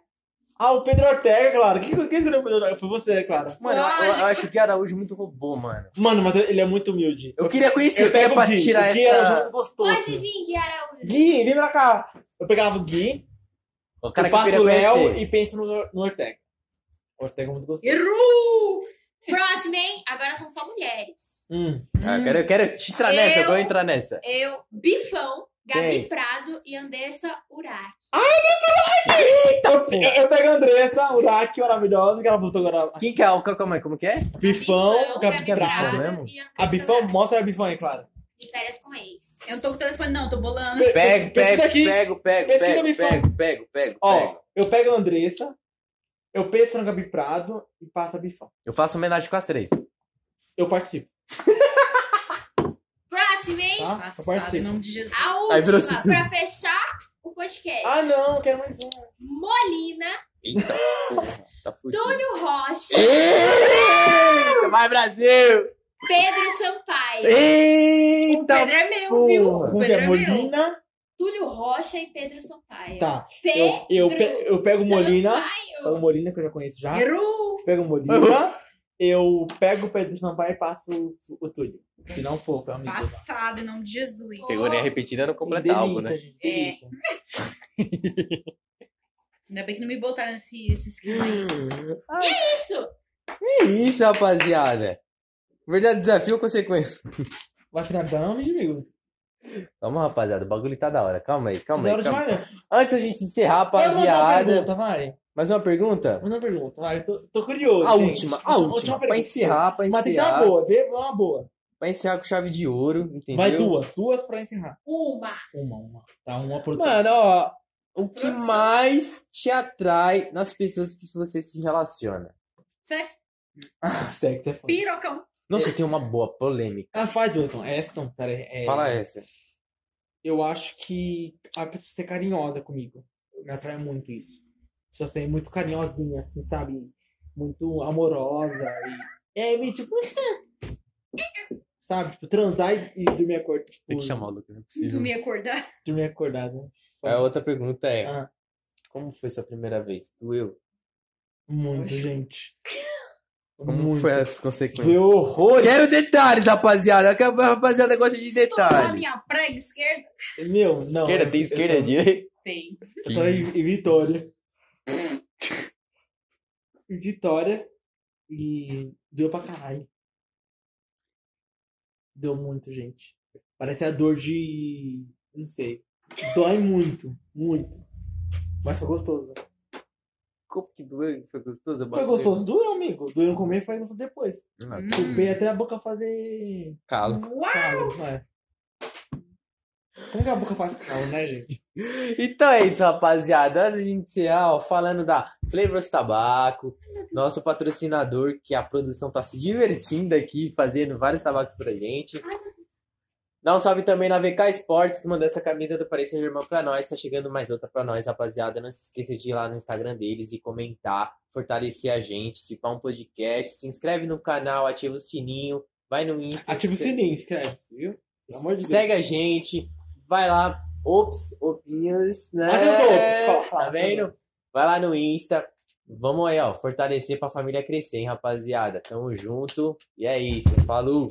Ah, o Pedro Ortega, Clara. Quem quem escolheu é o Pedro Ortega? Foi você, Clara.
Mano, eu, eu acho que Araújo é muito robô, mano.
Mano, mas ele é muito humilde.
Eu queria conhecer,
Eu
eu queria
pego o
pra
Gui.
tirar
o Gui era um
essa...
jogo gostoso.
Pode vir, Gui Araújo.
Gui, vem pra cá. Eu pegava o Gui,
O
eu
que eu
passo
queria
o Léo
conhecer.
e penso no, no Ortega. O Ortega é muito gostoso.
Errou!
Próximo, hein? Agora são só mulheres.
Hum.
Ah, eu, quero, eu quero te entrar nessa, eu
Eu-
vou entrar nessa.
Eu, Bifão, Gabi
Quem?
Prado e Andressa Urach.
Eu, eu, eu pego a Andressa, Uraki, maravilhosa, que ela voltou agora.
Quem que é? O- Calma aí, como que é?
Bifão, Gabi
Prado.
Prado.
mesmo?
e Andressa
A Bifão,
Urach.
mostra a Bifão aí, Clara.
De férias com ex.
Eu não tô com o telefone, não, tô bolando.
Pe-
Pego,
pesquisa
pego,
aqui.
pego, pego,
Pesquisa
pego,
me fala.
pego, pego, pego, pego.
Ó, eu pego a Andressa, eu penso no Gabi Prado e passo a Bifão.
Eu faço homenagem com as três.
Eu participo,
Próximo, hein?
tá? Eu
Passado, em
participo.
nome de Jesus.
A
Aí virou
última, pra fechar o podcast.
Ah, não, eu quero mais um.
Molina,
Eita porra, tá fudido.
Túlio Rocha,
Eita, Vai, Brasil!
Pedro Sampaio. O
Eita!
Pedro é meu, viu?
porra.
O
Um que
Pedro
é
é meu.
Molina.
Túlio Rocha e Pedro Sampaio.
Tá.
Pedro
Eu, eu, pe- eu pego o Molina. Pego o
Sampaio.
Molina, que eu já conheço já.
Errou.
Pego o Molina. Eu pego o Pedro Sampaio e passo o, o Túlio. Se não for, foi um amigo.
Passado, em nome de Jesus.
Figurinha repetida não completa algo, né?
Ainda bem que não me botaram nesse esse esquema aí.
É. Isso.
Que é isso, rapaziada? Verdade, desafio ou consequência?
Vai finalizar não, vídeo amigo.
Calma, rapaziada, o bagulho tá da hora. Calma aí, calma
Da hora
aí. Calma.
demais, né?
Antes da gente encerrar,
Faz mais uma
rapaziada.
pergunta, vai.
Mais uma pergunta?
Mais uma pergunta, vai. Tô, tô curioso.
A
gente.
última, a última. Pra
pergunta.
encerrar, pra
Mas tem que ser uma
encerrar.
boa, vê, uma boa.
Pra encerrar com chave de ouro, entendeu?
Vai duas, duas pra encerrar.
Uma.
Uma, uma. Tá, uma por
Mano, ó, o que mais te atrai nas pessoas que você se relaciona?
Sexo,
Sexo é foda.
pirocão.
Nossa, eu tenho uma boa polêmica.
Ah, faz duas então. Essa então, pera aí. É,
Fala essa.
Eu acho que a pessoa ser carinhosa comigo. Me atrai muito isso. Só ser muito carinhosinha, assim, sabe? Muito amorosa. E... É, me tipo. sabe? Tipo, transar e, e dormir acordado. Tipo,
Tem que chamar o Lucas, não é
Tu
possível.
me acordar.
Dormir acordado. né?
A outra pergunta é:
Ah.
Como foi sua primeira vez? Doeu?
Muito, gente.
Como
muito.
foi as consequências?
Meu horror.
Quero detalhes, rapaziada. Que A rapaziada gosta de
Estourar
detalhes.
minha prega esquerda.
Meu, não.
Esquerda, tem
eu-
esquerda,
eu tô-
direita.
Tem.
Eu tava em, em Vitória. em Vitória. E doeu pra caralho. Deu muito, gente. Parece a dor de. Não sei. Dói muito, muito. Mas foi gostoso.
Como que doeu? Foi gostoso?
Foi gostoso. Doeu, amigo. Doeu no começo, foi gostoso depois.
Ah,
Hum.
Chupei até a boca fazer.
Calo.
Uau!
calo, vai. Como que a boca faz calo, né, gente?
Então é isso, rapaziada. Antes da gente encerrar, ó, falando da Flavors Tabaco, nosso patrocinador, que a produção tá se divertindo aqui, fazendo vários tabacos pra gente. Dá um salve também na VK Sports, que mandou essa camisa do Paris Saint-Germain pra nós. Tá chegando mais outra pra nós, rapaziada. Não se esqueça de ir lá no Instagram deles e comentar, fortalecer a gente, se pá um podcast, se inscreve no canal, ativa o sininho, vai no Insta.
Ativa o
se-
sininho, escreve, viu? Pelo amor de Deus.
Segue a gente, vai lá, ops, opinhas, né?
Mas eu tô,
É,
fala, fala,
Tá vendo? Vai lá no Insta. Vamos aí, ó, fortalecer pra família crescer, hein, rapaziada. Tamo junto. E é isso. Falou.